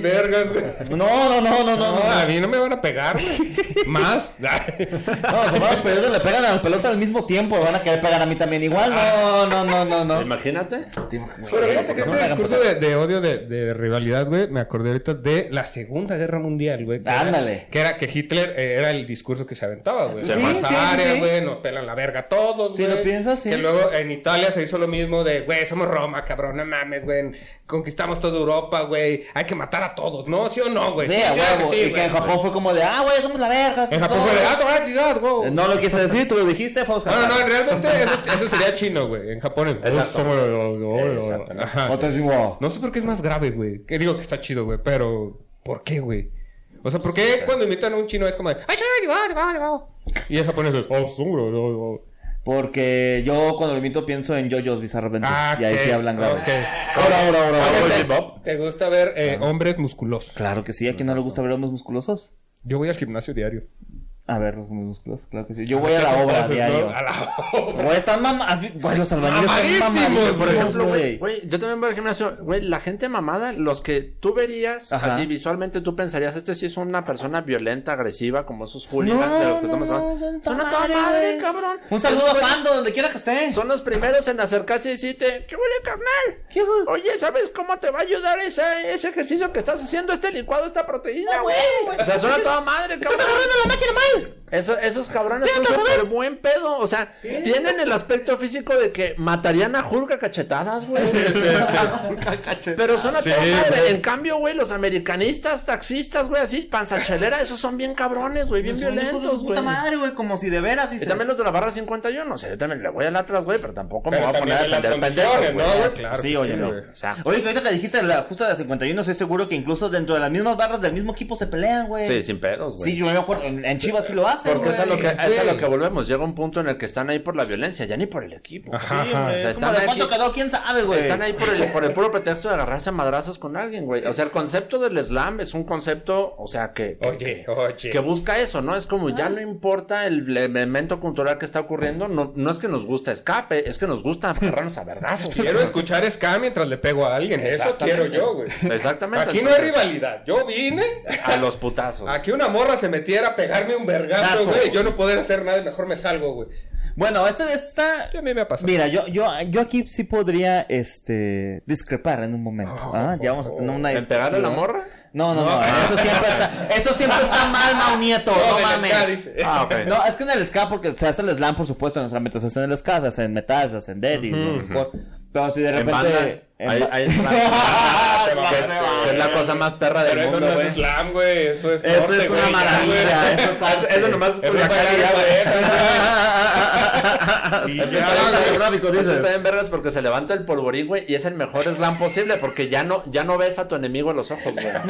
[SPEAKER 2] vergas, güey.
[SPEAKER 1] No, no, no, no,
[SPEAKER 2] No,
[SPEAKER 1] no, no.
[SPEAKER 2] a mí no me van a pegar, güey. Más.
[SPEAKER 1] No, se van a pegar, le pegan a la pelota al mismo tiempo, me van a querer pegar a mí también igual. No, no, no, no, no.
[SPEAKER 3] Imagínate.
[SPEAKER 2] Pero fíjate
[SPEAKER 1] Porque Eh, no
[SPEAKER 2] que este
[SPEAKER 1] me hagan
[SPEAKER 2] discurso
[SPEAKER 1] pasar.
[SPEAKER 2] de, de odio, de, de rivalidad, güey, me acordé ahorita de la Segunda Guerra Mundial, güey. que era-
[SPEAKER 1] Ándale.
[SPEAKER 2] Que era que Hitler eh, era el discurso que se aventaba, güey.
[SPEAKER 1] Sí,
[SPEAKER 2] Se
[SPEAKER 1] sí,
[SPEAKER 2] avanza
[SPEAKER 1] sí,
[SPEAKER 2] área,
[SPEAKER 1] sí.
[SPEAKER 2] güey, nos pelan la verga a todos,
[SPEAKER 1] Si
[SPEAKER 2] güey.
[SPEAKER 1] lo piensas, sí.
[SPEAKER 2] Que luego en Italia se hizo lo mismo de, güey, somos Roma, cabrón, no mames, güey. Conquistamos toda Europa, güey. Hay que matar a todos, ¿no? ¿Sí o no, güey?
[SPEAKER 1] Sí, a
[SPEAKER 2] claro que
[SPEAKER 1] huevo.
[SPEAKER 2] sí,
[SPEAKER 1] Y que
[SPEAKER 2] güey.
[SPEAKER 1] en Japón fue como de, ah, güey, somos la verga.
[SPEAKER 2] En Japón fue de, ah, te voy a chingar, güey.
[SPEAKER 1] No lo quise decir, tú lo dijiste, fue
[SPEAKER 2] No,
[SPEAKER 1] Oscar.
[SPEAKER 2] no, realmente eso, eso sería chino, güey. En Japón es...
[SPEAKER 3] Exacto.
[SPEAKER 2] somos los- los- los-
[SPEAKER 3] Exacto.
[SPEAKER 2] Ajá.
[SPEAKER 1] Otra vez igual.
[SPEAKER 2] No sé por qué es más grave, güey. Que digo que está chido, güey, pero ¿por qué, güey? O sea, ¿por qué cuando imitan a un chino es como de, "Ay, sí, sí, va, sí, va, sí, va"? Y el japonés es, "Oh, sí, bro, bro, bro".
[SPEAKER 1] Porque yo cuando lo invito pienso en yoyos Bizarro Adventure,
[SPEAKER 2] Ah,
[SPEAKER 1] Y ahí
[SPEAKER 2] ok,
[SPEAKER 1] sí hablan grave.
[SPEAKER 2] ok. Ah,
[SPEAKER 1] Ahora, ahora, ahora, ahora.
[SPEAKER 3] Cowboy
[SPEAKER 2] te-
[SPEAKER 3] Bebop.
[SPEAKER 2] ¿Te gusta ver eh, hombres musculosos?
[SPEAKER 1] Claro que sí, a quien no le gusta ver hombres musculosos.
[SPEAKER 2] Yo voy al gimnasio diario.
[SPEAKER 1] A ver, los hombres musculosos, claro que sí. Yo voy a la obra
[SPEAKER 2] Entonces,
[SPEAKER 1] diario.
[SPEAKER 2] ¿no? A la obra.
[SPEAKER 1] Güey, están mamás. Güey, los albañiles están
[SPEAKER 2] Mamadísimos,
[SPEAKER 1] mamás.
[SPEAKER 2] por
[SPEAKER 1] Por
[SPEAKER 2] ejemplo,
[SPEAKER 1] ejemplo,
[SPEAKER 3] Güey,
[SPEAKER 1] güey.
[SPEAKER 3] güey, yo también voy al gimnasio. Güey, la gente mamada, los que tú verías,
[SPEAKER 1] Ajá.
[SPEAKER 3] así visualmente tú pensarías, este sí es una persona violenta, agresiva, como esos hooligans de los que estamos hablando. Son a toda madre,
[SPEAKER 1] güey.
[SPEAKER 3] cabrón.
[SPEAKER 1] Un saludo a
[SPEAKER 3] Esos güeyes
[SPEAKER 1] Fando, donde quiera que esté.
[SPEAKER 3] Son los primeros en acercarse y decirte, ¿qué huele, carnal?
[SPEAKER 1] ¿Qué güey?
[SPEAKER 3] Oye, ¿sabes cómo te va a ayudar ese, ese ejercicio que estás haciendo, este licuado, esta proteína,
[SPEAKER 1] Ah,
[SPEAKER 3] güey?
[SPEAKER 1] güey.
[SPEAKER 3] O sea, son a toda madre, cabrón.
[SPEAKER 1] la máquina mal!
[SPEAKER 3] Eso- esos cabrones
[SPEAKER 1] Sí,
[SPEAKER 3] son
[SPEAKER 1] cabrones.
[SPEAKER 3] súper buen pedo. O sea, tienen el aspecto físico de que matarían a Jurga cachetadas, güey. Pero son a
[SPEAKER 2] Sí,
[SPEAKER 3] toda madre.
[SPEAKER 2] güey.
[SPEAKER 3] En cambio, güey, los americanistas, taxistas, güey, así, panzachelera, esos son bien cabrones, güey, bien violentos, güey.
[SPEAKER 1] puta madre, güey, como si de veras
[SPEAKER 3] Y
[SPEAKER 1] dices.
[SPEAKER 3] también los de la barra 51, o sea, yo también le voy al Atlas, güey, pero tampoco
[SPEAKER 2] Pero
[SPEAKER 3] me voy a
[SPEAKER 2] también
[SPEAKER 3] poner a
[SPEAKER 2] en las
[SPEAKER 3] defender
[SPEAKER 2] condiciones,
[SPEAKER 3] pendejos,
[SPEAKER 2] ¿no?
[SPEAKER 3] güey.
[SPEAKER 2] Pues claro
[SPEAKER 3] Sí,
[SPEAKER 2] que
[SPEAKER 3] oye,
[SPEAKER 2] sí,
[SPEAKER 3] no.
[SPEAKER 2] güey.
[SPEAKER 3] O sea,
[SPEAKER 1] Oye, que ahorita que dijiste la, justo de la 51, estoy seguro que incluso dentro de las mismas barras del mismo equipo se pelean, güey.
[SPEAKER 3] sí, sin pedos, güey.
[SPEAKER 1] Sí, yo me acuerdo. En, en Chivas sí lo hacen,
[SPEAKER 3] Porque es a, lo que, es a lo
[SPEAKER 2] güey.
[SPEAKER 3] que volvemos. Llega un punto en el que están ahí por la violencia, ya ni por el equipo.
[SPEAKER 2] Ajá,
[SPEAKER 1] Sí,
[SPEAKER 2] ajá.
[SPEAKER 1] güey,
[SPEAKER 3] O sea,
[SPEAKER 1] es como
[SPEAKER 3] están
[SPEAKER 1] de cuánto
[SPEAKER 3] aquí-
[SPEAKER 1] quedó, quién sabe, güey.
[SPEAKER 3] Están ahí por el, por el puro pretexto de agarrarse a madrazos con alguien, güey. O sea, el concepto del slam es un concepto, o sea, que... que-
[SPEAKER 2] Oye, Ah. oye.
[SPEAKER 3] Que busca eso, ¿no? Es como ya no importa el elemento cultural que está ocurriendo, no, no es que nos gusta escape, es que nos gusta agarrarnos a verdazos.
[SPEAKER 2] Quiero escuchar ska mientras le pego a alguien. Eso quiero
[SPEAKER 3] Exactamente.
[SPEAKER 2] yo, güey.
[SPEAKER 3] Exactamente.
[SPEAKER 2] Aquí no hay
[SPEAKER 3] Entonces,
[SPEAKER 2] rivalidad. Yo vine
[SPEAKER 3] A los putazos.
[SPEAKER 2] a que una morra se metiera a pegarme un vergazo,
[SPEAKER 1] Tazo.
[SPEAKER 2] güey. Yo no poder hacer nada y mejor me salgo, güey.
[SPEAKER 1] Bueno, este, esta, esta...
[SPEAKER 2] Ya a mí me ha pasado.
[SPEAKER 1] Mira, yo, yo, yo aquí sí podría este, discrepar en un momento.
[SPEAKER 2] Oh,
[SPEAKER 1] Ah, ya vamos a tener una
[SPEAKER 3] ¿En pegar a la
[SPEAKER 1] discusión.
[SPEAKER 3] morra?
[SPEAKER 1] No, no, no, eso siempre está, eso siempre está mal, Maunieto,
[SPEAKER 2] No,
[SPEAKER 1] no,
[SPEAKER 2] del
[SPEAKER 1] mames.
[SPEAKER 2] ska, dice.
[SPEAKER 3] Ah, ok.
[SPEAKER 1] No, es que en el ska, porque se hace el slam, por supuesto, en los ámbitos se hace en el ska, se hace en metal, se hace en dead, y en hardcore. pero si de
[SPEAKER 3] En banda.
[SPEAKER 1] repente... en
[SPEAKER 3] Ahí-
[SPEAKER 1] ba-
[SPEAKER 3] ahí es la-
[SPEAKER 1] Ah,
[SPEAKER 3] que es-
[SPEAKER 1] no,
[SPEAKER 3] que es la la cosa más perra del
[SPEAKER 2] Pero eso
[SPEAKER 3] mundo,
[SPEAKER 2] no
[SPEAKER 3] güey.
[SPEAKER 2] es slam, güey. Eso es
[SPEAKER 1] Eso
[SPEAKER 2] norte,
[SPEAKER 1] es una
[SPEAKER 2] güey, ya,
[SPEAKER 1] maravilla.
[SPEAKER 3] eh,
[SPEAKER 2] güey.
[SPEAKER 1] Eso es arte.
[SPEAKER 3] Eso nomás es
[SPEAKER 2] Eso es
[SPEAKER 3] Culiacán y ya, güey.
[SPEAKER 1] Ah,
[SPEAKER 5] Y
[SPEAKER 3] Eso
[SPEAKER 5] ya,
[SPEAKER 3] está bien
[SPEAKER 1] güey.
[SPEAKER 3] gráfico, dices.
[SPEAKER 1] Eso
[SPEAKER 3] Eso
[SPEAKER 1] está
[SPEAKER 3] está en vergas porque se levanta el polvorín, güey, y es el mejor slam posible porque ya no, ya no ves a tu enemigo en los ojos, güey. Ya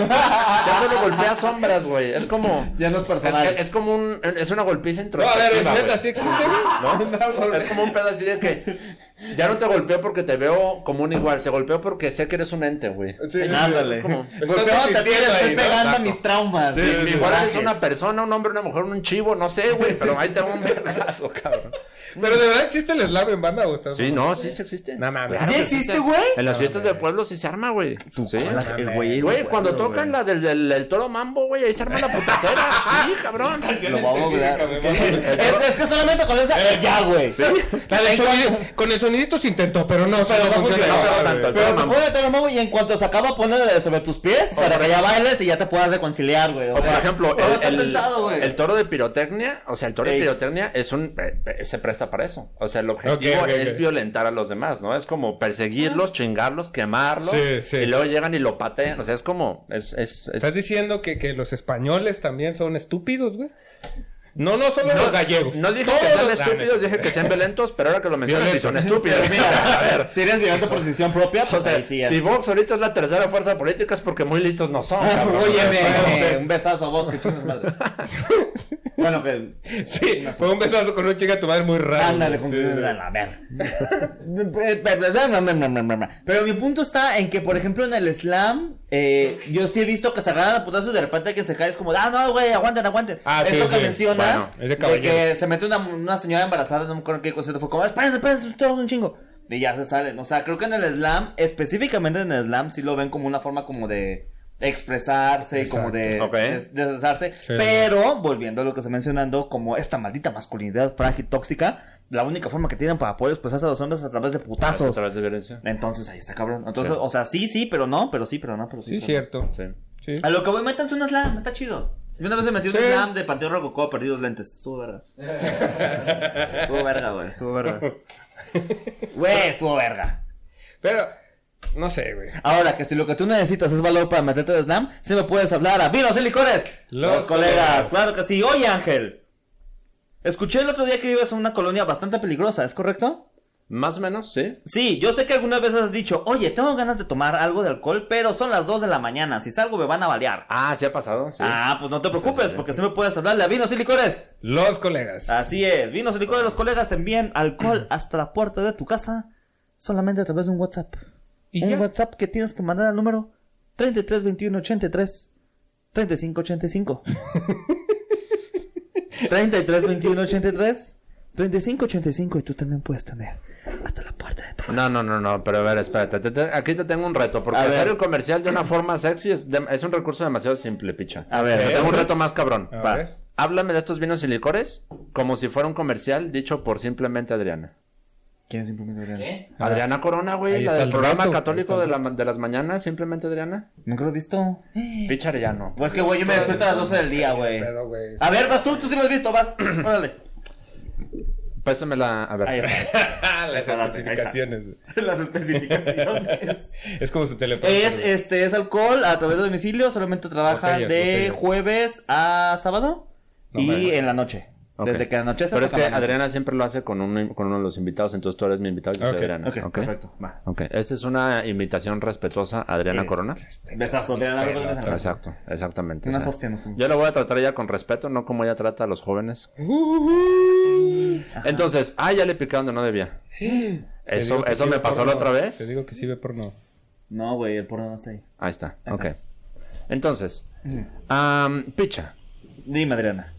[SPEAKER 3] solo golpea sombras, güey. Es como...
[SPEAKER 1] Ya no es
[SPEAKER 3] Es,
[SPEAKER 1] personal.
[SPEAKER 3] es como un... Es una golpiza
[SPEAKER 2] No, a ver, es
[SPEAKER 3] introspectiva,
[SPEAKER 2] neta,
[SPEAKER 3] güey.
[SPEAKER 2] sí existe, güey.
[SPEAKER 3] ¿no? Es como un pedo así de que... Ya no te golpeo porque te veo como un igual. Te golpeo porque sé que eres un ente, güey.
[SPEAKER 2] Sí, sí, sí.
[SPEAKER 1] Ándale.
[SPEAKER 3] Es como-
[SPEAKER 1] Golpeo
[SPEAKER 2] Estás
[SPEAKER 1] también,
[SPEAKER 2] ahí,
[SPEAKER 1] estoy
[SPEAKER 2] ¿no?
[SPEAKER 1] pegando a
[SPEAKER 2] Exacto.
[SPEAKER 1] mis traumas.
[SPEAKER 2] Sí,
[SPEAKER 1] mis
[SPEAKER 2] sí, sí.
[SPEAKER 3] Pues Igual eres
[SPEAKER 1] corajes.
[SPEAKER 3] una persona, un hombre, una mujer, un chivo, no sé, güey, pero ahí te va un vergazo, cabrón.
[SPEAKER 2] Pero de verdad existe el slam en banda, o estás-
[SPEAKER 3] Sí, no, sí, sí existe.
[SPEAKER 2] No mames.
[SPEAKER 3] Claro
[SPEAKER 1] ¿Sí
[SPEAKER 3] que
[SPEAKER 1] existe, güey?
[SPEAKER 3] En las fiestas del pueblo sí se arma, güey. Sí.
[SPEAKER 1] Coraje,
[SPEAKER 2] mames.
[SPEAKER 1] güey,
[SPEAKER 3] Güey,
[SPEAKER 1] güey.
[SPEAKER 3] cuando tocan la del, del- del toro mambo, güey, ahí se arma la putacera. Sí, cabrón.
[SPEAKER 1] Lo vamos a
[SPEAKER 2] Sí,
[SPEAKER 1] googlear.
[SPEAKER 2] sí, sí.
[SPEAKER 1] Es, es que solamente con esa. eh, ya, güey.
[SPEAKER 2] La del sonido- con el sonidito se intentó, pero no, sí,
[SPEAKER 1] Pero no funcionó,
[SPEAKER 2] güey.
[SPEAKER 3] pero tanto.
[SPEAKER 1] Pero te
[SPEAKER 3] Mamá.
[SPEAKER 1] pone todo el mambo y en cuanto se acaba ponerle sobre tus pies para que ya bailes y ya te puedas reconciliar, güey. O,
[SPEAKER 3] O por
[SPEAKER 1] sea,
[SPEAKER 3] ejemplo,
[SPEAKER 1] todo
[SPEAKER 3] el,
[SPEAKER 1] está
[SPEAKER 3] el-
[SPEAKER 1] pensado, güey.
[SPEAKER 3] el toro de pirotecnia, o sea, el toro
[SPEAKER 1] Ey.
[SPEAKER 3] de pirotecnia es un eh, eh, se presta para eso. O sea, el objetivo
[SPEAKER 2] Ok, ok,
[SPEAKER 3] es
[SPEAKER 2] ok.
[SPEAKER 3] violentar a los demás, ¿no? Es como
[SPEAKER 1] Ah.
[SPEAKER 3] perseguirlos, chingarlos, quemarlos,
[SPEAKER 2] Sí, sí.
[SPEAKER 3] y luego llegan y lo patean. O sea, es como es, es, es-
[SPEAKER 2] ¿Estás diciendo que, que los españoles también son estúpidos, güey? No, no solo los gallegos. Ah,
[SPEAKER 3] No dije
[SPEAKER 2] Todos
[SPEAKER 3] que sean
[SPEAKER 2] los-
[SPEAKER 3] estúpidos, dije que sean violentos, pero ahora que lo mencionas, sí son
[SPEAKER 2] Violentos.
[SPEAKER 3] estúpidos. Mira, a ver.
[SPEAKER 1] Si eres violento por decisión propia,
[SPEAKER 3] O
[SPEAKER 1] pues
[SPEAKER 3] sea,
[SPEAKER 1] ahí sí es.
[SPEAKER 3] si Vox ahorita es la tercera fuerza política es porque muy listos no son. cabrón.
[SPEAKER 1] Óyeme,
[SPEAKER 3] Pero-
[SPEAKER 1] un besazo a vos, que chingas madre. bueno, pues, que.
[SPEAKER 2] Sí, fue un besazo con un chica a tu madre muy raro.
[SPEAKER 1] Ándale,
[SPEAKER 2] güey.
[SPEAKER 1] con
[SPEAKER 2] Sí.
[SPEAKER 1] a ver. Pero mi punto está en que, por ejemplo, en el slam, eh, yo sí he visto que se agarran a putazos y de repente quien se cae es como, ah, no, güey, aguanten, aguanten.
[SPEAKER 2] Ah, sí,
[SPEAKER 1] Esto que
[SPEAKER 2] sí.
[SPEAKER 1] mencionas,
[SPEAKER 2] Bueno, es de
[SPEAKER 1] de que
[SPEAKER 2] caballeros.
[SPEAKER 1] se mete una, una señora embarazada, no me acuerdo en qué concierto fue como, espérense, espérense, todo un chingo. Y ya se salen. O sea, creo que en el slam, específicamente en el slam, sí lo ven como una forma como de expresarse, como de
[SPEAKER 3] Ok.
[SPEAKER 1] des- deshacerse.
[SPEAKER 2] Sí.
[SPEAKER 1] Pero, volviendo a lo que está mencionando, como esta maldita masculinidad frágil, tóxica, la única forma que tienen para poder expresarse a los hombres es a través de
[SPEAKER 3] a
[SPEAKER 1] putazos.
[SPEAKER 3] través de violencia.
[SPEAKER 1] Entonces, ahí está, cabrón. Entonces,
[SPEAKER 3] Sí.
[SPEAKER 1] o sea, sí, sí, pero no, pero sí, pero no, pero sí.
[SPEAKER 2] Sí,
[SPEAKER 1] pero no.
[SPEAKER 2] cierto.
[SPEAKER 3] Sí.
[SPEAKER 2] Sí.
[SPEAKER 1] A lo que voy, métanse una slam, está chido. Yo una vez se metió un
[SPEAKER 2] Sí.
[SPEAKER 1] slam de Panteón Rococó, perdí los lentes. Estuvo verga. estuvo verga, güey, estuvo verga. Güey, estuvo verga.
[SPEAKER 2] Pero, no sé, güey.
[SPEAKER 1] Ahora que si lo que tú necesitas es valor para meterte de slam, sí me puedes hablar a Vinos y Licores.
[SPEAKER 2] Los colegas.
[SPEAKER 1] claro que sí. Oye, Ángel. Escuché el otro día que vives en una colonia bastante peligrosa, ¿es correcto?
[SPEAKER 3] Más o menos, sí.
[SPEAKER 1] Sí, yo sé que algunas veces has dicho, oye, tengo ganas de tomar algo de alcohol, pero son las 2 de la mañana, si salgo me van a balear.
[SPEAKER 3] Ah, sí ha pasado. Sí.
[SPEAKER 1] Ah, pues no te preocupes, porque sí me puedes hablarle a Vinos y Licores.
[SPEAKER 2] Los colegas.
[SPEAKER 1] Así es, Vinos y Licores, los colegas te envían alcohol hasta la puerta de tu casa, solamente a través de un WhatsApp.
[SPEAKER 2] ¿Y
[SPEAKER 1] un
[SPEAKER 2] ya?
[SPEAKER 1] WhatsApp que tienes que mandar al número 332183 3585. 332183 3585 y tú también puedes tener hasta la puerta de tu casa.
[SPEAKER 3] No, no, no, no, pero a ver, espérate. te- te- aquí te tengo un reto, porque
[SPEAKER 1] A
[SPEAKER 3] hacer
[SPEAKER 1] ver.
[SPEAKER 3] el comercial de una forma sexy es, de- es un recurso demasiado simple, picha.
[SPEAKER 1] A ver,
[SPEAKER 3] Te
[SPEAKER 2] Ok,
[SPEAKER 3] tengo un
[SPEAKER 2] entonces-
[SPEAKER 3] reto más cabrón.
[SPEAKER 2] A
[SPEAKER 3] Va.
[SPEAKER 2] ver.
[SPEAKER 3] Háblame de estos vinos y licores como si fuera un comercial dicho por simplemente Adriana.
[SPEAKER 1] ¿Quién es simplemente Adriana?
[SPEAKER 4] ¿Qué?
[SPEAKER 3] Adriana Corona, güey,
[SPEAKER 2] Ahí
[SPEAKER 3] la
[SPEAKER 2] está
[SPEAKER 3] del
[SPEAKER 2] el
[SPEAKER 3] programa
[SPEAKER 2] reto,
[SPEAKER 3] católico
[SPEAKER 2] ahí está
[SPEAKER 3] de,
[SPEAKER 2] el
[SPEAKER 3] la ma- de las mañanas, simplemente Adriana.
[SPEAKER 1] Nunca lo he visto.
[SPEAKER 3] Picha Arellano.
[SPEAKER 1] Pues que, güey, yo me despierto a las 12 del día, güey.
[SPEAKER 2] Pedo, güey.
[SPEAKER 1] A ver, vas tú, tú sí lo has visto, vas. Órale.
[SPEAKER 3] Pésamela, a ver.
[SPEAKER 1] Ahí está. Espérate, ahí
[SPEAKER 2] Las
[SPEAKER 1] está.
[SPEAKER 2] especificaciones. güey.
[SPEAKER 1] Las especificaciones.
[SPEAKER 2] Es como su teléfono.
[SPEAKER 1] Es este es alcohol a través de domicilio, solamente trabajan
[SPEAKER 2] Botellas,
[SPEAKER 1] de
[SPEAKER 2] botellas.
[SPEAKER 1] jueves a sábado
[SPEAKER 2] No
[SPEAKER 1] y
[SPEAKER 2] mames.
[SPEAKER 1] en la noche.
[SPEAKER 3] Ok.
[SPEAKER 1] Desde que anochece
[SPEAKER 3] Pero es
[SPEAKER 1] hasta
[SPEAKER 3] que
[SPEAKER 1] amanece.
[SPEAKER 3] Adriana siempre lo hace con uno, con uno de los invitados, entonces tú eres mi invitado y yo soy
[SPEAKER 2] Ok,
[SPEAKER 3] Adriana.
[SPEAKER 1] ok, perfecto, va.
[SPEAKER 3] Ok, Esta es una invitación respetuosa a Adriana Corona.
[SPEAKER 1] Besazo, Adriana, luego
[SPEAKER 2] Espera,
[SPEAKER 1] regresamos.
[SPEAKER 3] Exacto, exactamente.
[SPEAKER 1] Unas
[SPEAKER 3] o sea,
[SPEAKER 1] hostias nos comimos.
[SPEAKER 3] yo la voy a tratar ya con respeto, no como ella trata a los jóvenes. Entonces, ah, ya le picaron donde no debía.
[SPEAKER 2] Te digo
[SPEAKER 3] Eso,
[SPEAKER 2] que
[SPEAKER 3] eso
[SPEAKER 2] sí
[SPEAKER 3] me
[SPEAKER 2] ve
[SPEAKER 3] pasó la
[SPEAKER 2] porno.
[SPEAKER 3] otra vez.
[SPEAKER 2] Te digo que sí ve porno.
[SPEAKER 1] No, güey, el porno no está ahí.
[SPEAKER 3] Ahí está,
[SPEAKER 1] Ahí
[SPEAKER 3] ok.
[SPEAKER 1] está.
[SPEAKER 3] Entonces, am, picha.
[SPEAKER 1] Dime, Adriana.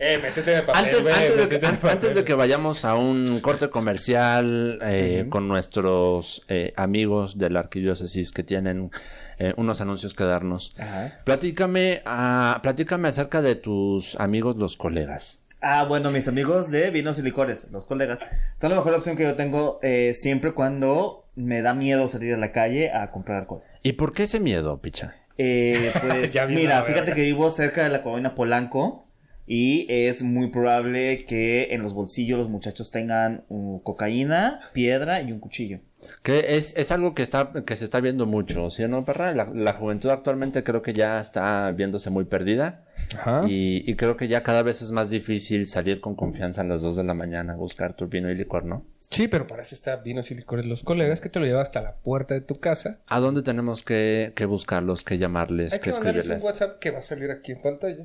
[SPEAKER 2] Eh, métete de papel,
[SPEAKER 3] Antes,
[SPEAKER 2] güey,
[SPEAKER 3] antes, de,
[SPEAKER 2] métete
[SPEAKER 3] que,
[SPEAKER 2] de
[SPEAKER 3] an-
[SPEAKER 2] papel.
[SPEAKER 3] antes de que vayamos a un corte comercial eh, con nuestros eh, amigos de la arquidiócesis que tienen eh, unos anuncios que darnos,
[SPEAKER 1] Ajá.
[SPEAKER 3] platícame, ah, platícame acerca de tus amigos los colegas.
[SPEAKER 1] Ah, bueno, mis amigos de vinos y licores, los colegas, son la mejor opción que yo tengo eh, siempre cuando me da miedo salir a la calle a comprar alcohol.
[SPEAKER 3] ¿Y por qué ese miedo, picha?
[SPEAKER 1] Eh, pues
[SPEAKER 2] Ya vino
[SPEAKER 1] mira,
[SPEAKER 2] la verga.
[SPEAKER 1] fíjate que vivo cerca de la colonia Polanco y es muy probable que en los bolsillos los muchachos tengan uh, cocaína, piedra y un cuchillo.
[SPEAKER 3] Que es, es algo que está que se está viendo mucho, ¿sí o no, perra? La, la juventud actualmente creo que ya está viéndose muy perdida
[SPEAKER 2] Ajá.
[SPEAKER 3] y, y creo que ya cada vez es más difícil salir con confianza a las 2 de la mañana a buscar tu vino y licor, ¿no?
[SPEAKER 2] Sí, pero para eso está vinos y licores los colegas que te lo llevan hasta la puerta de tu casa.
[SPEAKER 3] ¿A dónde tenemos que, que buscarlos, que llamarles,
[SPEAKER 2] Hay
[SPEAKER 3] que
[SPEAKER 2] que mandarles un
[SPEAKER 3] escribirles?
[SPEAKER 2] WhatsApp que va a salir aquí en pantalla.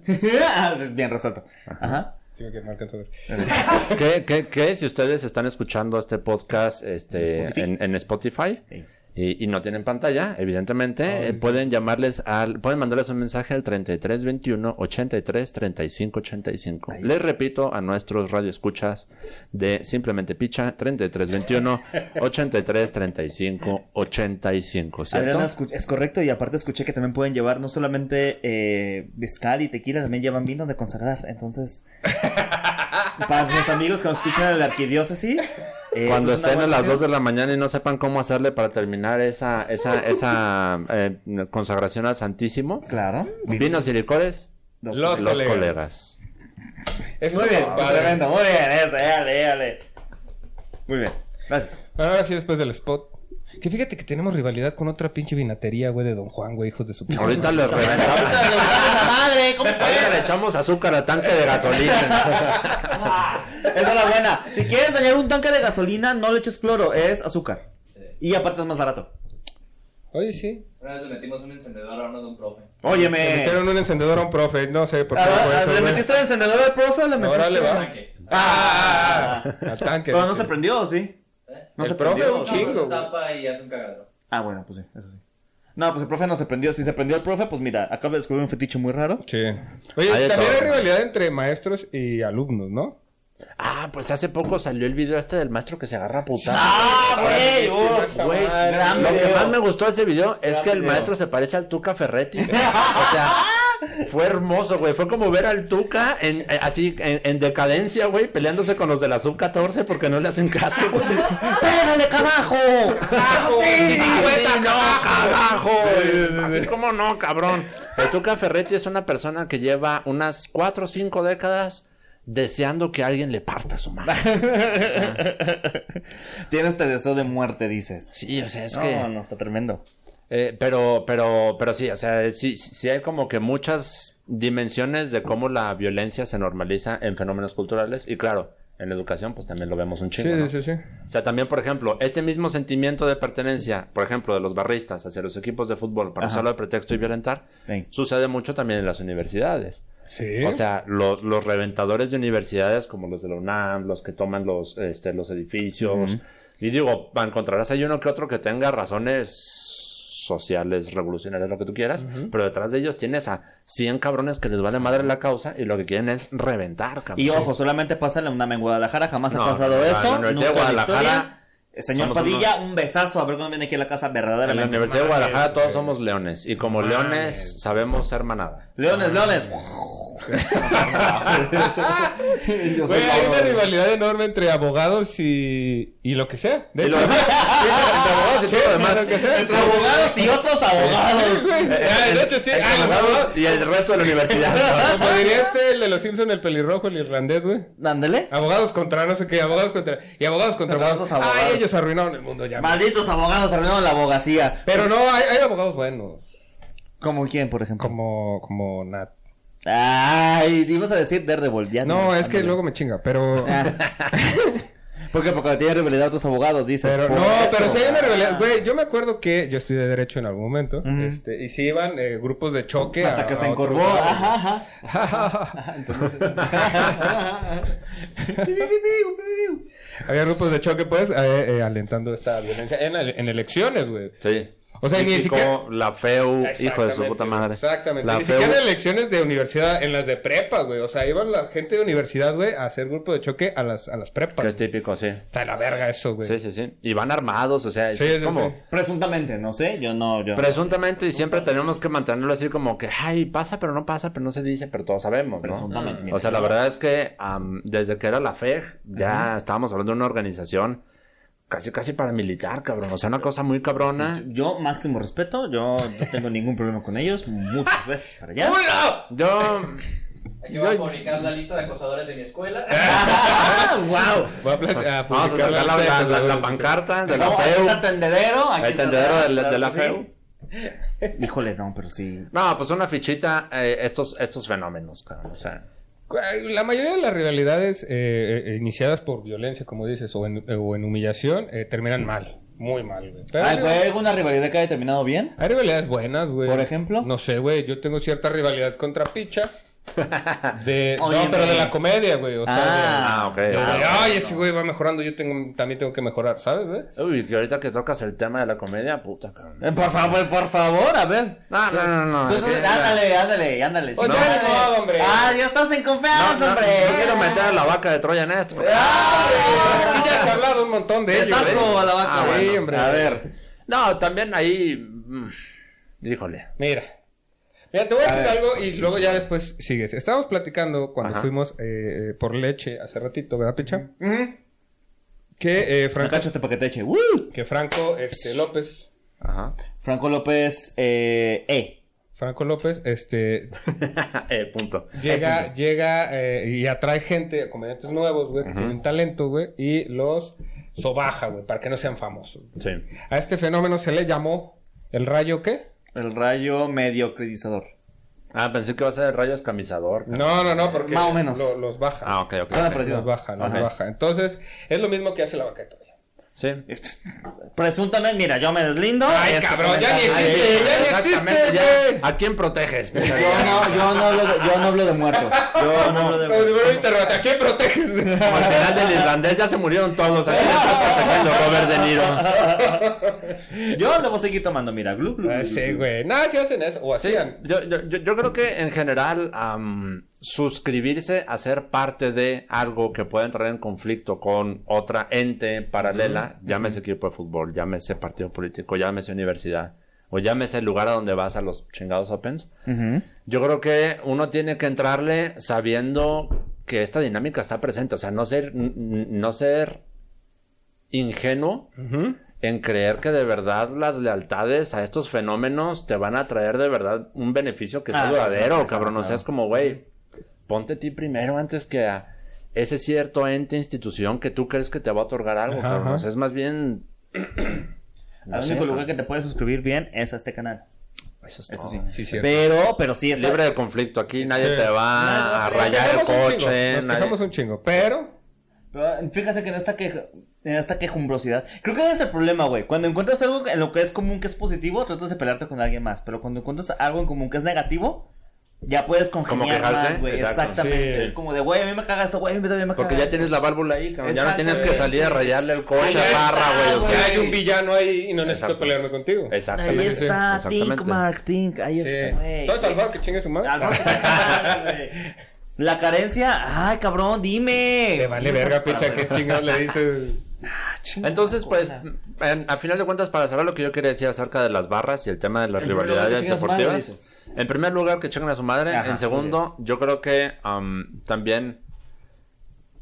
[SPEAKER 1] Ah, Bien resuelto. Ajá.
[SPEAKER 2] Digo que no alcanzo a ver.
[SPEAKER 3] ¿Qué, qué, qué? Si ustedes están escuchando este podcast este, en, en Spotify
[SPEAKER 1] Sí.
[SPEAKER 3] y, y no tienen pantalla, evidentemente, eh, pueden llamarles al, pueden mandarles un mensaje al 33 21 83 35 85. Les repito a nuestros radioescuchas de Simplemente Picha 33 21 83 35 85, ¿cierto?
[SPEAKER 1] Adriana, escu- es correcto, y aparte escuché que también pueden llevar no solamente eh, mezcal y tequila, también llevan vinos de consagrar. Entonces, para los amigos que nos escuchan de la arquidiócesis, eh,
[SPEAKER 3] Cuando
[SPEAKER 1] eso es una
[SPEAKER 3] estén a
[SPEAKER 1] buena
[SPEAKER 3] las 2
[SPEAKER 1] opción.
[SPEAKER 3] de la mañana y no sepan cómo hacerle para terminar esa, esa, esa eh, consagración al Santísimo,
[SPEAKER 1] Claro.
[SPEAKER 3] vinos y licores,
[SPEAKER 1] Dos-
[SPEAKER 2] Los
[SPEAKER 3] los,
[SPEAKER 2] colegas.
[SPEAKER 3] colegas.
[SPEAKER 2] Esto
[SPEAKER 1] Muy
[SPEAKER 2] es
[SPEAKER 1] bien,
[SPEAKER 2] padre.
[SPEAKER 1] tremendo, muy bien, eso, dale, dale. Muy bien, gracias.
[SPEAKER 2] Bueno, ahora sí, después del spot. Que fíjate que tenemos rivalidad con otra pinche vinatería, güey, de Don Juan, güey, hijos de su pinche.
[SPEAKER 3] Ahorita les reventamos.
[SPEAKER 1] madre! ¿Cómo
[SPEAKER 3] Ahorita le echamos azúcar al tanque de gasolina.
[SPEAKER 1] Esa es la buena. Si quieres dañar un tanque de gasolina, no le eches cloro, es azúcar. Y aparte es más barato.
[SPEAKER 2] Oye, sí.
[SPEAKER 4] Una vez le metimos un encendedor a uno de un profe.
[SPEAKER 2] Oh, Le
[SPEAKER 1] Óyeme.
[SPEAKER 2] metieron un encendedor a un profe, no sé por qué
[SPEAKER 1] Eh. Ah,
[SPEAKER 2] fue
[SPEAKER 1] ah,
[SPEAKER 2] eso,
[SPEAKER 1] ¿Le
[SPEAKER 2] güey.
[SPEAKER 1] metiste el encendedor al profe o le metiste?
[SPEAKER 2] Ahora le va.
[SPEAKER 4] ¿Para qué?
[SPEAKER 2] ¡Ah! Al tanque.
[SPEAKER 1] ah, Pero no
[SPEAKER 2] dice.
[SPEAKER 1] se prendió, ¿o ¿sí?
[SPEAKER 4] ¿Eh?
[SPEAKER 1] No
[SPEAKER 2] El
[SPEAKER 1] se
[SPEAKER 2] profe,
[SPEAKER 1] prendió.
[SPEAKER 2] un
[SPEAKER 4] No,
[SPEAKER 2] chingo,
[SPEAKER 4] se
[SPEAKER 2] güey.
[SPEAKER 4] tapa y hace un cagadero.
[SPEAKER 1] Ah, bueno, pues sí, eso sí. No, pues el profe no se prendió. Si se prendió el profe, pues mira, acabo de descubrir un fetiche muy raro.
[SPEAKER 2] Sí. Oye,
[SPEAKER 3] Ahí está.
[SPEAKER 2] también hay rivalidad entre maestros y alumnos, ¿no?
[SPEAKER 3] ah, pues hace poco salió el video este del maestro que se agarra a putazos.
[SPEAKER 1] ¡Ah, güey!
[SPEAKER 2] sí,
[SPEAKER 1] oh,
[SPEAKER 2] no está
[SPEAKER 1] güey,
[SPEAKER 2] mal,
[SPEAKER 1] gran
[SPEAKER 3] Lo que
[SPEAKER 1] video.
[SPEAKER 3] más me gustó de ese video es
[SPEAKER 1] Gran
[SPEAKER 3] que el
[SPEAKER 1] video.
[SPEAKER 3] maestro se parece al Tuca Ferretti. güey. O sea, fue hermoso, güey. Fue como ver al Tuca en, eh, así en, en decadencia, güey, peleándose con los de la sub-14 porque no le hacen caso. güey.
[SPEAKER 1] ¡Pégale, carajo! ¡Carajo!
[SPEAKER 3] Así no, carajo. Así como no, cabrón. El Tuca Ferretti es una persona que lleva unas 4 o 5 décadas deseando que alguien le parta su mano.
[SPEAKER 1] Tienes este deseo de muerte, dices.
[SPEAKER 3] Sí, o sea, es
[SPEAKER 1] no,
[SPEAKER 3] que...
[SPEAKER 1] no, está tremendo.
[SPEAKER 3] Eh, pero, pero, pero sí, o sea, sí, sí hay como que muchas dimensiones de cómo la violencia se normaliza en fenómenos culturales. Y claro, en la educación, pues también lo vemos un chingo. ¿no?
[SPEAKER 2] sí, sí.
[SPEAKER 3] O sea, también, por ejemplo, este mismo sentimiento de pertenencia, por ejemplo, de los barristas hacia los equipos de fútbol, para
[SPEAKER 1] Ajá.
[SPEAKER 3] usarlo de pretexto y violentar,
[SPEAKER 1] Sí.
[SPEAKER 3] sucede mucho también en las universidades.
[SPEAKER 2] Sí.
[SPEAKER 3] O sea, los, los reventadores de universidades como los de la UNAM, los que toman los, este, los edificios. Y digo, encontrarás ahí uno que otro que tenga razones sociales, revolucionarias, lo que tú quieras, pero detrás de ellos tienes a 100 cabrones que les vale madre la causa y lo que quieren es reventar, cabrón.
[SPEAKER 1] Y ojo, solamente pasa en la UNAM en Guadalajara, jamás
[SPEAKER 3] No,
[SPEAKER 1] ha pasado
[SPEAKER 3] no, no,
[SPEAKER 1] eso.
[SPEAKER 3] no, no, es de
[SPEAKER 1] nunca en la
[SPEAKER 3] Guadalajara.
[SPEAKER 1] historia. Eh, Señor
[SPEAKER 3] Somos
[SPEAKER 1] Padilla, un besazo. A ver cuándo viene aquí a la casa
[SPEAKER 3] En la
[SPEAKER 1] verdaderamente.
[SPEAKER 3] Universidad de Guadalajara
[SPEAKER 2] Mames,
[SPEAKER 3] todos
[SPEAKER 2] güey.
[SPEAKER 3] somos leones y como
[SPEAKER 2] Mames.
[SPEAKER 3] leones sabemos ser manada.
[SPEAKER 1] Leones, leones. Yo soy
[SPEAKER 2] Güey, hay
[SPEAKER 1] Pablo.
[SPEAKER 2] una rivalidad enorme entre abogados y, y lo que sea. De
[SPEAKER 3] Y
[SPEAKER 2] hecho,
[SPEAKER 3] lo Eh, demás, sí, entre abogados y todo lo demás.
[SPEAKER 2] lo que sea.
[SPEAKER 1] Entre abogados y otros abogados.
[SPEAKER 2] Sí, ah, de hecho, sí.
[SPEAKER 3] eh, Entre
[SPEAKER 2] Ah, los abogados.
[SPEAKER 3] abogados y el resto de la universidad.
[SPEAKER 2] Como diría este, el de los Simpson, el pelirrojo, el irlandés, güey.
[SPEAKER 1] Ándale.
[SPEAKER 2] Abogados contra no sé qué, abogados contra. Y abogados contra abogados.
[SPEAKER 1] Abogados, abogados.
[SPEAKER 2] Ay, ellos arruinaron el mundo ya.
[SPEAKER 1] Malditos abogados arruinaron la abogacía.
[SPEAKER 2] Pero no, hay, hay abogados buenos.
[SPEAKER 1] ¿Como quién, por ejemplo?
[SPEAKER 2] Como, como Nat.
[SPEAKER 1] Ay, ibas a decir Daredevil. Ya
[SPEAKER 2] No, es que
[SPEAKER 1] ándale.
[SPEAKER 2] luego me chinga, pero.
[SPEAKER 1] ¿Por qué? Porque tiene rivalidad a otros abogados, dices.
[SPEAKER 2] Pero
[SPEAKER 1] por
[SPEAKER 2] no,
[SPEAKER 1] eso.
[SPEAKER 2] pero sí hay una
[SPEAKER 3] Ah.
[SPEAKER 2] rivalidad. Güey, yo me acuerdo que yo estudié Derecho en algún momento.
[SPEAKER 1] Ujú.
[SPEAKER 2] este, y sí iban eh, grupos de choque.
[SPEAKER 1] Hasta
[SPEAKER 2] a-
[SPEAKER 1] que
[SPEAKER 2] a
[SPEAKER 1] se
[SPEAKER 2] otro
[SPEAKER 1] encorvó.
[SPEAKER 2] lado.
[SPEAKER 1] Ajá, ajá.
[SPEAKER 2] Había grupos de choque, pues, eh, eh, alentando esta violencia en, en elecciones, güey.
[SPEAKER 3] Sí.
[SPEAKER 2] O sea, ni
[SPEAKER 3] Típico,
[SPEAKER 2] siquiera-
[SPEAKER 3] La FEU, hijo de su
[SPEAKER 2] Exactamente,
[SPEAKER 3] puta madre.
[SPEAKER 2] Exactamente.
[SPEAKER 3] La
[SPEAKER 2] Ni
[SPEAKER 3] FEU.
[SPEAKER 2] siquiera en elecciones de universidad, en las de prepa, güey. O sea, iban la gente de universidad, güey, a hacer grupo de choque a las, a las
[SPEAKER 3] Que es
[SPEAKER 2] prepas.
[SPEAKER 3] típico, sí.
[SPEAKER 2] Está de la verga eso, güey.
[SPEAKER 3] Sí, sí, sí. Y van armados, o sea, es,
[SPEAKER 2] Sí,
[SPEAKER 3] es
[SPEAKER 2] sí,
[SPEAKER 3] como...
[SPEAKER 2] sí.
[SPEAKER 1] Presuntamente, no sé, yo no, yo.
[SPEAKER 3] Presuntamente y siempre tenemos que mantenerlo así como que, ay, pasa, pero no pasa, pero no se dice, pero todos sabemos,
[SPEAKER 1] Presuntamente.
[SPEAKER 3] ¿no? Mm. O sea, la verdad es que am, desde que era la FEJ ya estábamos hablando de una organización casi, casi paramilitar, cabrón. O sea, una cosa muy cabrona.
[SPEAKER 1] Yo, máximo respeto, yo no tengo ningún problema con ellos, muchas veces para allá.
[SPEAKER 3] Yo,
[SPEAKER 4] Aquí voy a publicar la lista de acosadores de mi escuela. Ah,
[SPEAKER 3] ¡Wow!
[SPEAKER 2] Voy a plat- a
[SPEAKER 3] Vamos
[SPEAKER 2] publicar
[SPEAKER 3] a sacar la,
[SPEAKER 2] los
[SPEAKER 3] la-
[SPEAKER 2] textos,
[SPEAKER 3] la-
[SPEAKER 2] güey.
[SPEAKER 3] la pancarta de la E
[SPEAKER 1] No, aquí
[SPEAKER 3] FEU.
[SPEAKER 1] está el tendedero. Aquí
[SPEAKER 3] El
[SPEAKER 1] está
[SPEAKER 3] tendedero de la,
[SPEAKER 1] claro
[SPEAKER 3] de la
[SPEAKER 1] que sí.
[SPEAKER 3] FEU.
[SPEAKER 1] Híjole, no, pero sí.
[SPEAKER 3] No, pues una fichita, eh, estos, estos fenómenos, cabrón. O sea,
[SPEAKER 2] La mayoría de las rivalidades eh, eh, iniciadas por violencia, como dices, o en, eh, o en humillación, eh, terminan mal. Muy mal, güey. Pero
[SPEAKER 1] Ay,
[SPEAKER 2] hay-
[SPEAKER 1] güey, ¿hay alguna rivalidad que haya terminado bien?
[SPEAKER 2] Hay rivalidades buenas, güey.
[SPEAKER 1] ¿Por ejemplo?
[SPEAKER 2] No sé, güey. Yo tengo cierta rivalidad contra Picha. De,
[SPEAKER 1] Oye,
[SPEAKER 2] no, pero de
[SPEAKER 1] güey.
[SPEAKER 2] la comedia, güey. O sea,
[SPEAKER 1] Ah,
[SPEAKER 3] ah,
[SPEAKER 1] ok.
[SPEAKER 3] ok.
[SPEAKER 2] de- de-
[SPEAKER 3] ah,
[SPEAKER 2] ay, ese güey va mejorando. Yo tengo, también tengo que mejorar, ¿sabes, güey?
[SPEAKER 3] Uy, que ahorita que tocas el tema de la comedia, puta, cabrón.
[SPEAKER 1] Eh, Por favor, por favor, a ver.
[SPEAKER 3] No, no, no, no.
[SPEAKER 1] Entonces,
[SPEAKER 3] es que-
[SPEAKER 1] ándale, ándale, ándale.
[SPEAKER 2] Oye,
[SPEAKER 1] chingada,
[SPEAKER 2] ni modo, hombre.
[SPEAKER 1] Ah, ya estás en
[SPEAKER 3] no,
[SPEAKER 1] confianza,
[SPEAKER 3] no,
[SPEAKER 1] hombre.
[SPEAKER 3] no quiero meter a la vaca de Troya en esto.
[SPEAKER 2] Aquí ya se ha hablado un montón de ello, güey.
[SPEAKER 1] Besazo a la vaca.
[SPEAKER 3] Ah,
[SPEAKER 1] güey.
[SPEAKER 2] bueno. hombre.
[SPEAKER 1] A ver.
[SPEAKER 3] No, también ahí. mm, Híjole.
[SPEAKER 2] Mira. Mira, te voy a, decir algo y luego ya después sigues. Estábamos platicando cuando
[SPEAKER 3] Ajá.
[SPEAKER 2] fuimos eh, eh, por leche hace ratito, ¿verdad, Picha? Que, eh, Franco,
[SPEAKER 1] Acá este paqueteche. ¡Woo!
[SPEAKER 2] que Franco este, López.
[SPEAKER 3] Ajá.
[SPEAKER 1] Franco López, eh, eh.
[SPEAKER 2] Franco López, este,
[SPEAKER 3] eh, punto.
[SPEAKER 2] llega, llega eh, y atrae gente, comediantes nuevos, güey, que tienen talento, güey, y los sobaja, güey, para que no sean famosos.
[SPEAKER 3] Sí.
[SPEAKER 2] A este fenómeno se le llamó el rayo, ¿qué?
[SPEAKER 1] El rayo mediocridizador.
[SPEAKER 3] Ah, pensé que iba a ser el rayo escamizador.
[SPEAKER 2] No, no, no, porque
[SPEAKER 1] Más o menos.
[SPEAKER 2] lo- los baja.
[SPEAKER 3] Ah, ok, ok.
[SPEAKER 1] Suena
[SPEAKER 3] ok.
[SPEAKER 1] parecido.
[SPEAKER 2] Los baja, los
[SPEAKER 3] Ajá.
[SPEAKER 2] baja. Entonces, es lo mismo que hace la vaca de Troya.
[SPEAKER 3] Sí.
[SPEAKER 1] Presuntamente, mira, yo me deslindo.
[SPEAKER 2] Ay,
[SPEAKER 1] Este
[SPEAKER 2] cabrón, ya ni
[SPEAKER 1] comentario-
[SPEAKER 2] existe.
[SPEAKER 1] Ay,
[SPEAKER 2] ya ni
[SPEAKER 3] Eh, Exactamente,
[SPEAKER 2] existe, güey.
[SPEAKER 3] ¿A quién proteges?
[SPEAKER 1] Yo no, yo no hablo de, yo no hablo de muertos. Yo no hablo de
[SPEAKER 2] Como si
[SPEAKER 1] muertos.
[SPEAKER 2] fuera un interrogante, ¿A quién proteges?
[SPEAKER 3] Como el final del irlandés ya se murieron todos. Aquí estás protegiendo Robert De Niro.
[SPEAKER 1] Yo debo seguir tomando, mira, glu, glu,
[SPEAKER 2] Ah,
[SPEAKER 1] glu,
[SPEAKER 2] sí,
[SPEAKER 1] glu.
[SPEAKER 2] güey. Nada, si hacen eso. O hacían.
[SPEAKER 3] Yo, yo, yo- yo creo que en general am, suscribirse a ser parte de algo que pueda entrar en conflicto con otra ente paralela, llámese equipo de fútbol, llámese partido político, llámese universidad o llámese el lugar a donde vas a los chingados opens,
[SPEAKER 1] Ujú.
[SPEAKER 3] Yo creo que uno tiene que entrarle sabiendo que esta dinámica está presente, o sea, no ser, n- n- no ser ingenuo en creer que de verdad las lealtades a estos fenómenos te van a traer de verdad un beneficio que sea
[SPEAKER 1] Ah, sí,
[SPEAKER 3] duradero,
[SPEAKER 1] claro,
[SPEAKER 3] cabrón.
[SPEAKER 1] claro.
[SPEAKER 3] O sea, es como, güey, ponte a ti primero antes que a ese cierto ente, institución que tú crees que te va a otorgar algo,
[SPEAKER 2] Ajá,
[SPEAKER 3] cabrón.
[SPEAKER 2] ajá.
[SPEAKER 3] O sea, es más bien... no
[SPEAKER 1] Al
[SPEAKER 3] sé,
[SPEAKER 1] único lugar
[SPEAKER 3] cabrón.
[SPEAKER 1] que te puedes suscribir bien es a este canal.
[SPEAKER 3] Eso es
[SPEAKER 1] Eso
[SPEAKER 3] todo.
[SPEAKER 1] sí.
[SPEAKER 2] Sí, cierto.
[SPEAKER 1] Pero, pero sí es
[SPEAKER 3] Libre de conflicto, aquí nadie
[SPEAKER 2] Sí.
[SPEAKER 3] te
[SPEAKER 1] Nadie te va
[SPEAKER 3] va
[SPEAKER 1] a
[SPEAKER 3] a
[SPEAKER 1] pegar.
[SPEAKER 3] rayar el
[SPEAKER 2] Nos quejamos un chingo,
[SPEAKER 3] coche.
[SPEAKER 2] Nos
[SPEAKER 3] nadie-
[SPEAKER 2] quejamos un chingo. Pero,
[SPEAKER 1] Pero, Fíjate que en esta queja, en esta quejumbrosidad, creo que ese es el problema, güey. Cuando encuentras algo en lo que es común que es positivo, tratas de pelearte con alguien más. Pero cuando encuentras algo en común que es negativo, ya puedes congeniar
[SPEAKER 3] quejarse,
[SPEAKER 1] más, güey.
[SPEAKER 3] exacto.
[SPEAKER 1] Exactamente.
[SPEAKER 2] Sí.
[SPEAKER 1] Es como de, güey, a mí me caga esto, güey, a mí también me caga
[SPEAKER 3] Porque ya
[SPEAKER 1] esto.
[SPEAKER 3] tienes la válvula ahí, cabrón. Ya no tienes que
[SPEAKER 1] Exactamente.
[SPEAKER 3] salir a rayarle el coche
[SPEAKER 1] Ahí
[SPEAKER 3] a
[SPEAKER 1] está,
[SPEAKER 3] barra, güey. O
[SPEAKER 1] güey.
[SPEAKER 3] sea,
[SPEAKER 2] hay un villano ahí y no necesito
[SPEAKER 3] Exacto.
[SPEAKER 2] pelearme contigo.
[SPEAKER 1] Ahí
[SPEAKER 3] exactamente.
[SPEAKER 1] está,
[SPEAKER 3] exactamente.
[SPEAKER 1] Tink, Mark, Tink, ahí
[SPEAKER 2] Sí.
[SPEAKER 3] este,
[SPEAKER 1] está, güey.
[SPEAKER 2] Entonces, Alvaro, que chingue su madre.
[SPEAKER 1] Alvaro, ¿qué pasa, ah, güey? La carencia, ay cabrón, dime.
[SPEAKER 2] Te vale verga, picha, qué chingados le dices.
[SPEAKER 3] Entonces, pues, en- a final de cuentas, para saber lo que yo quería decir acerca de las barras y el tema de las
[SPEAKER 1] En primer lugar, que
[SPEAKER 3] rivalidades
[SPEAKER 1] chinguen a su madre,
[SPEAKER 3] deportivas. En primer lugar, que chequen a su madre.
[SPEAKER 1] Ajá,
[SPEAKER 3] en segundo, yo creo que am, también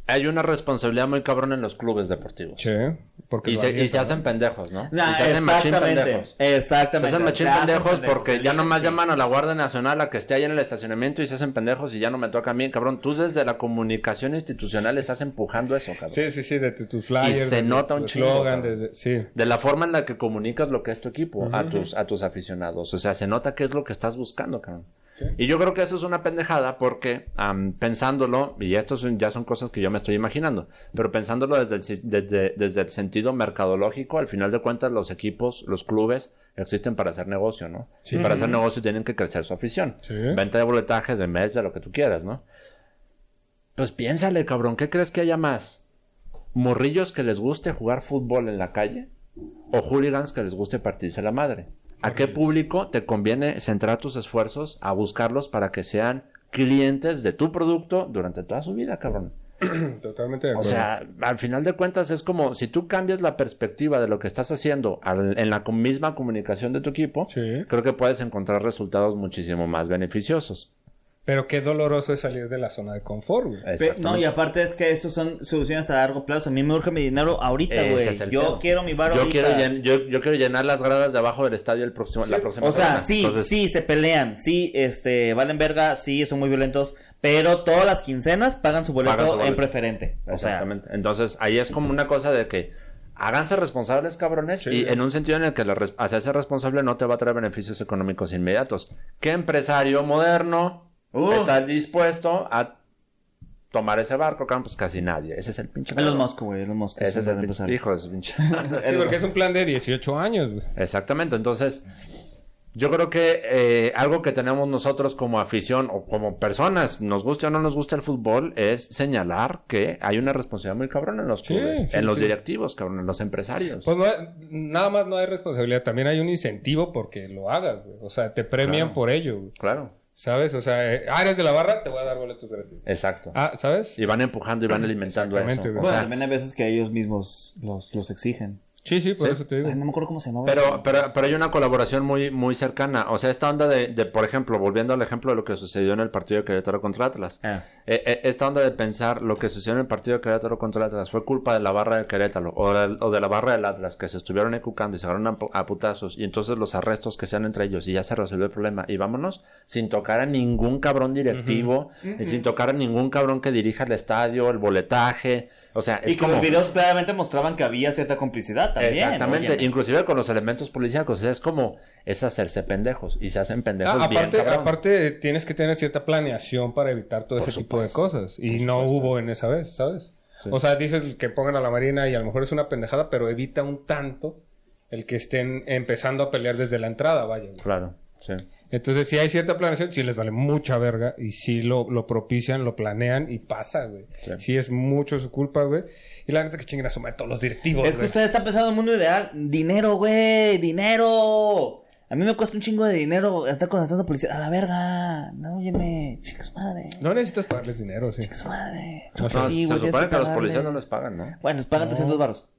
[SPEAKER 3] hay una responsabilidad muy cabrón en los clubes deportivos.
[SPEAKER 2] Che, porque.
[SPEAKER 3] Y
[SPEAKER 2] lo
[SPEAKER 3] se, y
[SPEAKER 2] avientan.
[SPEAKER 3] se hacen pendejos, ¿no?
[SPEAKER 1] Nah,
[SPEAKER 3] y se hacen machín
[SPEAKER 1] exactamente,
[SPEAKER 3] pendejos. Se
[SPEAKER 1] exactamente.
[SPEAKER 3] hacen machín
[SPEAKER 1] Se hacen
[SPEAKER 3] pendejos porque ya
[SPEAKER 1] sí,
[SPEAKER 3] nomás
[SPEAKER 1] sí.
[SPEAKER 3] llaman a la Guardia Nacional a que esté ahí en el estacionamiento y se hacen pendejos y ya no me toca a mí, cabrón. Tú desde la comunicación institucional estás empujando eso, cabrón.
[SPEAKER 2] Sí, sí, sí, de tu- tus flyers.
[SPEAKER 3] Y se
[SPEAKER 2] de tu-
[SPEAKER 3] nota un
[SPEAKER 2] tu
[SPEAKER 3] chingo,
[SPEAKER 2] Slogan,
[SPEAKER 3] cabrón.
[SPEAKER 2] desde- sí.
[SPEAKER 3] De la forma en la que comunicas lo que es tu equipo a, tus, a tus aficionados. O sea, se nota qué es lo que estás buscando, cabrón. Y yo creo que eso es una pendejada porque am, pensándolo, y esto son- ya son cosas que yo me estoy imaginando, pero pensándolo desde el, sis- desde, desde el sentido mercadológico, al final de cuentas los equipos, los clubes existen para hacer negocio, ¿no? Y para hacer negocio tienen que crecer su afición.
[SPEAKER 2] Sí.
[SPEAKER 3] Venta de boletaje, de merch, de lo que tú quieras, ¿no? Pues piénsale, cabrón, ¿qué crees que haya más? morrillos que les guste jugar fútbol en la calle o hooligans que les guste partirse la madre. ¿A qué público te conviene centrar tus esfuerzos a buscarlos para que sean clientes de tu producto durante toda su vida, cabrón?
[SPEAKER 2] Totalmente de
[SPEAKER 3] O
[SPEAKER 2] acuerdo.
[SPEAKER 3] sea, al final de cuentas es como si tú cambias la perspectiva de lo que estás haciendo al- en la com- misma comunicación de tu equipo,
[SPEAKER 2] Sí.
[SPEAKER 3] creo que puedes encontrar resultados muchísimo más beneficiosos.
[SPEAKER 2] Pero qué doloroso es salir de la zona de confort, güey.
[SPEAKER 1] Pe- No, y aparte es que eso son soluciones a largo plazo. A mí me urge mi dinero ahorita,
[SPEAKER 3] Ese
[SPEAKER 1] güey.
[SPEAKER 3] es el
[SPEAKER 1] Yo
[SPEAKER 3] pedo.
[SPEAKER 1] quiero mi bar
[SPEAKER 3] yo
[SPEAKER 1] ahorita.
[SPEAKER 3] quiero, llen- yo, yo quiero llenar las gradas de abajo del estadio el próximo, la próxima
[SPEAKER 1] O sea,
[SPEAKER 3] semana.
[SPEAKER 1] sí,
[SPEAKER 3] Entonces,
[SPEAKER 1] sí, se pelean, sí, este, valen verga, sí, son muy violentos, Pero todas las quincenas pagan su boleto,
[SPEAKER 3] Pagan su boleto.
[SPEAKER 1] en preferente. O sea,
[SPEAKER 3] Exactamente. Entonces, ahí es como una cosa de que háganse responsables, cabrones,
[SPEAKER 2] Sí.
[SPEAKER 3] y en un sentido en el que la res- hacerse responsable no te va a traer beneficios económicos inmediatos. ¿Qué empresario moderno
[SPEAKER 1] Uh.
[SPEAKER 3] está dispuesto a tomar ese barco, cabrón? Pues casi nadie. Ese es el pinche.
[SPEAKER 1] Elon
[SPEAKER 3] pedo.
[SPEAKER 1] Musk, güey, Elon Musk.
[SPEAKER 3] Ese es
[SPEAKER 1] gran
[SPEAKER 3] el pinche-
[SPEAKER 1] empresario.
[SPEAKER 3] hijo de su pinche.
[SPEAKER 2] Sí, porque es un plan de 18 años, güey.
[SPEAKER 3] Exactamente. Entonces, yo creo que eh, algo que tenemos nosotros como afición o como personas, nos guste o no nos gusta el fútbol, es señalar que hay una responsabilidad muy cabrón en los
[SPEAKER 2] Sí,
[SPEAKER 3] clubes,
[SPEAKER 2] sí,
[SPEAKER 3] en los
[SPEAKER 2] sí.
[SPEAKER 3] directivos, cabrón, en los empresarios.
[SPEAKER 2] Pues no hay- nada más no hay responsabilidad, también hay un incentivo porque lo hagas, güey. O sea, te premian
[SPEAKER 3] Claro.
[SPEAKER 2] por ello, güey.
[SPEAKER 3] claro,
[SPEAKER 2] ¿Sabes? O sea, eh, ah, eres de la barra, te voy a dar boletos gratis.
[SPEAKER 3] exacto.
[SPEAKER 2] Ah, ¿sabes?
[SPEAKER 3] Y van empujando y van alimentando eso.
[SPEAKER 2] Exactamente, güey.
[SPEAKER 3] O
[SPEAKER 1] Bueno,
[SPEAKER 3] sea,
[SPEAKER 1] también hay veces que ellos mismos los, los exigen.
[SPEAKER 2] Sí, sí, por
[SPEAKER 3] Sí.
[SPEAKER 2] eso te digo. Ah,
[SPEAKER 1] Ay, no me acuerdo cómo se llamaba.
[SPEAKER 3] pero, pero, pero hay una colaboración muy, muy cercana. O sea, esta onda de, de, por ejemplo, volviendo al ejemplo de lo que sucedió en el partido de Querétaro contra Atlas.
[SPEAKER 1] Ah.
[SPEAKER 3] Eh, eh, esta onda de pensar lo que sucedió en el partido de Querétaro contra el Atlas fue culpa de la barra de Querétaro o de, o de la barra del Atlas que se estuvieron ecucando y se agarraron a, pu- a putazos y entonces los arrestos que sean entre ellos y ya se resolvió el problema y vámonos sin tocar a ningún cabrón directivo y sin tocar a ningún cabrón que dirija el estadio, el boletaje, o sea,
[SPEAKER 1] Y
[SPEAKER 3] es
[SPEAKER 1] como
[SPEAKER 3] como...
[SPEAKER 1] los videos claramente mostraban que había cierta complicidad también.
[SPEAKER 3] Exactamente,
[SPEAKER 1] oye.
[SPEAKER 3] inclusive con los elementos policíacos, o sea, es como es hacerse pendejos y se hacen pendejos.
[SPEAKER 2] Ah,
[SPEAKER 3] bien,
[SPEAKER 2] aparte,
[SPEAKER 3] cabrón.
[SPEAKER 2] aparte eh, tienes que tener cierta planeación para evitar todo
[SPEAKER 3] Por
[SPEAKER 2] ese tipo de cosas. Y no hubo en esa vez, ¿sabes? O sea, dices que pongan a la marina y a lo mejor es una pendejada, pero evita un tanto el que estén empezando a pelear desde la entrada, vaya. güey.
[SPEAKER 3] Claro, sí.
[SPEAKER 2] Entonces, si hay cierta planeación, sí les vale mucha verga y sí lo, lo propician, lo planean y pasa, güey.
[SPEAKER 3] Sí.
[SPEAKER 2] Sí es mucho su culpa, güey. Y la neta que chinguen a su madre todos los directivos,
[SPEAKER 1] Es que
[SPEAKER 2] güey.
[SPEAKER 1] ustedes están pensando en un mundo ideal. Dinero, güey, dinero. A mí me cuesta un chingo de dinero estar contratando policía. A la verga. No, óyeme. Chicas madre.
[SPEAKER 2] No necesitas pagarles dinero, sí.
[SPEAKER 1] Chicas madre.
[SPEAKER 2] No,
[SPEAKER 3] No,
[SPEAKER 1] Sí,
[SPEAKER 3] se
[SPEAKER 1] güey, tienes
[SPEAKER 3] supone que a los
[SPEAKER 1] pagarle.
[SPEAKER 3] policías no les pagan, ¿no?
[SPEAKER 1] Bueno, les pagan 300 baros.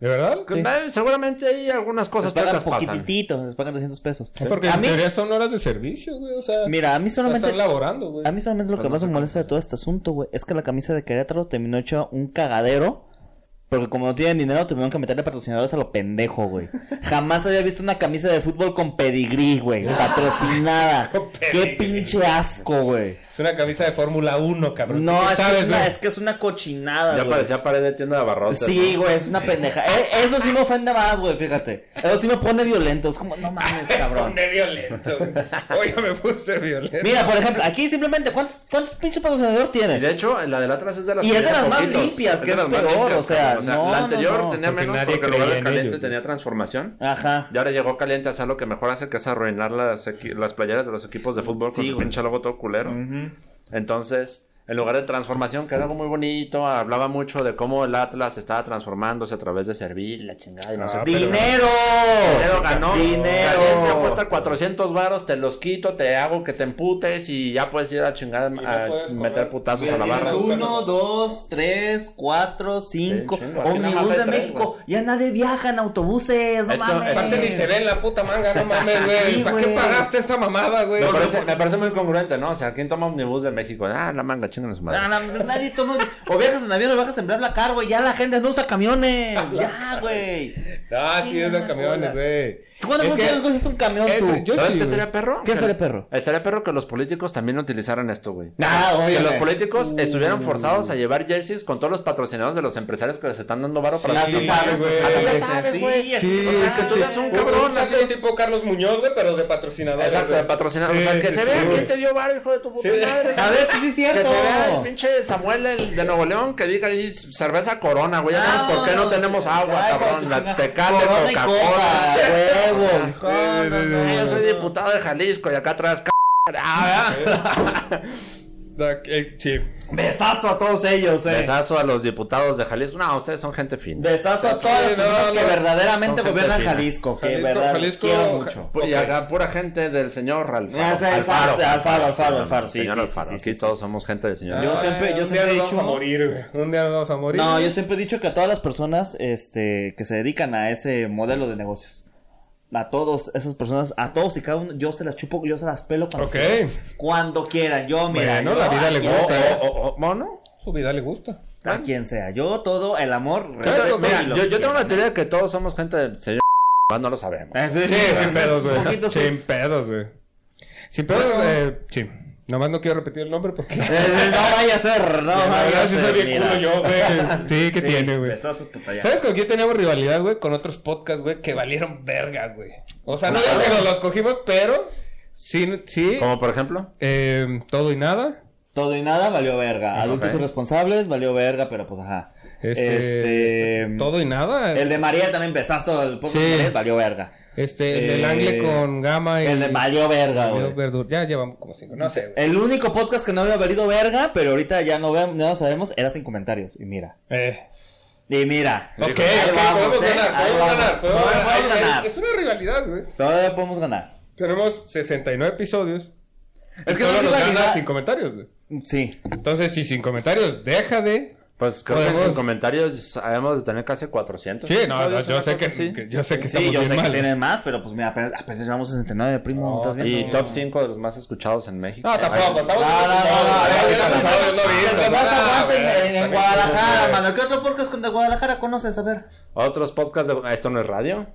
[SPEAKER 2] ¿De verdad?
[SPEAKER 3] Eh, Seguramente hay algunas
[SPEAKER 1] Les
[SPEAKER 3] cosas que
[SPEAKER 1] pagan
[SPEAKER 3] las pasan.
[SPEAKER 1] poquitititos. Les pagan 200 pesos.
[SPEAKER 2] No, porque
[SPEAKER 1] a
[SPEAKER 2] en
[SPEAKER 1] mí,
[SPEAKER 2] teoría son horas de servicio, güey. O sea,
[SPEAKER 1] mira, a mí
[SPEAKER 2] o sea,
[SPEAKER 1] solamente...
[SPEAKER 2] están laborando, güey.
[SPEAKER 1] A mí solamente
[SPEAKER 3] Pues
[SPEAKER 1] lo que más me molesta de todo este asunto, güey, es que la camisa de Querétaro terminó hecha un cagadero. Porque como no tienen dinero, tuvieron que meterle patrocinadores a lo pendejo, güey. Jamás había visto una camisa de fútbol con pedigrí, güey. Patrocinada. Qué pinche asco, güey.
[SPEAKER 2] Es una camisa de Fórmula 1, cabrón. ¿Tú
[SPEAKER 1] No,
[SPEAKER 2] qué
[SPEAKER 1] es que, es, una,
[SPEAKER 2] güey?
[SPEAKER 1] es que es una cochinada,
[SPEAKER 3] Ya
[SPEAKER 1] güey.
[SPEAKER 3] parecía pared de tienda de abarrotes.
[SPEAKER 1] Sí,
[SPEAKER 3] ¿no?
[SPEAKER 1] güey, es una pendeja. E- Eso sí me ofende más, güey, fíjate. Eso sí me pone violento. Es como, no mames, cabrón.
[SPEAKER 2] pone violento, güey. Oye, me puse violento.
[SPEAKER 1] Mira, por ejemplo, aquí simplemente, ¿cuántos, cuántos pinches patrocinadores
[SPEAKER 3] Y
[SPEAKER 1] tienes?
[SPEAKER 3] de hecho, la del Atlas es de las
[SPEAKER 1] Y es de
[SPEAKER 3] tiene
[SPEAKER 1] las más
[SPEAKER 3] poquitos.
[SPEAKER 1] limpias,
[SPEAKER 3] Es
[SPEAKER 1] que
[SPEAKER 3] de las
[SPEAKER 1] es
[SPEAKER 3] más
[SPEAKER 1] peor,
[SPEAKER 3] limpias,
[SPEAKER 1] o sea,
[SPEAKER 3] cabrón.
[SPEAKER 1] no,
[SPEAKER 3] la
[SPEAKER 1] no,
[SPEAKER 3] anterior
[SPEAKER 1] no.
[SPEAKER 3] tenía
[SPEAKER 2] Porque
[SPEAKER 3] menos
[SPEAKER 2] nadie
[SPEAKER 3] porque luego
[SPEAKER 2] creía
[SPEAKER 3] el
[SPEAKER 2] en
[SPEAKER 3] caliente
[SPEAKER 2] ellos,
[SPEAKER 3] tenía transformación.
[SPEAKER 1] Ajá.
[SPEAKER 3] Y ahora llegó caliente a hacer lo que mejor hace que es arruinar las, equi- las playeras de los equipos de fútbol con su pinche logo todo culero. Entonces, en lugar de transformación, que era algo muy bonito, hablaba mucho de cómo el Atlas estaba transformándose a través de servir, la chingada y no
[SPEAKER 2] Ah,
[SPEAKER 3] sé qué.
[SPEAKER 2] pero-
[SPEAKER 1] ¡Dinero!
[SPEAKER 3] Dinero ganó.
[SPEAKER 1] Dinero.
[SPEAKER 3] Caliente apuesta 400 varos, te los quito, te hago que te emputes y ya puedes ir a chingar,
[SPEAKER 2] Y no
[SPEAKER 3] a
[SPEAKER 2] puedes
[SPEAKER 3] meter
[SPEAKER 2] comer.
[SPEAKER 3] putazos
[SPEAKER 2] Mira,
[SPEAKER 3] a la
[SPEAKER 2] tienes
[SPEAKER 3] barra.
[SPEAKER 2] un-
[SPEAKER 1] Uno, dos, tres, cuatro, cinco.
[SPEAKER 3] Sí, chingo. Aquí nada más
[SPEAKER 1] Omnibus
[SPEAKER 3] hay
[SPEAKER 1] de
[SPEAKER 3] tres,
[SPEAKER 1] México. Ya nadie viaja en autobuses, no
[SPEAKER 3] Esto-
[SPEAKER 1] mames.
[SPEAKER 2] Aparte ni se ve en la puta manga, no mames, güey.
[SPEAKER 1] Sí,
[SPEAKER 2] ¿Para
[SPEAKER 1] güey.
[SPEAKER 2] qué pagaste esa mamada, güey?
[SPEAKER 3] Me parece, me parece muy congruente, ¿no? O sea, ¿quién toma omnibus de México? Ah, la manga, chingan a su
[SPEAKER 1] No,
[SPEAKER 3] madre.
[SPEAKER 1] no, pues nadie toma. O viajas en avión o viajas en BlaBlaCar, güey. Ya la gente no usa camiones. ya, güey.
[SPEAKER 2] Ah, sí, es de
[SPEAKER 1] Sí,
[SPEAKER 2] camiones, güey.
[SPEAKER 1] ¿Tú cuándo
[SPEAKER 2] Es
[SPEAKER 1] es
[SPEAKER 2] que-
[SPEAKER 1] que... un camión
[SPEAKER 2] es-
[SPEAKER 1] tú?
[SPEAKER 2] yo-
[SPEAKER 3] ¿Sabes
[SPEAKER 2] sí,
[SPEAKER 3] qué
[SPEAKER 2] güey.
[SPEAKER 3] estaría perro?
[SPEAKER 1] ¿Qué
[SPEAKER 3] Que-
[SPEAKER 1] estaría perro?
[SPEAKER 3] Estaría perro que los políticos también utilizaran esto, güey.
[SPEAKER 1] Ah,
[SPEAKER 3] Que
[SPEAKER 1] obviamente.
[SPEAKER 3] los políticos estuvieran forzados a llevar jerseys con todos los patrocinados de los empresarios que les están dando varo para
[SPEAKER 1] Así
[SPEAKER 2] Sí,
[SPEAKER 1] sabes,
[SPEAKER 2] güey.
[SPEAKER 1] Así ya
[SPEAKER 2] Sí,
[SPEAKER 1] sabes,
[SPEAKER 3] sí,
[SPEAKER 1] güey.
[SPEAKER 2] Sí,
[SPEAKER 3] o sea,
[SPEAKER 2] sí,
[SPEAKER 3] que tú
[SPEAKER 2] sí.
[SPEAKER 3] veas un cabrón
[SPEAKER 2] un
[SPEAKER 3] así.
[SPEAKER 2] saco tipo Carlos Muñoz, güey, pero ¿eh? de patrocinador.
[SPEAKER 3] Exacto, de patrocinador. o sea, que se vea quién te dio varo, hijo de tu puta
[SPEAKER 2] Sí.
[SPEAKER 3] madre.
[SPEAKER 1] A ver si sí es Ah,
[SPEAKER 3] Que se
[SPEAKER 1] cierto.
[SPEAKER 3] vea el pinche Samuel el de Nuevo León que diga ahí cerveza corona, güey. Ya sabes por qué no
[SPEAKER 1] Vámonos,
[SPEAKER 3] tenemos agua,
[SPEAKER 1] ay,
[SPEAKER 3] cabrón.
[SPEAKER 1] con
[SPEAKER 3] La
[SPEAKER 1] chingada.
[SPEAKER 3] tecate,
[SPEAKER 1] Corona y
[SPEAKER 3] Coca-Cola.
[SPEAKER 1] Coca, huevo.
[SPEAKER 2] Sí, sí, sí,
[SPEAKER 3] Ay,
[SPEAKER 2] sí.
[SPEAKER 3] Yo soy diputado de Jalisco y acá atrás. c- Ah, ¿verdad?
[SPEAKER 2] Da- eh, Sí.
[SPEAKER 1] Besazo a todos ellos, eh.
[SPEAKER 3] Besazo a los diputados de Jalisco. No, ustedes son gente fina.
[SPEAKER 1] Besazo a
[SPEAKER 2] Sí,
[SPEAKER 1] todas las
[SPEAKER 2] no,
[SPEAKER 1] personas
[SPEAKER 2] no.
[SPEAKER 1] que verdaderamente
[SPEAKER 3] Son gente
[SPEAKER 1] gobiernan
[SPEAKER 3] fina.
[SPEAKER 1] Jalisco. Que
[SPEAKER 2] Jalisco-
[SPEAKER 1] verdad, los
[SPEAKER 2] Jalisco-
[SPEAKER 1] quiero
[SPEAKER 2] Ja- pues,
[SPEAKER 1] mucho.
[SPEAKER 3] Y acá pura gente del señor Alfaro.
[SPEAKER 1] Ah, sí, exacto, sí, Alfaro, Alfaro,
[SPEAKER 3] señor,
[SPEAKER 1] Alfaro, sí,
[SPEAKER 3] señor
[SPEAKER 1] sí,
[SPEAKER 3] Alfaro.
[SPEAKER 1] sí, sí,
[SPEAKER 3] Aquí
[SPEAKER 1] sí,
[SPEAKER 3] todos somos gente del señor.
[SPEAKER 1] Yo
[SPEAKER 2] Ah,
[SPEAKER 1] siempre- yo
[SPEAKER 2] un
[SPEAKER 1] siempre
[SPEAKER 2] día
[SPEAKER 1] he
[SPEAKER 2] nos
[SPEAKER 1] dicho-
[SPEAKER 2] vamos a morir, güey. Un día nos vamos a morir.
[SPEAKER 1] No, yo siempre he dicho que a todas las personas este, que se dedican a ese modelo de negocios. A todos esas personas, a todos y cada uno, yo se las chupo, yo se las pelo cuando,
[SPEAKER 2] Ok.
[SPEAKER 1] quieran. Cuando quieran. Yo, mira,
[SPEAKER 2] Bueno,
[SPEAKER 1] yo
[SPEAKER 2] la vida
[SPEAKER 1] a
[SPEAKER 2] le
[SPEAKER 1] quien
[SPEAKER 2] gusta.
[SPEAKER 1] sea,
[SPEAKER 3] O- o- o- ¿Mono?
[SPEAKER 2] Su vida le gusta.
[SPEAKER 1] a quien sea. Yo todo, el amor,
[SPEAKER 2] Claro,
[SPEAKER 1] respeto
[SPEAKER 3] Mira,
[SPEAKER 1] y lo
[SPEAKER 3] yo,
[SPEAKER 1] que
[SPEAKER 3] yo tengo
[SPEAKER 1] quieran.
[SPEAKER 3] una teoría de que todos somos gente del señor. No lo sabemos.
[SPEAKER 1] Ah, sí,
[SPEAKER 2] Sí, sin pedos,
[SPEAKER 1] Un
[SPEAKER 2] güey.
[SPEAKER 1] poquito sí.
[SPEAKER 2] Sin pedos, güey. Sin pedos, eh, sí. Nomás no quiero repetir el nombre porque.
[SPEAKER 1] Eh, No vaya a ser, no
[SPEAKER 2] La
[SPEAKER 1] vaya
[SPEAKER 2] verdad
[SPEAKER 1] a
[SPEAKER 2] sí soy
[SPEAKER 1] ser.
[SPEAKER 2] bien
[SPEAKER 1] mira.
[SPEAKER 2] culo yo, güey. Sí, que
[SPEAKER 1] Sí, pues
[SPEAKER 2] tiene, güey.
[SPEAKER 1] está su puta ya.
[SPEAKER 2] ¿Sabes con quién teníamos rivalidad, güey? Con otros podcasts, güey, que valieron verga, güey. O sea, no digo que nos los cogimos, pero sí, sí.
[SPEAKER 3] Como por ejemplo.
[SPEAKER 2] Eh, todo y nada.
[SPEAKER 1] Todo y nada valió verga. Adultos
[SPEAKER 3] Ok.
[SPEAKER 1] irresponsables valió verga, pero pues ajá.
[SPEAKER 2] Este,
[SPEAKER 1] Este.
[SPEAKER 2] Todo y nada.
[SPEAKER 1] El de Mariel también pesazo, el poco
[SPEAKER 2] Sí.
[SPEAKER 1] de Mariel valió verga.
[SPEAKER 2] Este, el
[SPEAKER 1] Eh,
[SPEAKER 2] del Angle con Gama y.
[SPEAKER 1] El de valió verga,
[SPEAKER 2] Yo,
[SPEAKER 1] güey.
[SPEAKER 2] verdura. Ya llevamos como cinco. No sé, güey.
[SPEAKER 1] El único podcast que no había valido verga, pero ahorita ya no, ve- no sabemos, era sin comentarios. Y mira.
[SPEAKER 2] Eh.
[SPEAKER 1] Y mira.
[SPEAKER 2] Ok, ok,
[SPEAKER 1] Ahí vamos,
[SPEAKER 2] podemos
[SPEAKER 1] eh,
[SPEAKER 2] ganar,
[SPEAKER 1] ahí
[SPEAKER 2] podemos
[SPEAKER 1] vamos.
[SPEAKER 2] ganar, podemos
[SPEAKER 1] Podemos
[SPEAKER 2] ganar. Es-
[SPEAKER 1] ganar.
[SPEAKER 2] Es una rivalidad, güey.
[SPEAKER 1] Todavía podemos ganar.
[SPEAKER 2] Tenemos 69 episodios.
[SPEAKER 1] Es
[SPEAKER 2] Es
[SPEAKER 1] que
[SPEAKER 2] que
[SPEAKER 1] no
[SPEAKER 2] solo
[SPEAKER 1] hay
[SPEAKER 2] nos
[SPEAKER 1] rivalidad.
[SPEAKER 2] gana sin comentarios, güey.
[SPEAKER 1] Sí.
[SPEAKER 2] Entonces, si sin comentarios, deja de.
[SPEAKER 3] Pues creo que
[SPEAKER 2] Podemos-
[SPEAKER 3] en comentarios hemos de tener casi 400.
[SPEAKER 2] Sí, no, no,
[SPEAKER 3] episodios,
[SPEAKER 2] yo
[SPEAKER 3] una
[SPEAKER 2] sé
[SPEAKER 3] cosa
[SPEAKER 2] que,
[SPEAKER 3] así.
[SPEAKER 2] que- yo sé que
[SPEAKER 1] Sí,
[SPEAKER 2] estamos
[SPEAKER 1] yo
[SPEAKER 2] bien
[SPEAKER 1] sé
[SPEAKER 2] mal.
[SPEAKER 1] que tienen más, pero pues mira, apenas, apenas llevamos 69, primo.
[SPEAKER 2] No, Ah.
[SPEAKER 1] ¿Estás viendo?
[SPEAKER 3] Y top 5 de los más escuchados en México.
[SPEAKER 2] No, tampoco,
[SPEAKER 1] No,
[SPEAKER 2] estamos
[SPEAKER 1] no, no, no,
[SPEAKER 2] Ya
[SPEAKER 1] no,
[SPEAKER 2] viene
[SPEAKER 1] no,
[SPEAKER 2] pasado,
[SPEAKER 1] no,
[SPEAKER 2] no
[SPEAKER 1] no,
[SPEAKER 2] viene,
[SPEAKER 1] Lo que más
[SPEAKER 2] no,
[SPEAKER 1] aguanta en-
[SPEAKER 2] güey,
[SPEAKER 1] en,
[SPEAKER 2] está
[SPEAKER 1] en
[SPEAKER 2] bien,
[SPEAKER 1] Guadalajara,
[SPEAKER 2] güey.
[SPEAKER 1] mano. ¿Qué otro podcast con de Guadalajara conoces? A ver.
[SPEAKER 3] Otros podcasts de... Ah, Esto no es radio.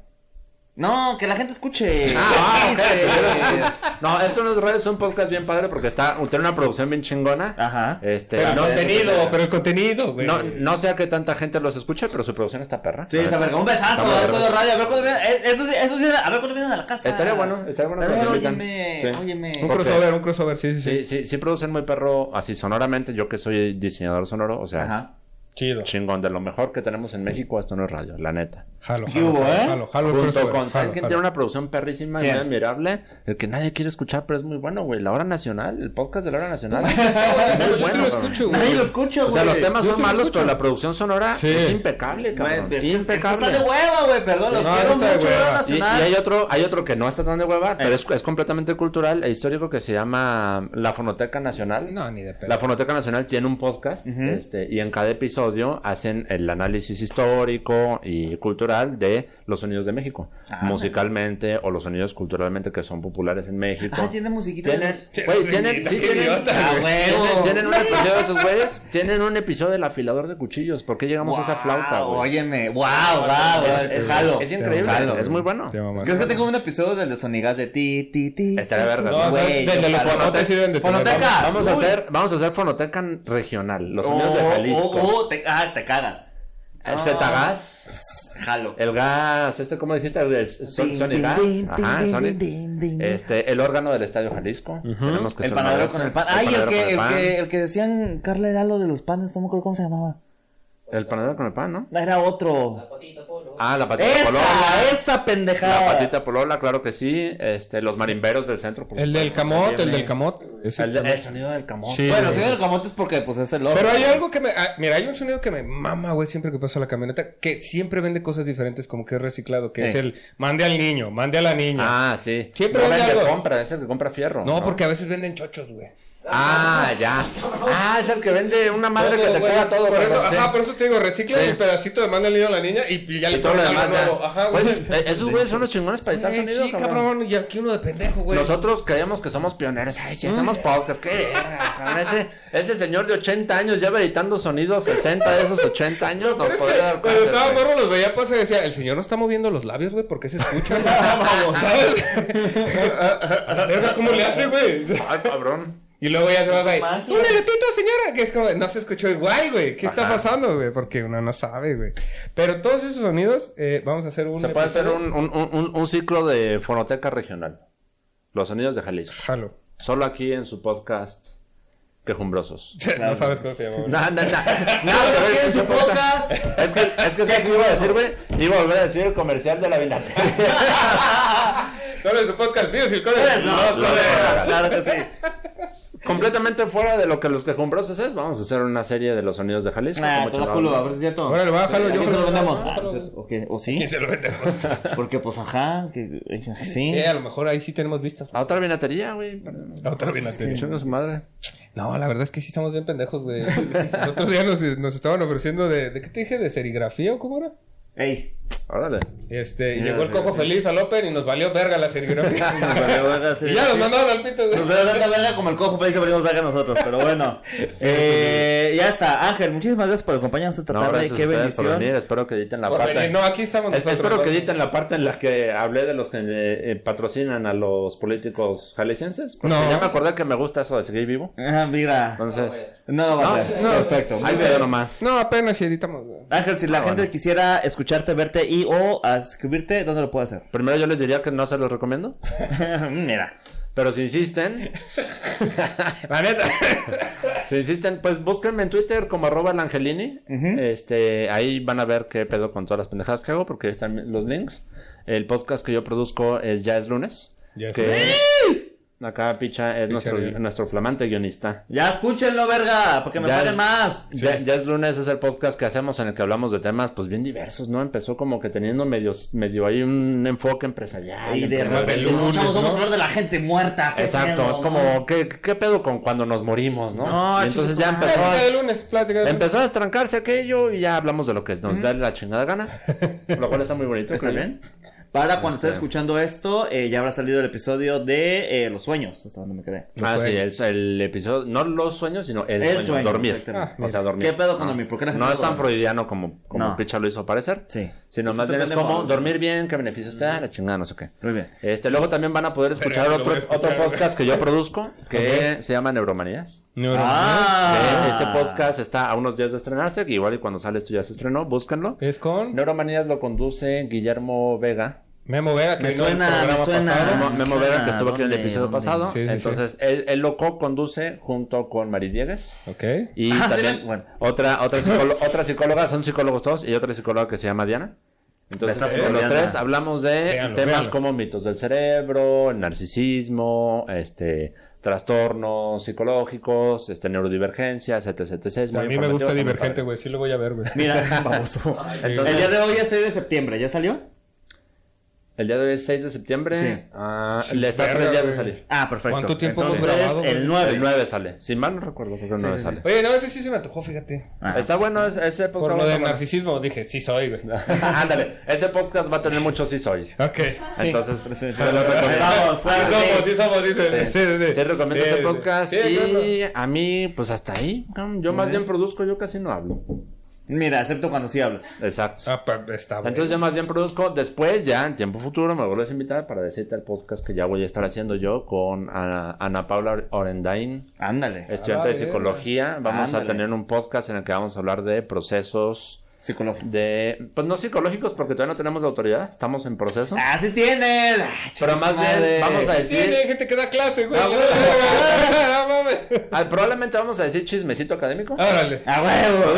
[SPEAKER 1] No, que la gente escuche.
[SPEAKER 3] Ah, ok,
[SPEAKER 1] Sí,
[SPEAKER 3] pero No, esto no es radio, es un podcast bien padre porque está, tiene una producción bien chingona.
[SPEAKER 1] Ajá.
[SPEAKER 3] Este,
[SPEAKER 2] Pero el
[SPEAKER 3] no sé-
[SPEAKER 2] contenido, pero el contenido, güey.
[SPEAKER 3] No, no sé a qué tanta gente los escucha, pero su producción está perra.
[SPEAKER 1] Sí, esa verga. Un besazo
[SPEAKER 3] Estamos
[SPEAKER 1] a
[SPEAKER 3] de
[SPEAKER 1] esto de
[SPEAKER 3] acuerdo.
[SPEAKER 1] radio. A ver cuándo vienen. eh, Eso sí, eso sí, a ver cuándo vienen a la casa.
[SPEAKER 3] Estaría bueno, estaría bueno que
[SPEAKER 1] Estaría
[SPEAKER 3] nos
[SPEAKER 1] bueno,
[SPEAKER 3] invitan.
[SPEAKER 1] óyeme,
[SPEAKER 3] Sí.
[SPEAKER 2] Un
[SPEAKER 1] óyeme.
[SPEAKER 3] Porque-
[SPEAKER 2] crossover, un crossover, sí, sí, sí.
[SPEAKER 3] Sí, sí, sí producen muy perro así sonoramente. Yo que soy diseñador sonoro, o sea,
[SPEAKER 1] Ajá.
[SPEAKER 2] Chido.
[SPEAKER 3] es chingón. De lo mejor que tenemos en México, esto no es radio, la neta.
[SPEAKER 2] Jalo,
[SPEAKER 1] ¿Qué hubo,
[SPEAKER 2] jalo,
[SPEAKER 1] eh?
[SPEAKER 2] jalo, jalo el
[SPEAKER 3] Junto
[SPEAKER 2] crossover,
[SPEAKER 3] con,
[SPEAKER 2] jalo,
[SPEAKER 3] ¿saben quién
[SPEAKER 2] jalo.
[SPEAKER 3] tiene una producción perrísima y
[SPEAKER 1] ¿Quién?
[SPEAKER 3] muy admirable? El que nadie quiere escuchar, pero es muy bueno, güey. La Hora Nacional, el podcast de la Hora Nacional.
[SPEAKER 2] Yo
[SPEAKER 3] muy
[SPEAKER 2] sí
[SPEAKER 3] bueno,
[SPEAKER 2] lo
[SPEAKER 3] cabrón.
[SPEAKER 2] escucho, güey.
[SPEAKER 1] Nadie lo escucha, güey.
[SPEAKER 3] O sea, los temas
[SPEAKER 2] Yo
[SPEAKER 3] son
[SPEAKER 2] sí lo
[SPEAKER 3] malos,
[SPEAKER 2] escucho.
[SPEAKER 3] pero la producción sonora
[SPEAKER 2] Sí.
[SPEAKER 3] es impecable, cabrón.
[SPEAKER 1] Güey, es que- es que
[SPEAKER 3] impecable.
[SPEAKER 1] Está de hueva, güey. Perdón, los
[SPEAKER 2] No,
[SPEAKER 1] quiero
[SPEAKER 2] no está de
[SPEAKER 1] mucho.
[SPEAKER 2] hueva.
[SPEAKER 1] Radio
[SPEAKER 3] Y, y
[SPEAKER 1] Nacional.
[SPEAKER 3] hay otro, hay otro que no está tan de hueva, pero
[SPEAKER 1] Eh.
[SPEAKER 3] es, es completamente cultural e histórico que se llama La Fonoteca Nacional.
[SPEAKER 2] No, ni de pedo.
[SPEAKER 3] La Fonoteca Nacional tiene un podcast este, y en cada episodio hacen el análisis histórico y cultural de los sonidos de México,
[SPEAKER 1] Ah,
[SPEAKER 3] musicalmente o los sonidos culturalmente que son populares en México.
[SPEAKER 1] Ah, tiene musiquita.
[SPEAKER 3] Tienen, güey,
[SPEAKER 2] Sí,
[SPEAKER 3] tienen,
[SPEAKER 2] qué
[SPEAKER 3] sí, tienen-
[SPEAKER 2] idiota,
[SPEAKER 3] Ah,
[SPEAKER 1] güey.
[SPEAKER 3] tienen- tienen un episodio de esos güeyes, tienen un episodio del afilador de cuchillos. ¿Por qué llegamos a esa flauta,
[SPEAKER 1] Wow,
[SPEAKER 3] güey?
[SPEAKER 1] Óyeme, wow, wow, es
[SPEAKER 3] Es- es-
[SPEAKER 1] jalo.
[SPEAKER 3] es increíble,
[SPEAKER 1] Jalo.
[SPEAKER 3] es muy bueno.
[SPEAKER 2] Sí, mamá.
[SPEAKER 1] ¿Crees que tengo un episodio del de Sonigas de ti, ti, ti?
[SPEAKER 3] Estaría verga,
[SPEAKER 2] No,
[SPEAKER 1] Güey,
[SPEAKER 2] de- de- de
[SPEAKER 1] yo
[SPEAKER 2] los
[SPEAKER 1] jalo.
[SPEAKER 2] fonotes sí deben de tener.
[SPEAKER 1] Fonoteca.
[SPEAKER 2] Vamos-
[SPEAKER 3] Vamos a
[SPEAKER 1] Uy.
[SPEAKER 3] hacer, vamos a hacer fonoteca regional, los sonidos de
[SPEAKER 1] Oh,
[SPEAKER 3] Jalisco. Eh,
[SPEAKER 1] oh, oh, te, ah, te cagas. Ah,
[SPEAKER 3] El Zetagas,
[SPEAKER 1] Jalo.
[SPEAKER 3] el gas, este cómo dijiste, el, el son,
[SPEAKER 1] Din,
[SPEAKER 3] Sonic
[SPEAKER 1] din,
[SPEAKER 3] Gas,
[SPEAKER 1] din,
[SPEAKER 3] ajá,
[SPEAKER 1] din,
[SPEAKER 3] Sonic.
[SPEAKER 1] din, din, din.
[SPEAKER 3] este, el órgano del Estadio Jalisco, tenemos que
[SPEAKER 1] El
[SPEAKER 3] ser
[SPEAKER 1] panadero
[SPEAKER 3] madres.
[SPEAKER 1] con el pan. Ay, el
[SPEAKER 3] panadero
[SPEAKER 1] que,
[SPEAKER 3] con
[SPEAKER 1] el,
[SPEAKER 3] pan.
[SPEAKER 1] que, el que decían Carla era lo de los panes, no me acuerdo cómo se llamaba.
[SPEAKER 3] el panadero con el pan, ¿no?
[SPEAKER 1] Era otro.
[SPEAKER 3] Ah, la patita polola,
[SPEAKER 1] Esa, esa
[SPEAKER 3] la
[SPEAKER 1] pendejada.
[SPEAKER 3] patita polola, claro que sí, este, los marimberos del centro. por
[SPEAKER 2] El del
[SPEAKER 3] supuesto,
[SPEAKER 2] camote, el
[SPEAKER 3] también,
[SPEAKER 2] del
[SPEAKER 3] eh.
[SPEAKER 2] camote. Ese-
[SPEAKER 3] El, de- el sonido del camote.
[SPEAKER 2] Sí,
[SPEAKER 1] Bueno,
[SPEAKER 2] güey.
[SPEAKER 1] sí, el camote es porque pues es el oro.
[SPEAKER 2] Pero hay algo que me. ah, mira, hay un sonido que me mama, güey, siempre que paso la camioneta, que siempre vende cosas diferentes, como que es reciclado, que
[SPEAKER 1] Eh.
[SPEAKER 2] es el mande al niño, mande a la niña.
[SPEAKER 3] Ah, sí.
[SPEAKER 2] Siempre
[SPEAKER 3] no,
[SPEAKER 2] vende
[SPEAKER 3] el que
[SPEAKER 2] algo.
[SPEAKER 3] compra, es el que compra fierro.
[SPEAKER 2] no, porque a veces venden chochos, güey.
[SPEAKER 3] Ah, ya. Ah, es el que vende una madre que
[SPEAKER 2] Todo,
[SPEAKER 3] te
[SPEAKER 2] güey.
[SPEAKER 3] pega todo.
[SPEAKER 2] Por eso,
[SPEAKER 3] cabrón, sí.
[SPEAKER 2] ajá, por eso te digo, recicla
[SPEAKER 3] Sí.
[SPEAKER 2] el pedacito de manda al niño a la niña y ya
[SPEAKER 3] Y
[SPEAKER 2] le
[SPEAKER 3] todo lo
[SPEAKER 2] pones algo
[SPEAKER 3] demás, ya.
[SPEAKER 2] nuevo. Ajá, güey.
[SPEAKER 3] Pues, eh, esos güeyes son los chingones para editar
[SPEAKER 2] Eh,
[SPEAKER 3] sonido,
[SPEAKER 2] sí,
[SPEAKER 3] cabrón.
[SPEAKER 2] cabrón, y aquí uno de pendejo,
[SPEAKER 1] Pues,
[SPEAKER 2] güey.
[SPEAKER 3] Nosotros creemos que somos pioneros. Ay, si
[SPEAKER 1] Mm.
[SPEAKER 3] hacemos podcast, qué vergas, cabrón. Ese, ese señor de 80 años lleva editando sonidos 60 de esos 80 años. Nos
[SPEAKER 2] Pero es
[SPEAKER 3] podría
[SPEAKER 2] que
[SPEAKER 3] dar
[SPEAKER 2] Cuando
[SPEAKER 3] clases,
[SPEAKER 2] estaba
[SPEAKER 3] güey.
[SPEAKER 2] morro los veía pasar y decía, el señor no está moviendo los labios, güey, porque se escucha. güey?" ¿Sabes? Verga, ¿Cómo le hace, güey?
[SPEAKER 3] Ay, cabrón.
[SPEAKER 2] Y luego ya se va, güey.
[SPEAKER 1] Magia.
[SPEAKER 2] ¡Un elotito, señora! Que es como, no se escuchó igual, güey. ¿Qué está pasando, güey? Porque uno no sabe, güey. Pero todos esos sonidos, eh, vamos a hacer un.
[SPEAKER 3] Se puede hacer
[SPEAKER 2] episodio.
[SPEAKER 3] un, un, un, un ciclo de fonoteca regional. Los sonidos de Jalisco.
[SPEAKER 2] Jalo.
[SPEAKER 3] Solo aquí en su podcast Quejumbrosos.
[SPEAKER 2] No sabes cómo se llama, güey.
[SPEAKER 3] No, no, no. No,
[SPEAKER 1] Solo aquí en su
[SPEAKER 3] su podcast.
[SPEAKER 1] podcast.
[SPEAKER 3] Es que, es que, ¿sabes qué iba a decir, güey? Iba a volver a decir el comercial de la vinateca.
[SPEAKER 2] Solo en su podcast, tío, si el código-
[SPEAKER 3] no,
[SPEAKER 2] solo-
[SPEAKER 1] Claro que sí.
[SPEAKER 3] Completamente fuera de lo que los quejumbrosos es, vamos a hacer una serie de los sonidos de Jalisco.
[SPEAKER 1] Nah,
[SPEAKER 2] Ah,
[SPEAKER 3] como
[SPEAKER 1] todo
[SPEAKER 3] chingado,
[SPEAKER 1] culo,
[SPEAKER 3] ¿no?
[SPEAKER 1] a ver si es cierto.
[SPEAKER 2] Órale, va, jalo,
[SPEAKER 1] ¿A
[SPEAKER 2] yo
[SPEAKER 1] quién se
[SPEAKER 2] jalo,
[SPEAKER 1] lo vendemos?
[SPEAKER 2] jalo,
[SPEAKER 1] Ah,
[SPEAKER 2] jalo.
[SPEAKER 1] pues, ¿O qué? ¿O sí?
[SPEAKER 2] ¿Quién se lo vendemos?
[SPEAKER 1] Porque pues ajá, que eh, sí.
[SPEAKER 2] Eh, a lo mejor ahí sí tenemos vistas.
[SPEAKER 3] A otra vinatería, güey. perdón.
[SPEAKER 2] La otra vez la tenía.
[SPEAKER 3] Chinga su madre.
[SPEAKER 2] No, la verdad es que sí estamos bien pendejos, güey. El otro día nos, nos estaban ofreciendo de, ¿de qué te dije? ¿De serigrafía o cómo era?
[SPEAKER 1] Ey,
[SPEAKER 3] Órale.
[SPEAKER 2] Este,
[SPEAKER 1] Sí,
[SPEAKER 2] y llegó el
[SPEAKER 1] sí,
[SPEAKER 2] coco
[SPEAKER 1] sí.
[SPEAKER 2] feliz al Open y nos valió verga la serigrafía.
[SPEAKER 1] Nos valió verga, sí.
[SPEAKER 2] y ya nos mandaron al pito, güey.
[SPEAKER 1] Nos veo tanta verga como el cojo feliz abrimos verga nosotros, pero bueno. Eh, ya está. Ángel, muchísimas gracias por acompañarnos esta
[SPEAKER 3] No,
[SPEAKER 1] tarde.
[SPEAKER 3] gracias a
[SPEAKER 1] Qué
[SPEAKER 3] ustedes por
[SPEAKER 1] bendición.
[SPEAKER 3] venir. Espero que editen la
[SPEAKER 2] Por
[SPEAKER 3] parte.
[SPEAKER 2] venir. No, aquí estamos
[SPEAKER 3] Es-
[SPEAKER 2] nosotros.
[SPEAKER 3] espero que
[SPEAKER 2] ¿no?
[SPEAKER 3] editen la parte en la que hablé de los que eh, eh, patrocinan a los políticos jaliscienses. Porque
[SPEAKER 2] No.
[SPEAKER 3] ya me acordé que me gusta eso de seguir vivo.
[SPEAKER 1] Ah, mira.
[SPEAKER 3] Entonces,
[SPEAKER 1] No lo va a
[SPEAKER 3] No,
[SPEAKER 1] hacer.
[SPEAKER 2] no.
[SPEAKER 1] Perfecto.
[SPEAKER 3] ahí
[SPEAKER 1] Muy
[SPEAKER 3] veo
[SPEAKER 1] bien.
[SPEAKER 3] nomás.
[SPEAKER 2] No, apenas si editamos. güey.
[SPEAKER 1] Ángel, si la gente quisiera escucharte, verte y o a escribirte, ¿dónde lo puede hacer?
[SPEAKER 3] Primero yo les diría que no se los recomiendo.
[SPEAKER 1] mira.
[SPEAKER 3] Pero si insisten,
[SPEAKER 2] La neta.
[SPEAKER 3] si insisten, pues búsquenme en Twitter como arroba langelini. este, ahí van a ver qué pedo con todas las pendejadas que hago, porque ahí están los links. El podcast que yo produzco es Ya es lunes.
[SPEAKER 2] Ya es
[SPEAKER 3] que acá Picha es nuestro,
[SPEAKER 2] bien.
[SPEAKER 3] nuestro flamante guionista.
[SPEAKER 1] Ya escúchenlo, verga, porque me
[SPEAKER 3] Ya.
[SPEAKER 1] paguen más.
[SPEAKER 3] Ya, ya es lunes, es el podcast que hacemos en el que hablamos de temas pues bien diversos, ¿no? Empezó como que teniendo medios, medio ahí un enfoque empresarial.
[SPEAKER 1] Y de
[SPEAKER 3] emprendedor.
[SPEAKER 2] más de
[SPEAKER 1] repente, no,
[SPEAKER 2] lunes,
[SPEAKER 1] chavos, vamos a
[SPEAKER 2] ¿no?
[SPEAKER 1] hablar de la gente muerta. ¿qué
[SPEAKER 3] Exacto,
[SPEAKER 1] pedo,
[SPEAKER 3] es
[SPEAKER 1] no?
[SPEAKER 3] como, ¿qué, ¿qué pedo con cuando nos morimos, no?
[SPEAKER 1] No,
[SPEAKER 3] Y
[SPEAKER 1] chicos,
[SPEAKER 3] entonces ya empezó
[SPEAKER 2] Plática de
[SPEAKER 3] a,
[SPEAKER 2] lunes, plática de lunes.
[SPEAKER 3] empezó a estrancarse aquello y ya hablamos de lo que nos da la chingada gana. Lo cual está muy bonito.
[SPEAKER 1] Está
[SPEAKER 3] creo yo.
[SPEAKER 1] bien. Para cuando estés escuchando esto, eh, ya habrá salido el episodio de eh, Los Sueños, hasta donde me quedé.
[SPEAKER 3] Ah,
[SPEAKER 2] fue.
[SPEAKER 3] sí, el, el episodio, no los sueños, sino el,
[SPEAKER 1] El
[SPEAKER 3] sueño,
[SPEAKER 1] sueño,
[SPEAKER 3] dormir.
[SPEAKER 1] exactamente.
[SPEAKER 2] Ah,
[SPEAKER 3] o sea, dormir.
[SPEAKER 1] ¿Qué pedo con
[SPEAKER 3] No.
[SPEAKER 1] dormir? ¿Por qué la gente
[SPEAKER 3] No
[SPEAKER 1] no
[SPEAKER 3] es tan
[SPEAKER 1] duerme?
[SPEAKER 3] freudiano como, como
[SPEAKER 1] No.
[SPEAKER 3] Picha lo hizo parecer.
[SPEAKER 1] Sí.
[SPEAKER 3] Sino
[SPEAKER 1] Sí,
[SPEAKER 3] más bien es
[SPEAKER 1] depende
[SPEAKER 3] como
[SPEAKER 1] de-
[SPEAKER 3] dormir bien, qué beneficios te da, la chingada, no sé qué.
[SPEAKER 1] Muy bien.
[SPEAKER 3] Este, luego también van a poder escuchar
[SPEAKER 2] lo
[SPEAKER 3] otro,
[SPEAKER 2] voy a escuchar,
[SPEAKER 3] otro
[SPEAKER 2] güey.
[SPEAKER 3] podcast que yo produzco, que se llama Neuromanías.
[SPEAKER 1] Ah.
[SPEAKER 2] Neuromanías.
[SPEAKER 3] Que Ese podcast está a unos días de estrenarse, que igual y cuando sale esto ya se estrenó, búsquenlo.
[SPEAKER 2] Es con
[SPEAKER 3] Neuromanías lo conduce Guillermo Vega.
[SPEAKER 2] Memo Vega, que
[SPEAKER 1] Me
[SPEAKER 2] vino al
[SPEAKER 1] suena, me
[SPEAKER 2] programa
[SPEAKER 1] suena.
[SPEAKER 2] pasado.
[SPEAKER 3] Memo,
[SPEAKER 1] Ah, me
[SPEAKER 3] Memo
[SPEAKER 1] suena.
[SPEAKER 3] Vega, que estuvo aquí en el
[SPEAKER 1] ¿Dónde?
[SPEAKER 3] episodio
[SPEAKER 1] ¿Dónde?
[SPEAKER 3] pasado.
[SPEAKER 2] Sí, sí, sí.
[SPEAKER 3] Entonces, Él, él lo co-conduce junto con Mari Diegues.
[SPEAKER 2] Ok.
[SPEAKER 3] Y
[SPEAKER 1] Ah,
[SPEAKER 3] también
[SPEAKER 1] sí, bueno.
[SPEAKER 3] otra, otra, psicólo- otra psicóloga, son psicólogos todos, y otra psicóloga que se llama Diana. Entonces,
[SPEAKER 1] Besazo,
[SPEAKER 3] con los
[SPEAKER 1] Diana.
[SPEAKER 3] tres hablamos de
[SPEAKER 2] Véanlo,
[SPEAKER 3] temas
[SPEAKER 2] véanlo.
[SPEAKER 3] como mitos del cerebro, el narcisismo, este trastornos psicológicos, este neurodivergencias, etc, etc. Es
[SPEAKER 2] A
[SPEAKER 3] muy
[SPEAKER 2] mí me gusta
[SPEAKER 3] informativo, está muy
[SPEAKER 2] Divergente, güey. Sí lo voy a ver, güey.
[SPEAKER 1] Mira, baboso.
[SPEAKER 3] Entonces-
[SPEAKER 1] el día de hoy es 6 de septiembre, ¿ya salió?
[SPEAKER 3] padre. El día de hoy es 6 de septiembre.
[SPEAKER 1] Sí.
[SPEAKER 3] Ah,
[SPEAKER 2] Sí,
[SPEAKER 3] le está a
[SPEAKER 2] verga,
[SPEAKER 3] tres días de
[SPEAKER 2] güey.
[SPEAKER 3] salir.
[SPEAKER 1] Ah, perfecto.
[SPEAKER 2] ¿Cuánto tiempo hemos
[SPEAKER 1] Entonces,
[SPEAKER 2] grabado, güey?
[SPEAKER 1] el 9.
[SPEAKER 3] El 9 sale. Si mal no recuerdo, creo que el 9
[SPEAKER 1] sí,
[SPEAKER 3] sale.
[SPEAKER 2] Oye, no, ese sí se me antojó, fíjate.
[SPEAKER 1] Ajá.
[SPEAKER 3] Está bueno es- ese podcast.
[SPEAKER 2] Por lo
[SPEAKER 3] va a
[SPEAKER 2] de
[SPEAKER 3] estar
[SPEAKER 2] narcisismo, dije, sí soy, güey.
[SPEAKER 3] bueno. Ándale, ese podcast va a tener mucho sí soy.
[SPEAKER 2] Ok.
[SPEAKER 3] Entonces, pues, se lo recomiendo.
[SPEAKER 1] Vamos, claro,
[SPEAKER 2] Sí somos, sí
[SPEAKER 1] sí.
[SPEAKER 2] somos, dice. Sí, sí, sí.
[SPEAKER 3] Sí, recomiendo
[SPEAKER 2] Sí,
[SPEAKER 3] ese
[SPEAKER 2] sí.
[SPEAKER 3] podcast.
[SPEAKER 2] Sí, claro.
[SPEAKER 3] y a mí, pues hasta ahí. cabrón. Yo más bien produzco, yo casi no hablo.
[SPEAKER 1] Mira, excepto cuando sí hablas.
[SPEAKER 3] Exacto.
[SPEAKER 2] Ah, pa- está bueno.
[SPEAKER 3] Entonces yo más bien produzco. Después, ya en tiempo futuro, me vuelves a invitar para decirte el podcast que ya voy a estar haciendo yo con Ana, Ana Paula Orendain,
[SPEAKER 1] Ándale.
[SPEAKER 2] Ah,
[SPEAKER 3] estudiante de
[SPEAKER 2] bien.
[SPEAKER 3] psicología. Vamos a
[SPEAKER 1] Ándale.
[SPEAKER 3] tener un podcast en el que vamos a hablar de procesos
[SPEAKER 1] Psicológico.
[SPEAKER 3] de, pues no psicológicos porque todavía no tenemos la autoridad, estamos en proceso.
[SPEAKER 1] Ah, sí tienes. Ah,
[SPEAKER 3] Pero más bien,
[SPEAKER 1] madre.
[SPEAKER 3] vamos a
[SPEAKER 2] Sí,
[SPEAKER 3] decir-
[SPEAKER 2] tiene gente que da clase, güey.
[SPEAKER 3] Ah, bueno.
[SPEAKER 2] No mames.
[SPEAKER 3] Ah, probablemente vamos a decir chismecito académico.
[SPEAKER 2] Órale.
[SPEAKER 1] A huevo.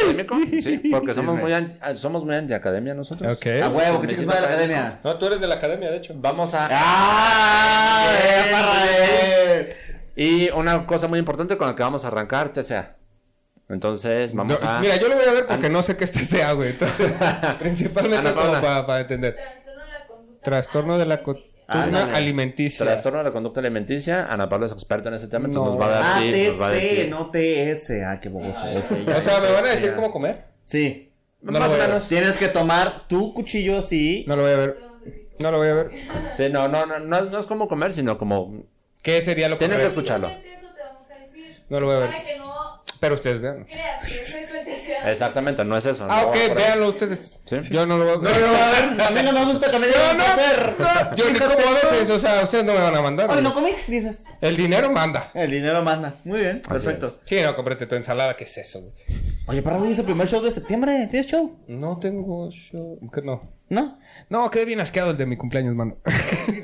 [SPEAKER 3] académico, sí, porque somos
[SPEAKER 1] Chisme.
[SPEAKER 3] muy, anti, ah, somos muy antiacademia nosotros.
[SPEAKER 2] Ok.
[SPEAKER 1] A huevo, que
[SPEAKER 3] Me
[SPEAKER 1] chicos
[SPEAKER 3] siento
[SPEAKER 1] madre de la
[SPEAKER 3] académico.
[SPEAKER 1] academia.
[SPEAKER 2] No, tú eres de la academia, de hecho.
[SPEAKER 3] Vamos a...
[SPEAKER 1] ¡Ah!
[SPEAKER 3] Bien,
[SPEAKER 1] parra eh.
[SPEAKER 3] bien.
[SPEAKER 1] de-
[SPEAKER 2] Ah.
[SPEAKER 3] Y una cosa muy importante con la que vamos a arrancar, TCA. Entonces, vamos
[SPEAKER 2] No,
[SPEAKER 3] a...
[SPEAKER 2] Mira, yo lo voy a ver porque no sé qué este sea, güey. Entonces, principalmente
[SPEAKER 3] Ana
[SPEAKER 2] como
[SPEAKER 3] Paula.
[SPEAKER 2] para, para entender.
[SPEAKER 5] Trastorno de la conducta. Ah,
[SPEAKER 2] Trastorno de
[SPEAKER 1] Ándale.
[SPEAKER 2] la coturna
[SPEAKER 5] alimenticia.
[SPEAKER 2] alimenticia.
[SPEAKER 3] Trastorno de la conducta alimenticia. Ana Paula es experta en ese tema, entonces
[SPEAKER 2] No. Ah,
[SPEAKER 3] nos va a dar tips, nos va a
[SPEAKER 1] ATC,
[SPEAKER 3] decir...
[SPEAKER 1] Ah, no TS. Ah, qué boboso. ok, ya.
[SPEAKER 2] O sea, ¿me van a decir cómo comer?
[SPEAKER 1] Sí.
[SPEAKER 2] No
[SPEAKER 3] Más
[SPEAKER 2] lo
[SPEAKER 3] o
[SPEAKER 2] voy a ver.
[SPEAKER 3] menos.
[SPEAKER 1] Tienes que tomar tu cuchillo así.
[SPEAKER 2] No lo voy a ver. No lo voy a ver.
[SPEAKER 3] Sí, no, no, no, no, no es como comer, sino como...
[SPEAKER 2] ¿Qué sería lo
[SPEAKER 3] Tienen que
[SPEAKER 2] correcto?
[SPEAKER 3] escucharlo.
[SPEAKER 5] Precisamente Eso te vamos a decir.
[SPEAKER 2] No lo voy a ver.
[SPEAKER 5] Para que no
[SPEAKER 2] Pero ustedes vean.
[SPEAKER 5] creas que eso es el deseo.
[SPEAKER 3] Exactamente, no es eso.
[SPEAKER 2] Ah,
[SPEAKER 3] no
[SPEAKER 2] ok,
[SPEAKER 3] va por ahí.
[SPEAKER 2] véanlo ustedes.
[SPEAKER 3] Sí.
[SPEAKER 2] Yo no lo voy a ver.
[SPEAKER 1] Pero a ver, a mí no me gusta que me
[SPEAKER 2] Yo
[SPEAKER 1] digan
[SPEAKER 2] no,
[SPEAKER 1] qué hacer.
[SPEAKER 2] no, yo ni como a veces, o sea, ustedes no me van a mandar.
[SPEAKER 1] Hoy
[SPEAKER 2] güey.
[SPEAKER 1] no comí, dices.
[SPEAKER 2] El dinero manda.
[SPEAKER 1] El dinero manda. Muy bien, perfecto.
[SPEAKER 3] es.
[SPEAKER 2] Sí, no, cómprate tu ensalada, ¿qué es eso? güey?
[SPEAKER 1] Oye, para hoy es el primer show de septiembre. ¿Tienes show?
[SPEAKER 2] No tengo show. ¿Qué no?
[SPEAKER 1] ¿No?
[SPEAKER 2] No, quedé bien asqueado el de mi cumpleaños, mano.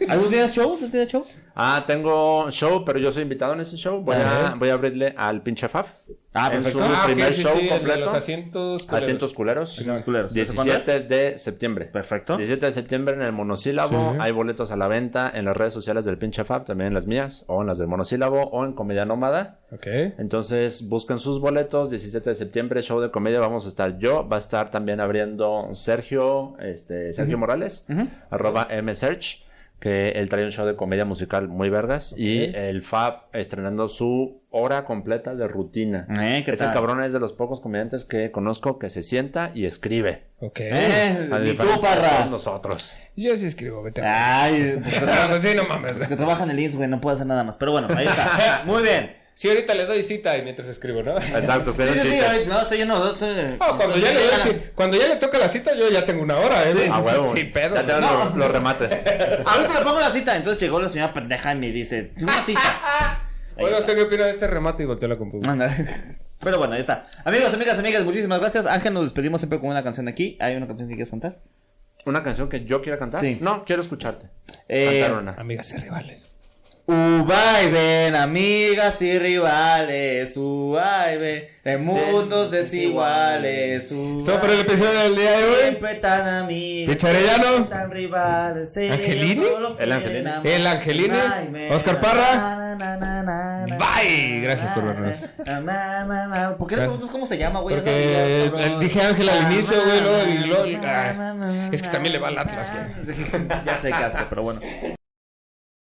[SPEAKER 1] ¿Algún día es show? ¿Tú tienes show?
[SPEAKER 3] Ah, tengo show, pero yo soy invitado en ese show. Voy, a, voy a abrirle al pinche Fab.
[SPEAKER 1] Ah,
[SPEAKER 3] En
[SPEAKER 1] perfecto.
[SPEAKER 3] su
[SPEAKER 2] ok,
[SPEAKER 3] primer
[SPEAKER 2] sí,
[SPEAKER 3] show
[SPEAKER 2] sí, el de
[SPEAKER 3] completo. Ah,
[SPEAKER 2] los asientos. culeros.
[SPEAKER 3] Asientos culeros.
[SPEAKER 1] Asientos culeros. ¿Eso cuándo
[SPEAKER 3] 17 de septiembre.
[SPEAKER 1] Perfecto.
[SPEAKER 3] 17 de septiembre en el monosílabo. Hay boletos a la venta en las redes sociales del pinche Fab, también en las mías, o en las del monosílabo, o en Comedia Nómada.
[SPEAKER 2] Ok.
[SPEAKER 3] Entonces busquen sus boletos. 17 de septiembre, show de comedia. Vamos a estar yo. Va a estar también abriendo Sergio, este, Sergio Morales, arroba msearch, que él trae un show de comedia musical muy vergas. Y
[SPEAKER 2] Ok.
[SPEAKER 3] el Fab estrenando su hora completa de rutina.
[SPEAKER 1] Eh, ¿qué
[SPEAKER 3] Ese
[SPEAKER 1] tal?
[SPEAKER 3] cabrón es de los pocos comediantes que conozco que se sienta y escribe.
[SPEAKER 2] Ok.
[SPEAKER 1] Eh,
[SPEAKER 3] A
[SPEAKER 1] y tú,
[SPEAKER 3] diferencia de todos
[SPEAKER 1] parra.
[SPEAKER 3] nosotros.
[SPEAKER 2] Yo sí escribo, vete. a-
[SPEAKER 3] Ah.
[SPEAKER 1] Ay, pues, que trabaja-
[SPEAKER 2] Pues sí, no mames.
[SPEAKER 1] que trabaja en el IMSS, güey, no puedo hacer nada más. Pero bueno, ahí está. Muy bien.
[SPEAKER 2] Sí, ahorita le doy cita y mientras escribo, ¿no?
[SPEAKER 3] Exacto,
[SPEAKER 1] Sí,
[SPEAKER 3] espera un
[SPEAKER 1] sí, sí,
[SPEAKER 3] chiste.
[SPEAKER 1] ahorita- no, estoy lleno. estoy-
[SPEAKER 2] Ah, cuando, ya le doy ci- cuando ya le toca la cita, yo ya tengo una hora, ¿eh?
[SPEAKER 3] A huevo.
[SPEAKER 2] Sí, pedo.
[SPEAKER 3] Ya te dan
[SPEAKER 2] güey.
[SPEAKER 3] los, los remates.
[SPEAKER 1] Ahorita le pongo la cita. Entonces llegó la señora pendeja y me dice, una cita. Ahí
[SPEAKER 2] Oiga,
[SPEAKER 1] está.
[SPEAKER 2] ¿usted qué opina de este remate? Y volteo la compu.
[SPEAKER 1] Ándale. Pero bueno, ahí está. Amigos, amigas, amigas, muchísimas gracias. Ángel, nos despedimos siempre con una canción aquí. ¿Hay una canción que quieras cantar?
[SPEAKER 3] ¿Una canción que yo quiera cantar?
[SPEAKER 1] Sí.
[SPEAKER 3] No, quiero escucharte.
[SPEAKER 1] Eh,
[SPEAKER 3] Cantar una.
[SPEAKER 2] Amigas y rivales.
[SPEAKER 1] Uva y ven, amigas y rivales. Uva y ven, de mundos desiguales.
[SPEAKER 2] Esto por el episodio del día de hoy.
[SPEAKER 1] Siempre tan amigos.
[SPEAKER 2] Picharellano.
[SPEAKER 1] siempre Tan rivales. ellos
[SPEAKER 2] Angelini.
[SPEAKER 1] solo
[SPEAKER 3] El Angelini.
[SPEAKER 1] quieren amar.
[SPEAKER 2] El Angelini.
[SPEAKER 1] Uva y ven,
[SPEAKER 2] Oscar Parra.
[SPEAKER 1] na, na, na, na, na,
[SPEAKER 2] Bye. Gracias por
[SPEAKER 1] na,
[SPEAKER 2] vernos.
[SPEAKER 1] na, na, na, na. ¿Por qué no
[SPEAKER 2] Gracias.
[SPEAKER 1] preguntas cómo se llama, güey? Ya sabías,
[SPEAKER 2] Porque
[SPEAKER 1] cabrón.
[SPEAKER 2] dije Ángel al inicio, güey, luego, y
[SPEAKER 1] Ah,
[SPEAKER 2] luego- ah, es que también le va al Atlas, güey.
[SPEAKER 1] ya sé que asco, pero bueno.